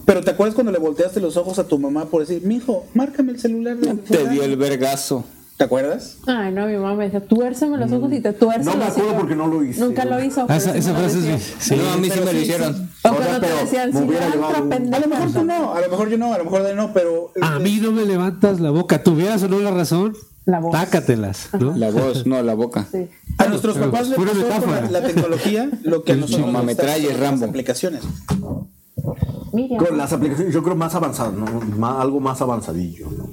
[SPEAKER 4] Pero ¿te acuerdas cuando le volteaste los ojos a tu mamá por decir, mijo, márcame el celular de
[SPEAKER 5] Te
[SPEAKER 4] fulano"?
[SPEAKER 5] dio el vergazo.
[SPEAKER 4] ¿Te acuerdas?
[SPEAKER 2] Ay, no, mi mamá me decía, tuérceme los ojos y te tuerces.
[SPEAKER 1] No me
[SPEAKER 2] los
[SPEAKER 1] acuerdo
[SPEAKER 2] hijos".
[SPEAKER 1] porque no lo hice.
[SPEAKER 2] Nunca lo hizo.
[SPEAKER 3] Ah,
[SPEAKER 2] pero
[SPEAKER 3] esa,
[SPEAKER 2] sí
[SPEAKER 3] esa
[SPEAKER 2] me lo
[SPEAKER 3] frase es
[SPEAKER 2] decía.
[SPEAKER 3] bien. Sí.
[SPEAKER 5] no, a mí sí
[SPEAKER 1] pero
[SPEAKER 5] me lo
[SPEAKER 1] sí,
[SPEAKER 2] O
[SPEAKER 5] hicieron.
[SPEAKER 1] O sea,
[SPEAKER 2] cuando
[SPEAKER 1] pero
[SPEAKER 2] te decían,
[SPEAKER 1] me
[SPEAKER 2] ah, si
[SPEAKER 1] hubiera llevado un-
[SPEAKER 4] A lo mejor tú no, a lo mejor yo no, a lo mejor de no, pero. este,
[SPEAKER 3] A mí no me levantas la boca. ¿Tuvieras o no la razón?
[SPEAKER 2] La voz.
[SPEAKER 3] Tácatelas, ¿no?
[SPEAKER 5] La voz, no, la boca.
[SPEAKER 2] Sí.
[SPEAKER 4] A nuestros
[SPEAKER 3] Pero,
[SPEAKER 4] papás les
[SPEAKER 3] pura
[SPEAKER 4] pasó con la,
[SPEAKER 3] metáfora.
[SPEAKER 4] la tecnología lo que a
[SPEAKER 3] Sí,
[SPEAKER 4] nosotros nos
[SPEAKER 5] mametralla,
[SPEAKER 4] está haciendo
[SPEAKER 5] Rambo.
[SPEAKER 4] las aplicaciones.
[SPEAKER 2] Miriam.
[SPEAKER 1] Con las aplicaciones, yo creo más avanzadas, ¿no? Más- algo más avanzadillo, ¿no?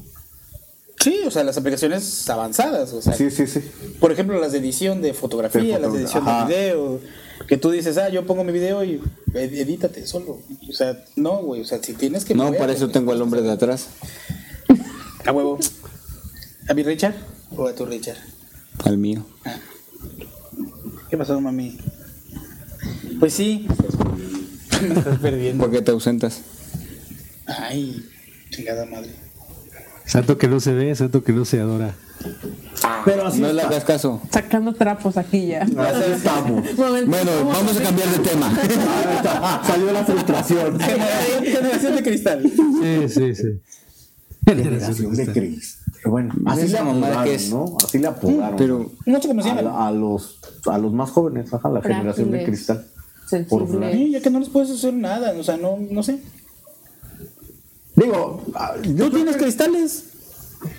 [SPEAKER 4] Sí, o sea, las aplicaciones avanzadas, o sea,
[SPEAKER 1] Sí, sí, sí.
[SPEAKER 4] por ejemplo, las de edición de fotografía,
[SPEAKER 1] De
[SPEAKER 4] las de
[SPEAKER 1] fotogra-
[SPEAKER 4] edición
[SPEAKER 1] ajá.
[SPEAKER 4] de video, que tú dices, "Ah, yo pongo mi video y ed- edítate solo." O sea, no, güey, o sea, si tienes que
[SPEAKER 5] No,
[SPEAKER 4] moverte,
[SPEAKER 5] para eso
[SPEAKER 4] güey.
[SPEAKER 5] tengo al hombre de atrás,
[SPEAKER 4] a huevo. ¿A mi Richard o a tu Richard?
[SPEAKER 5] al mío.
[SPEAKER 4] ¿Qué pasó, mami? Pues sí. Me estás perdiendo.
[SPEAKER 5] ¿Por qué te ausentas?
[SPEAKER 4] Ay, chingada madre.
[SPEAKER 3] Santo que no se ve, santo que no se adora.
[SPEAKER 1] Pero así
[SPEAKER 5] No le
[SPEAKER 1] está.
[SPEAKER 5] hagas caso.
[SPEAKER 2] Sacando trapos aquí ya.
[SPEAKER 1] Así estamos.
[SPEAKER 2] Momento.
[SPEAKER 5] Bueno, vamos a cambiar de tema.
[SPEAKER 1] Ahí está. Salió la frustración.
[SPEAKER 4] Generación, generación de cristal.
[SPEAKER 3] Sí, sí, sí.
[SPEAKER 1] Generación de Cris. Pero bueno, así
[SPEAKER 5] Esa
[SPEAKER 1] le
[SPEAKER 5] mamada
[SPEAKER 1] apodaron,
[SPEAKER 5] que es.
[SPEAKER 1] ¿no? Así le apodaron.
[SPEAKER 5] Pero
[SPEAKER 4] No sé cómo
[SPEAKER 3] Pues
[SPEAKER 4] se
[SPEAKER 1] a,
[SPEAKER 4] llama.
[SPEAKER 1] la- a los, a los más jóvenes, ajá, la generación de
[SPEAKER 2] Frágiles.
[SPEAKER 1] cristal.
[SPEAKER 2] Sensibles.
[SPEAKER 1] Por
[SPEAKER 4] Sí, ya que no les puedes hacer nada, o sea, no, no sé.
[SPEAKER 1] Digo, ah, yo
[SPEAKER 4] ¿Tú tienes cristales?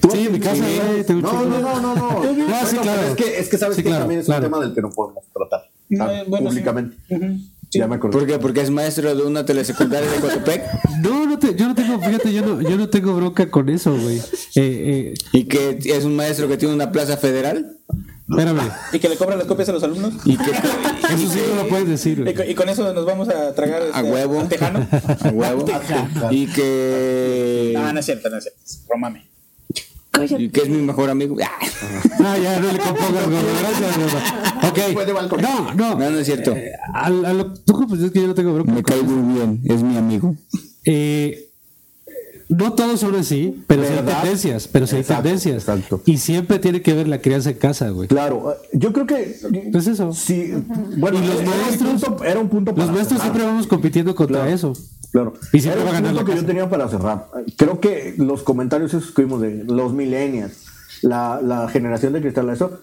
[SPEAKER 1] tú-
[SPEAKER 3] Sí, en mi casa, güey, tengo un
[SPEAKER 1] No,
[SPEAKER 3] chingo.
[SPEAKER 1] no, no, no, no.
[SPEAKER 3] sí,
[SPEAKER 1] Bueno,
[SPEAKER 3] claro.
[SPEAKER 1] pero Es que, es que sabes
[SPEAKER 3] Sí,
[SPEAKER 1] que
[SPEAKER 3] claro,
[SPEAKER 1] también es
[SPEAKER 3] claro.
[SPEAKER 1] un tema del que no podemos tratar
[SPEAKER 3] Eh,
[SPEAKER 4] No, eh,
[SPEAKER 1] ah,
[SPEAKER 4] bueno, sí.
[SPEAKER 1] públicamente.
[SPEAKER 4] Ujú.
[SPEAKER 1] Ya me acordé.
[SPEAKER 5] ¿Por qué? Porque es maestro de una telesecundaria de Coatepec
[SPEAKER 3] No, no te- yo no tengo, fíjate, yo no, yo no tengo bronca con eso, güey. Eh, eh,
[SPEAKER 5] y que es un maestro que tiene una plaza federal
[SPEAKER 3] espérame,
[SPEAKER 4] Y que le cobran las copias a los alumnos.
[SPEAKER 5] y que
[SPEAKER 3] eso sí no lo puedes decir,
[SPEAKER 4] Y,
[SPEAKER 3] güey.
[SPEAKER 4] co- y con eso nos vamos a tragar
[SPEAKER 5] a
[SPEAKER 4] este,
[SPEAKER 5] huevo,
[SPEAKER 4] al tejano.
[SPEAKER 5] a huevo y
[SPEAKER 4] No,
[SPEAKER 5] que
[SPEAKER 4] no es cierto, no es cierto. Es Romame.
[SPEAKER 5] y que es mi mejor amigo. Ah,
[SPEAKER 3] No, ya, no le compongas, güey. Gracias,
[SPEAKER 1] Después de
[SPEAKER 3] güey. Ok.
[SPEAKER 1] balcón.
[SPEAKER 3] No, no.
[SPEAKER 5] No, no es cierto.
[SPEAKER 3] Eh, a, a lo tú pues, es que yo no tengo bronca.
[SPEAKER 5] Me cae muy bien, es mi amigo.
[SPEAKER 3] Eh, no todos son así, pero sí hay
[SPEAKER 1] ¿Verdad?
[SPEAKER 3] tendencias, pero sí hay
[SPEAKER 1] Exacto,
[SPEAKER 3] tendencias.
[SPEAKER 1] exacto.
[SPEAKER 3] Y siempre tiene que ver la crianza en casa, güey.
[SPEAKER 1] Claro, eh, yo creo que.
[SPEAKER 3] Pues eso.
[SPEAKER 1] Sí, bueno,
[SPEAKER 3] Y los
[SPEAKER 1] era un
[SPEAKER 3] maestros-
[SPEAKER 1] punto- era un punto
[SPEAKER 3] Los
[SPEAKER 1] para
[SPEAKER 3] maestros
[SPEAKER 1] cerrar.
[SPEAKER 3] siempre vamos compitiendo contra
[SPEAKER 1] Claro.
[SPEAKER 3] eso.
[SPEAKER 1] Claro.
[SPEAKER 3] Y siempre
[SPEAKER 1] Era
[SPEAKER 3] va a
[SPEAKER 1] un
[SPEAKER 3] ganar
[SPEAKER 1] punto
[SPEAKER 3] la
[SPEAKER 1] que
[SPEAKER 3] casa.
[SPEAKER 1] yo tenía para cerrar. Creo que los comentarios esos que vimos de los millennials, la, la generación de cristal, eso,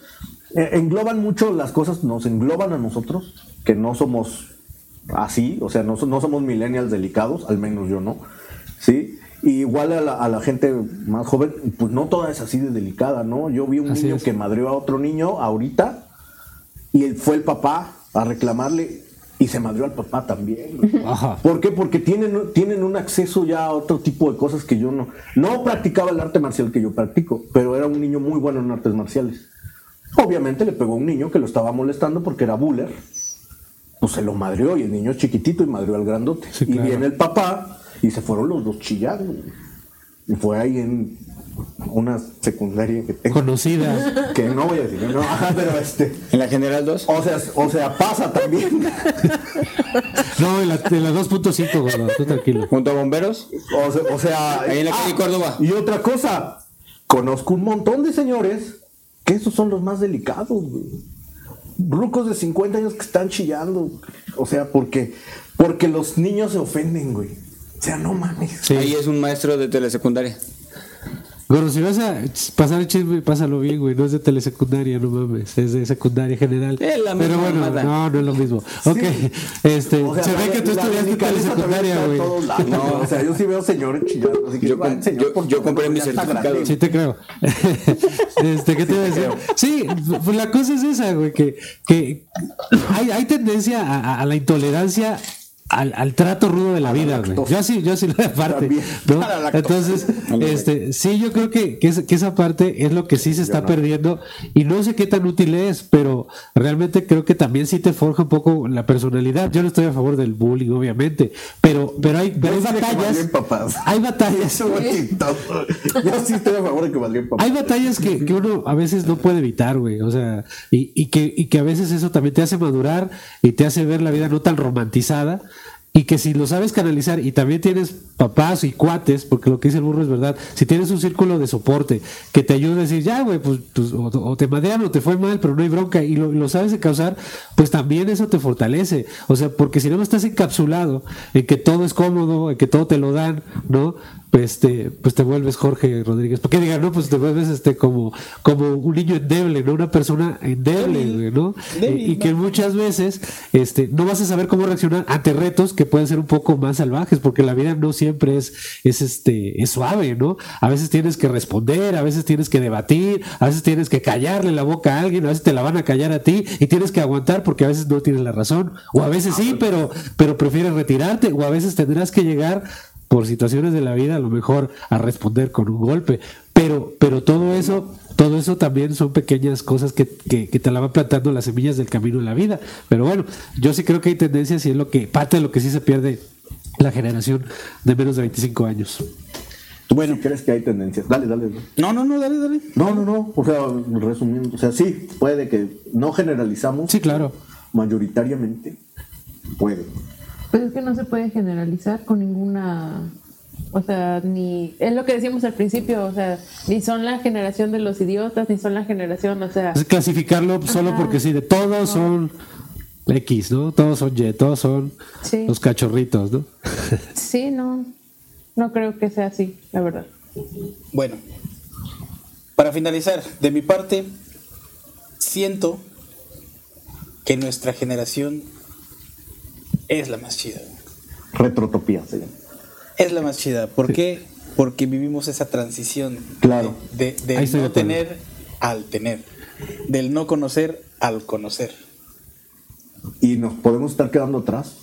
[SPEAKER 1] eh, engloban mucho las cosas, nos engloban a nosotros, que no somos así, o sea, no, so- no somos millennials delicados, al menos yo no, ¿sí? Y igual a la, a la gente más joven, pues no toda es así de delicada, ¿no? Yo vi un
[SPEAKER 3] Así
[SPEAKER 1] niño
[SPEAKER 3] es.
[SPEAKER 1] que madreó a otro niño ahorita, y él fue el papá a reclamarle y se madrió al papá también. güey.
[SPEAKER 3] Ajá.
[SPEAKER 1] ¿Por qué? Porque tienen, tienen un acceso ya a otro tipo de cosas que yo no. No practicaba el arte marcial que yo practico, pero era un niño muy bueno en artes marciales. Obviamente le pegó a un niño que lo estaba molestando porque era buller. Pues se lo madrió y el niño es chiquitito y madrió al grandote.
[SPEAKER 3] Sí,
[SPEAKER 1] Y
[SPEAKER 3] claro.
[SPEAKER 1] viene el papá y se fueron los dos chillando. güey. Y fue ahí en una secundaria que tengo.
[SPEAKER 3] Conocida.
[SPEAKER 1] Que no voy a decir, no, pero este.
[SPEAKER 5] En la General 2
[SPEAKER 1] O sea, o sea, pasa también.
[SPEAKER 3] No, en la, en la 2.5, gordo. Tú tranquilo.
[SPEAKER 5] junto a bomberos.
[SPEAKER 1] O sea, o sea, ah,
[SPEAKER 5] Ahí en la calle Córdoba.
[SPEAKER 1] Y otra cosa, conozco un montón de señores que esos son los más delicados, güey. Rucos de 50 años que están chillando. güey. O sea, porque, porque los niños se ofenden, güey. O sea, no mames.
[SPEAKER 3] Sí.
[SPEAKER 5] Ahí es un maestro de telesecundaria.
[SPEAKER 3] Gordo, si vas a pasar el chisme, pásalo bien, güey. No es de telesecundaria, no mames. Es de secundaria general.
[SPEAKER 5] Es la misma
[SPEAKER 3] Pero bueno,
[SPEAKER 5] mamada.
[SPEAKER 3] no, no es lo mismo. Ok. Este,
[SPEAKER 1] O sea,
[SPEAKER 3] se
[SPEAKER 1] la-
[SPEAKER 3] ve que tú
[SPEAKER 1] la
[SPEAKER 3] estudiaste
[SPEAKER 1] delicadeza también está
[SPEAKER 3] telesecundaria,
[SPEAKER 1] en
[SPEAKER 3] güey.
[SPEAKER 1] todos lados,
[SPEAKER 5] No.
[SPEAKER 1] güey. O sea, yo sí veo señores chillando. Así que
[SPEAKER 5] Yo
[SPEAKER 1] va,
[SPEAKER 5] com-
[SPEAKER 1] señor,
[SPEAKER 5] yo-
[SPEAKER 1] por
[SPEAKER 5] yo
[SPEAKER 1] favor,
[SPEAKER 5] compré mi
[SPEAKER 1] ya está
[SPEAKER 5] certificado.
[SPEAKER 1] grande.
[SPEAKER 3] Sí, te creo. este, ¿Qué te iba a decir? Sí, pues la cosa es esa, güey, que, que hay, hay tendencia a, a- a la intolerancia. Al, al trato rudo de la vida, güey. Yo así, yo así lo de parte.
[SPEAKER 1] También.
[SPEAKER 3] ¿no?
[SPEAKER 4] A la lactosa.
[SPEAKER 3] Entonces, este, sí, yo creo que, que, esa- que esa parte es lo que sí se está perdiendo y no sé qué tan útil es, pero realmente creo que también sí te forja un poco la personalidad. Yo no estoy a favor del bullying, obviamente, pero, pero hay, pero hay
[SPEAKER 1] Yo sí de que
[SPEAKER 3] batallas.
[SPEAKER 1] valdrían papás.
[SPEAKER 3] Hay batallas.
[SPEAKER 1] Eso es chistoso. Yo sí estoy a favor de que valdría papá.
[SPEAKER 3] Hay batallas que, que uno a veces no puede evitar, güey. O sea, y, y que, y que a veces eso también te hace madurar y te hace ver la vida no tan romantizada. Y que si lo sabes canalizar y también tienes papás y cuates, porque lo que dice el burro es verdad, si tienes un círculo de soporte que te ayude a decir, ya, güey, pues, pues, o, o te madean o te fue mal, pero no hay bronca, y lo, y lo sabes de causar, pues también eso te fortalece. O sea, porque si no estás encapsulado en que todo es cómodo, en que todo te lo dan, ¿no? Pues, este, pues te vuelves Jorge Rodríguez. Porque digan, no, pues te vuelves este como, como un niño endeble, ¿no? Una persona endeble, güey, ¿no?
[SPEAKER 4] Débil,
[SPEAKER 3] Eh, y que muchas veces este, no vas a saber cómo reaccionar ante retos que pueden ser un poco más salvajes, porque la vida no siempre es, es, este, es suave, ¿no? A veces tienes que responder, a veces tienes que debatir, a veces tienes que callarle la boca a alguien, a veces te la van a callar a ti y tienes que aguantar porque a veces no tienes la razón, o a veces
[SPEAKER 4] Ah,
[SPEAKER 3] sí,
[SPEAKER 4] pues.
[SPEAKER 3] pero, pero prefieres retirarte, o a veces tendrás que llegar por situaciones de la vida a lo mejor a responder con un golpe. Pero, pero todo eso, todo eso también son pequeñas cosas que, que- que te la van plantando las semillas del camino de la vida. Pero bueno, yo sí creo que hay tendencias y es lo que, parte de lo que sí se pierde la generación de menos de 25 años.
[SPEAKER 1] Bueno, crees que hay tendencias. Dale, dale. dale.
[SPEAKER 4] No, no, no, dale, dale.
[SPEAKER 1] No, no, no. O sea, resumiendo, o sea, sí, puede que no generalizamos
[SPEAKER 3] Sí, claro.
[SPEAKER 1] mayoritariamente. Puede.
[SPEAKER 2] Pues es que no se puede generalizar con ninguna. O sea, ni. Es lo que decíamos al principio, o sea, ni son la generación de los idiotas, ni son la generación, o sea.
[SPEAKER 3] Es clasificarlo solo
[SPEAKER 2] Ajá.
[SPEAKER 3] porque sí, de todos son X, ¿no? Todos son Y, todos son
[SPEAKER 2] Sí.
[SPEAKER 3] los cachorritos, ¿no?
[SPEAKER 2] Sí, no. No creo que sea así, la verdad.
[SPEAKER 4] Bueno, para finalizar, de mi parte, siento que nuestra generación es la más chida.
[SPEAKER 1] Retrotopía, sí.
[SPEAKER 4] Es la más chida. ¿Por qué? Porque vivimos esa transición.
[SPEAKER 1] Claro.
[SPEAKER 4] De, de- del
[SPEAKER 3] Ahí estoy
[SPEAKER 4] no
[SPEAKER 3] de acuerdo.
[SPEAKER 4] tener al tener. Del no conocer al conocer.
[SPEAKER 1] Y nos podemos estar quedando atrás.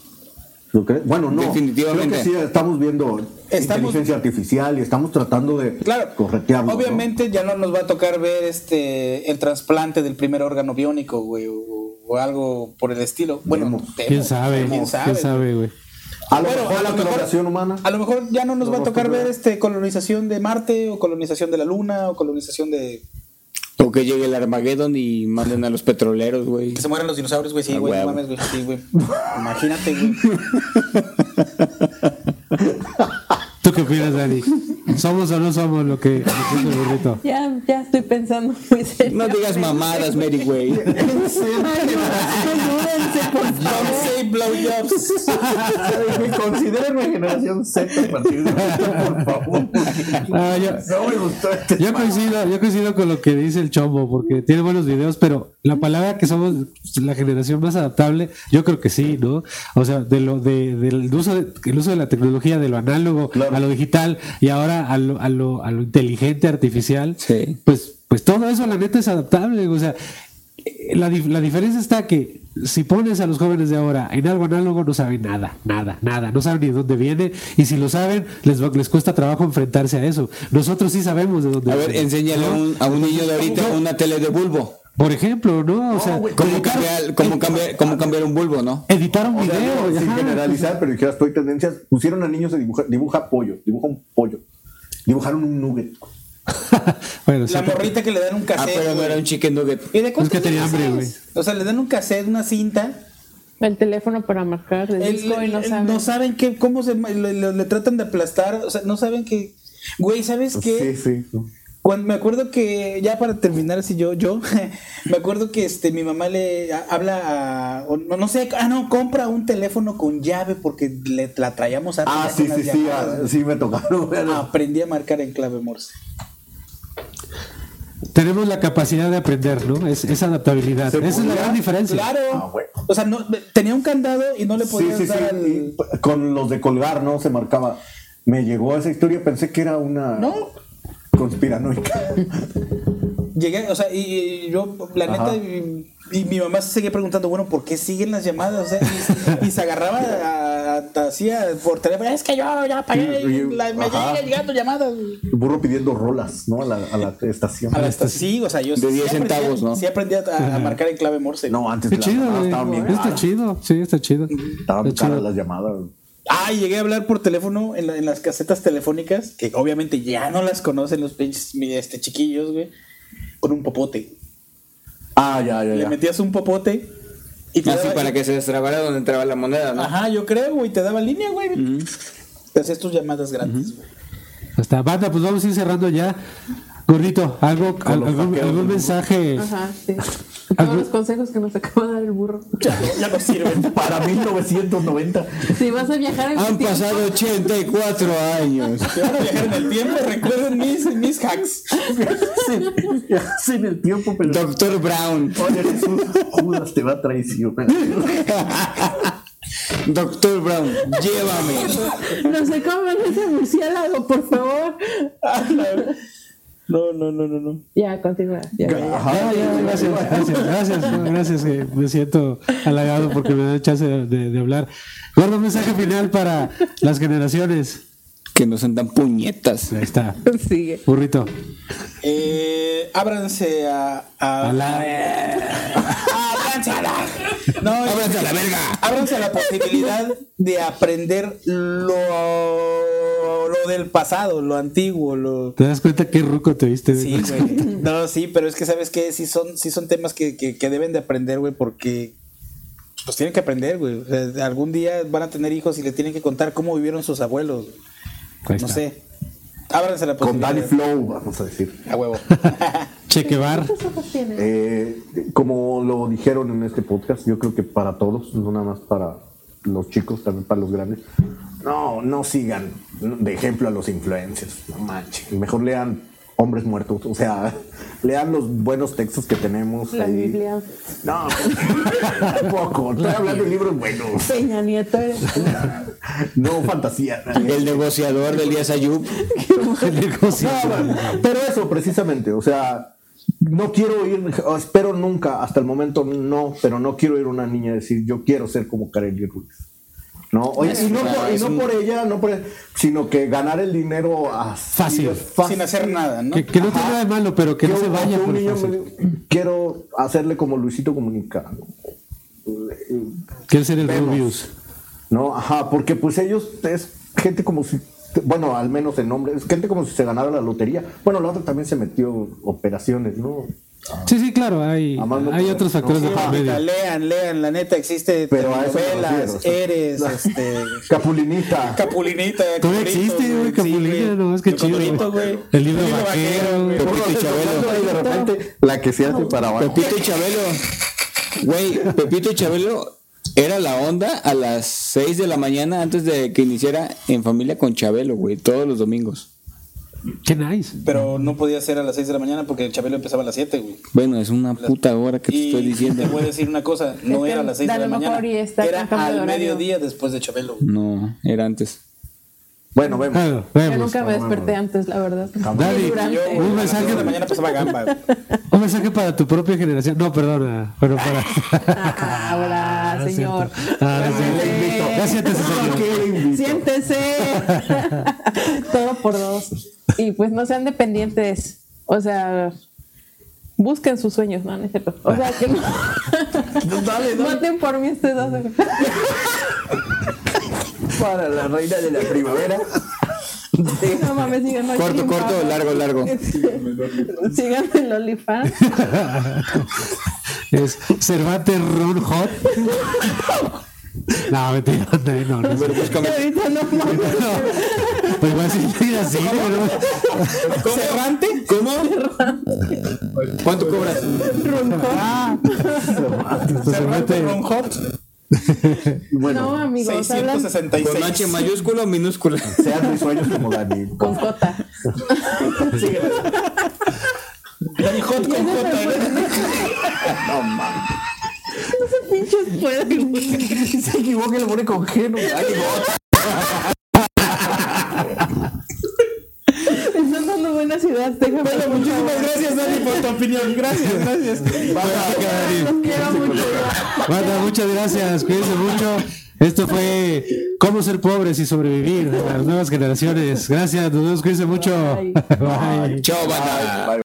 [SPEAKER 1] ¿Lo crees? Bueno, no.
[SPEAKER 5] Definitivamente.
[SPEAKER 1] Creo que sí, estamos viendo
[SPEAKER 4] Estamos-
[SPEAKER 1] inteligencia artificial y estamos tratando de
[SPEAKER 4] Claro,
[SPEAKER 1] corretearlo. ¿no?
[SPEAKER 4] obviamente ya no nos va a tocar ver este el trasplante del primer órgano biónico, güey, o, o algo por el estilo. Bueno,
[SPEAKER 1] Vemos.
[SPEAKER 4] temo,
[SPEAKER 3] ¿Quién sabe? ¿Quién sabe, güey?
[SPEAKER 1] A lo
[SPEAKER 4] Bueno,
[SPEAKER 1] mejor la colaboración humana.
[SPEAKER 4] a lo mejor ya no nos
[SPEAKER 1] Lo
[SPEAKER 4] va a
[SPEAKER 1] hemos
[SPEAKER 4] tocar ver
[SPEAKER 1] tocado.
[SPEAKER 4] este colonización de Marte o colonización de la Luna o colonización de
[SPEAKER 5] O que llegue el Armageddon y manden a los petroleros, güey.
[SPEAKER 4] que se mueran los dinosaurios, güey, sí,
[SPEAKER 5] A
[SPEAKER 4] güey, no
[SPEAKER 5] huevo.
[SPEAKER 4] mames, güey, sí, güey. Imagínate, güey.
[SPEAKER 3] ¿Tú qué opinas, Dani? ¿Somos o no somos lo que dice el burrito?
[SPEAKER 2] Ya, ya estoy pensando muy serio.
[SPEAKER 5] No digas mamadas, Mary, güey.
[SPEAKER 2] Ayúdense, por favor.
[SPEAKER 4] Don't say blowjobs.
[SPEAKER 1] Consideren mi generación Z a partir de ahora, por favor.
[SPEAKER 3] Ah, yo,
[SPEAKER 1] No me gustó este
[SPEAKER 3] yo coincido, yo coincido con lo que dice el chombo, porque tiene buenos videos, pero la palabra que somos la generación más adaptable, yo creo que sí, ¿no? O sea, de lo, de, del uso de, el uso de la tecnología, de lo análogo a lo digital y ahora a lo, a lo, a lo inteligente artificial,
[SPEAKER 5] Sí.
[SPEAKER 3] pues, pues todo eso la neta es adaptable, o sea, eh, la, dif- la diferencia está que si pones a los jóvenes de ahora en algo análogo no saben nada, nada, nada, no saben ni de dónde viene y si lo saben les, va- les cuesta trabajo enfrentarse a eso. Nosotros sí sabemos de dónde
[SPEAKER 5] A ver,
[SPEAKER 3] viene,
[SPEAKER 5] enséñale a
[SPEAKER 3] ¿no?
[SPEAKER 5] un, a un niño de ahorita una tele de bulbo.
[SPEAKER 3] Por ejemplo, ¿no? O sea,
[SPEAKER 5] ¿Cómo cambiar, cómo cambiar, cómo cambiar un bulbo, no?
[SPEAKER 3] editar un
[SPEAKER 1] O sea,
[SPEAKER 3] video.
[SPEAKER 1] no, sin
[SPEAKER 3] ajá.
[SPEAKER 1] generalizar, pero dijeras tú hay tendencias. Pusieron a niños a dibujar, dibuja pollo, dibuja un pollo. Dibujaron un nugget.
[SPEAKER 3] bueno, sí,
[SPEAKER 4] La morrita que le dan un
[SPEAKER 5] Ah,
[SPEAKER 4] cassette.
[SPEAKER 5] pero no
[SPEAKER 4] güey.
[SPEAKER 5] era un chicken nugget.
[SPEAKER 4] ¿Y de
[SPEAKER 3] es
[SPEAKER 4] cuántos
[SPEAKER 3] que tenía
[SPEAKER 4] años
[SPEAKER 3] hambre,
[SPEAKER 4] es?
[SPEAKER 3] güey.
[SPEAKER 4] O sea, le dan un cassette, una cinta.
[SPEAKER 2] El teléfono para marcar de
[SPEAKER 4] El-
[SPEAKER 2] disco y no
[SPEAKER 4] el-
[SPEAKER 2] saben.
[SPEAKER 4] no saben que, cómo se ma- le, le- le tratan de aplastar. O sea, no saben que. Güey, ¿sabes qué?
[SPEAKER 1] Pues Sí, sí.
[SPEAKER 4] Cuando, me acuerdo que, ya para terminar, si yo, yo, me acuerdo que este, mi mamá le a- habla a. o no, no sé, ah, no, compra un teléfono con llave porque le, la traíamos antes
[SPEAKER 1] Ah,
[SPEAKER 4] ya
[SPEAKER 1] sí,
[SPEAKER 4] con
[SPEAKER 1] sí,
[SPEAKER 4] las
[SPEAKER 1] sí,
[SPEAKER 4] llamadas, Ah,
[SPEAKER 1] ah, sí me tocaron.
[SPEAKER 4] güey.
[SPEAKER 1] bueno.
[SPEAKER 4] Aprendí a marcar en clave Morse.
[SPEAKER 3] tenemos la capacidad de aprender, ¿no? Es, es adaptabilidad.
[SPEAKER 1] Se
[SPEAKER 3] Esa es la
[SPEAKER 1] podía-
[SPEAKER 3] gran diferencia.
[SPEAKER 4] Claro.
[SPEAKER 1] Ah, güey.
[SPEAKER 4] O sea, no, tenía un candado y no le
[SPEAKER 1] Sí,
[SPEAKER 4] podías
[SPEAKER 1] sí,
[SPEAKER 4] dar
[SPEAKER 1] sí.
[SPEAKER 4] al.
[SPEAKER 1] y p- Con los de colgar, ¿no? Se marcaba. Me llegó esa historia, pensé que era una
[SPEAKER 4] No.
[SPEAKER 1] conspiranoica.
[SPEAKER 4] Llegué, o sea, y, y yo, la
[SPEAKER 1] Ajá.
[SPEAKER 4] neta, y, y mi mamá se seguía preguntando, bueno, ¿por qué siguen las llamadas? O sea, y, y se agarraba a- a- así a- por teléfono, es que yo ya pagué,
[SPEAKER 1] Sí, y-
[SPEAKER 4] la- me
[SPEAKER 1] ajá.
[SPEAKER 4] siguen llegando llamadas.
[SPEAKER 1] El burro pidiendo rolas, ¿no? A la, a la estación.
[SPEAKER 4] A la esta- sí, o sea, yo
[SPEAKER 5] De
[SPEAKER 4] sí
[SPEAKER 5] 10
[SPEAKER 4] aprendí a-
[SPEAKER 5] centavos, ¿no?
[SPEAKER 4] Sí aprendí a, a marcar en clave Morse.
[SPEAKER 1] No, antes
[SPEAKER 3] Qué
[SPEAKER 1] las
[SPEAKER 3] chido,
[SPEAKER 1] llamadas
[SPEAKER 3] güey.
[SPEAKER 1] estaban Ah, bien
[SPEAKER 3] Está
[SPEAKER 1] caras.
[SPEAKER 3] chido, sí, está chido.
[SPEAKER 1] Estaban
[SPEAKER 3] Está
[SPEAKER 1] caras
[SPEAKER 3] chido.
[SPEAKER 1] las llamadas.
[SPEAKER 4] Ah, y llegué a hablar por teléfono en, la- en las casetas telefónicas, que obviamente ya no las conocen los pinches mi- este, chiquillos, güey, con un popote.
[SPEAKER 1] Ah, ya, ya,
[SPEAKER 4] Le
[SPEAKER 1] ya.
[SPEAKER 4] metías un popote y te
[SPEAKER 5] Así
[SPEAKER 4] daba-
[SPEAKER 5] para que se destrabara donde entraba la moneda, ¿no?
[SPEAKER 4] Ajá, yo creo, güey, te daba línea, güey. Te hacías tus llamadas gratis, güey.
[SPEAKER 3] Hasta banda, pues vamos a ir cerrando ya. Gordito, algo, al- algún, algún mensaje.
[SPEAKER 2] Ajá, sí. Todos los consejos que nos acaba de dar el burro.
[SPEAKER 1] Ya no sirven para 1990.
[SPEAKER 2] Si vas a viajar en el
[SPEAKER 5] Han
[SPEAKER 2] tiempo,
[SPEAKER 5] pasado 84 años.
[SPEAKER 4] Van a viajar en el tiempo, recuerden mis, mis hacks.
[SPEAKER 1] Sin el tiempo, pero.
[SPEAKER 5] Doctor Brown.
[SPEAKER 1] Oye, Jesús, Judas te va a traicionar.
[SPEAKER 5] Doctor Brown, llévame.
[SPEAKER 2] no se coman ese murciélago, por favor.
[SPEAKER 4] No, no, no, no, no.
[SPEAKER 2] Ya, continúa. ya.
[SPEAKER 3] Ah, ya, gracias, gracias, gracias, no, gracias, que me siento halagado porque me da chance de, de- de hablar. Gordo, un mensaje final para las generaciones.
[SPEAKER 5] Que no sean tan puñetas.
[SPEAKER 3] Ahí está,
[SPEAKER 2] Sigue.
[SPEAKER 3] burrito.
[SPEAKER 4] Eh, ábranse a. a-
[SPEAKER 3] A la-
[SPEAKER 4] ¡Ábranse a la! No,
[SPEAKER 5] Ábranse a la verga.
[SPEAKER 4] Ábranse a la posibilidad de aprender lo, lo del pasado, lo antiguo, lo.
[SPEAKER 3] ¿Te das cuenta qué ruco te viste?
[SPEAKER 4] Sí, güey. No, sí, pero es que sabes que sí son, sí son temas que, que- que deben de aprender, güey, porque pues tienen que aprender, güey. O sea, algún día van a tener hijos y le tienen que contar cómo vivieron sus abuelos. güey.
[SPEAKER 3] Ahí
[SPEAKER 4] No
[SPEAKER 3] está.
[SPEAKER 4] sé. Ábranse a la
[SPEAKER 1] Con Danny
[SPEAKER 4] posibilidad.
[SPEAKER 1] Flow, vamos a decir.
[SPEAKER 4] a huevo.
[SPEAKER 3] Chequebar.
[SPEAKER 2] ¿Cuántos ojos tienes?
[SPEAKER 1] Eh, como lo dijeron en este podcast, yo creo que para todos, no nada más para los chicos, también para los grandes. No, no sigan de ejemplo a los influencers, no manchen. Mejor lean Hombres Muertos, o sea, lean los buenos textos que tenemos.
[SPEAKER 2] La
[SPEAKER 1] ahí.
[SPEAKER 2] Biblia.
[SPEAKER 1] No, tampoco. Estoy hablando de libros buenos,
[SPEAKER 2] Peña Nieto. eh,
[SPEAKER 1] no fantasía.
[SPEAKER 5] El negociador de Elías Ayub.
[SPEAKER 3] Negocio.
[SPEAKER 1] No, bueno, pero eso precisamente, o sea, no quiero ir, o espero nunca, hasta el momento no, pero no quiero ir a una niña a decir yo quiero ser como Kareli Ruiz. No, Oye, y no, por, y no por ella, no por sino que ganar el dinero así
[SPEAKER 3] Fácil.
[SPEAKER 1] es fácil.
[SPEAKER 4] Sin hacer nada, ¿no?
[SPEAKER 3] Que, que no tiene nada de malo, pero que no
[SPEAKER 1] Yo,
[SPEAKER 3] se vaya
[SPEAKER 1] un
[SPEAKER 3] por el
[SPEAKER 1] niño
[SPEAKER 3] fácil.
[SPEAKER 1] me- quiero hacerle como Luisito Comunica.
[SPEAKER 3] Quiere ser el
[SPEAKER 1] Vemos.
[SPEAKER 3] Rubius.
[SPEAKER 1] No, ajá, porque pues ellos es gente como si, bueno, al menos el nombre, es gente como si se ganara la lotería. Bueno, la otra también se metió operaciones, ¿no?
[SPEAKER 3] Sí, sí, claro, hay,
[SPEAKER 1] A más no
[SPEAKER 3] hay
[SPEAKER 1] poder.
[SPEAKER 3] otros factores
[SPEAKER 1] No,
[SPEAKER 3] de
[SPEAKER 1] sí,
[SPEAKER 3] por
[SPEAKER 4] Ahorita,
[SPEAKER 3] medio.
[SPEAKER 4] lean, lean, la neta existe
[SPEAKER 1] Pero a eso me refiero, o
[SPEAKER 4] telenovelas,
[SPEAKER 1] sea.
[SPEAKER 4] eres, este
[SPEAKER 1] Capulinita.
[SPEAKER 4] Capulinita,
[SPEAKER 3] Todavía
[SPEAKER 4] Condorito,
[SPEAKER 3] existe, güey,
[SPEAKER 4] sí,
[SPEAKER 3] Capulina, no, es que
[SPEAKER 4] El
[SPEAKER 3] chido.
[SPEAKER 4] Condorito,
[SPEAKER 3] güey.
[SPEAKER 4] güey.
[SPEAKER 3] El libro vaquero, güey.
[SPEAKER 5] Pepito y Chabelo.
[SPEAKER 1] Y de repente la que se hace para abajo.
[SPEAKER 5] Pepito y Chabelo. Güey, Pepito y Chabelo era la onda a las 6 de la mañana antes de que iniciara en familia con Chabelo, güey, todos los domingos.
[SPEAKER 3] Qué nice.
[SPEAKER 4] Pero no podía ser a las 6 de la mañana porque el Chabelo empezaba a las 7, güey.
[SPEAKER 5] Bueno, es una puta hora que te
[SPEAKER 4] Y
[SPEAKER 5] estoy diciendo.
[SPEAKER 4] Te voy a decir una cosa, no
[SPEAKER 2] que
[SPEAKER 4] era a las 6
[SPEAKER 2] a
[SPEAKER 4] de la
[SPEAKER 2] lo mejor
[SPEAKER 4] mañana.
[SPEAKER 2] y está
[SPEAKER 4] Era
[SPEAKER 2] con cambio de
[SPEAKER 4] al
[SPEAKER 2] horario.
[SPEAKER 4] mediodía después de Chabelo. güey.
[SPEAKER 5] No, era antes.
[SPEAKER 1] Bueno, vemos.
[SPEAKER 3] Claro,
[SPEAKER 2] Yo
[SPEAKER 3] vemos.
[SPEAKER 2] nunca me desperté antes, la verdad.
[SPEAKER 3] Dani,
[SPEAKER 2] Durante.
[SPEAKER 4] Yo, güey,
[SPEAKER 3] Un
[SPEAKER 4] a las
[SPEAKER 3] mensaje-
[SPEAKER 4] 6 de la mañana pasaba gamba. güey.
[SPEAKER 3] un mensaje para tu propia generación. No, perdona, pero para.
[SPEAKER 2] Ah, Ahora,
[SPEAKER 3] No es
[SPEAKER 2] señor.
[SPEAKER 3] cierto. Ah, no es cierto.
[SPEAKER 2] Siéntese.
[SPEAKER 3] Ya siéntese, señor.
[SPEAKER 2] Siéntese. Todo por dos. Y pues no sean dependientes. O sea, busquen sus sueños, no, no es cierto. O sea, que no. Voten por mí este 12.
[SPEAKER 1] Para la reina de la primavera.
[SPEAKER 2] No mames, sigan al
[SPEAKER 5] Corto,
[SPEAKER 2] Jim
[SPEAKER 5] corto,
[SPEAKER 2] Pablo.
[SPEAKER 5] largo, largo.
[SPEAKER 2] Síganme en OnlyFans.
[SPEAKER 3] es Cervantes Ron Hot. No, mentira, André, no, no. es-
[SPEAKER 5] Búscame.
[SPEAKER 2] Ahorita no mames.
[SPEAKER 3] no. Pues igual sí, así, pero-
[SPEAKER 5] ¿Cerrante? ¿Cómo? ¿Cuánto cobras?
[SPEAKER 4] Cerrante
[SPEAKER 3] Cervantes.
[SPEAKER 4] Ron Hop,
[SPEAKER 2] No, amigos, hablan
[SPEAKER 4] 666.
[SPEAKER 5] ¿Con H mayúscula o minúscula?
[SPEAKER 1] Sean mis sueños como Dani.
[SPEAKER 2] con Jota.
[SPEAKER 4] Dani Hot con J, ¿eh? ¿no?
[SPEAKER 2] Ese pinche puede.
[SPEAKER 1] Se equivoca y le pone con G.
[SPEAKER 2] Están dando buenas ideas. Déjame.
[SPEAKER 4] Muchísimas gracias, Dani, por tu opinión. Gracias, gracias.
[SPEAKER 2] Los quiero mucho.
[SPEAKER 3] Banda, muchas gracias, cuídense mucho. Esto fue Cómo ser pobres y sobrevivir a las nuevas generaciones. Gracias, nos vemos, cuídense mucho.
[SPEAKER 2] Bye.
[SPEAKER 3] Bye.
[SPEAKER 5] Chao, banda.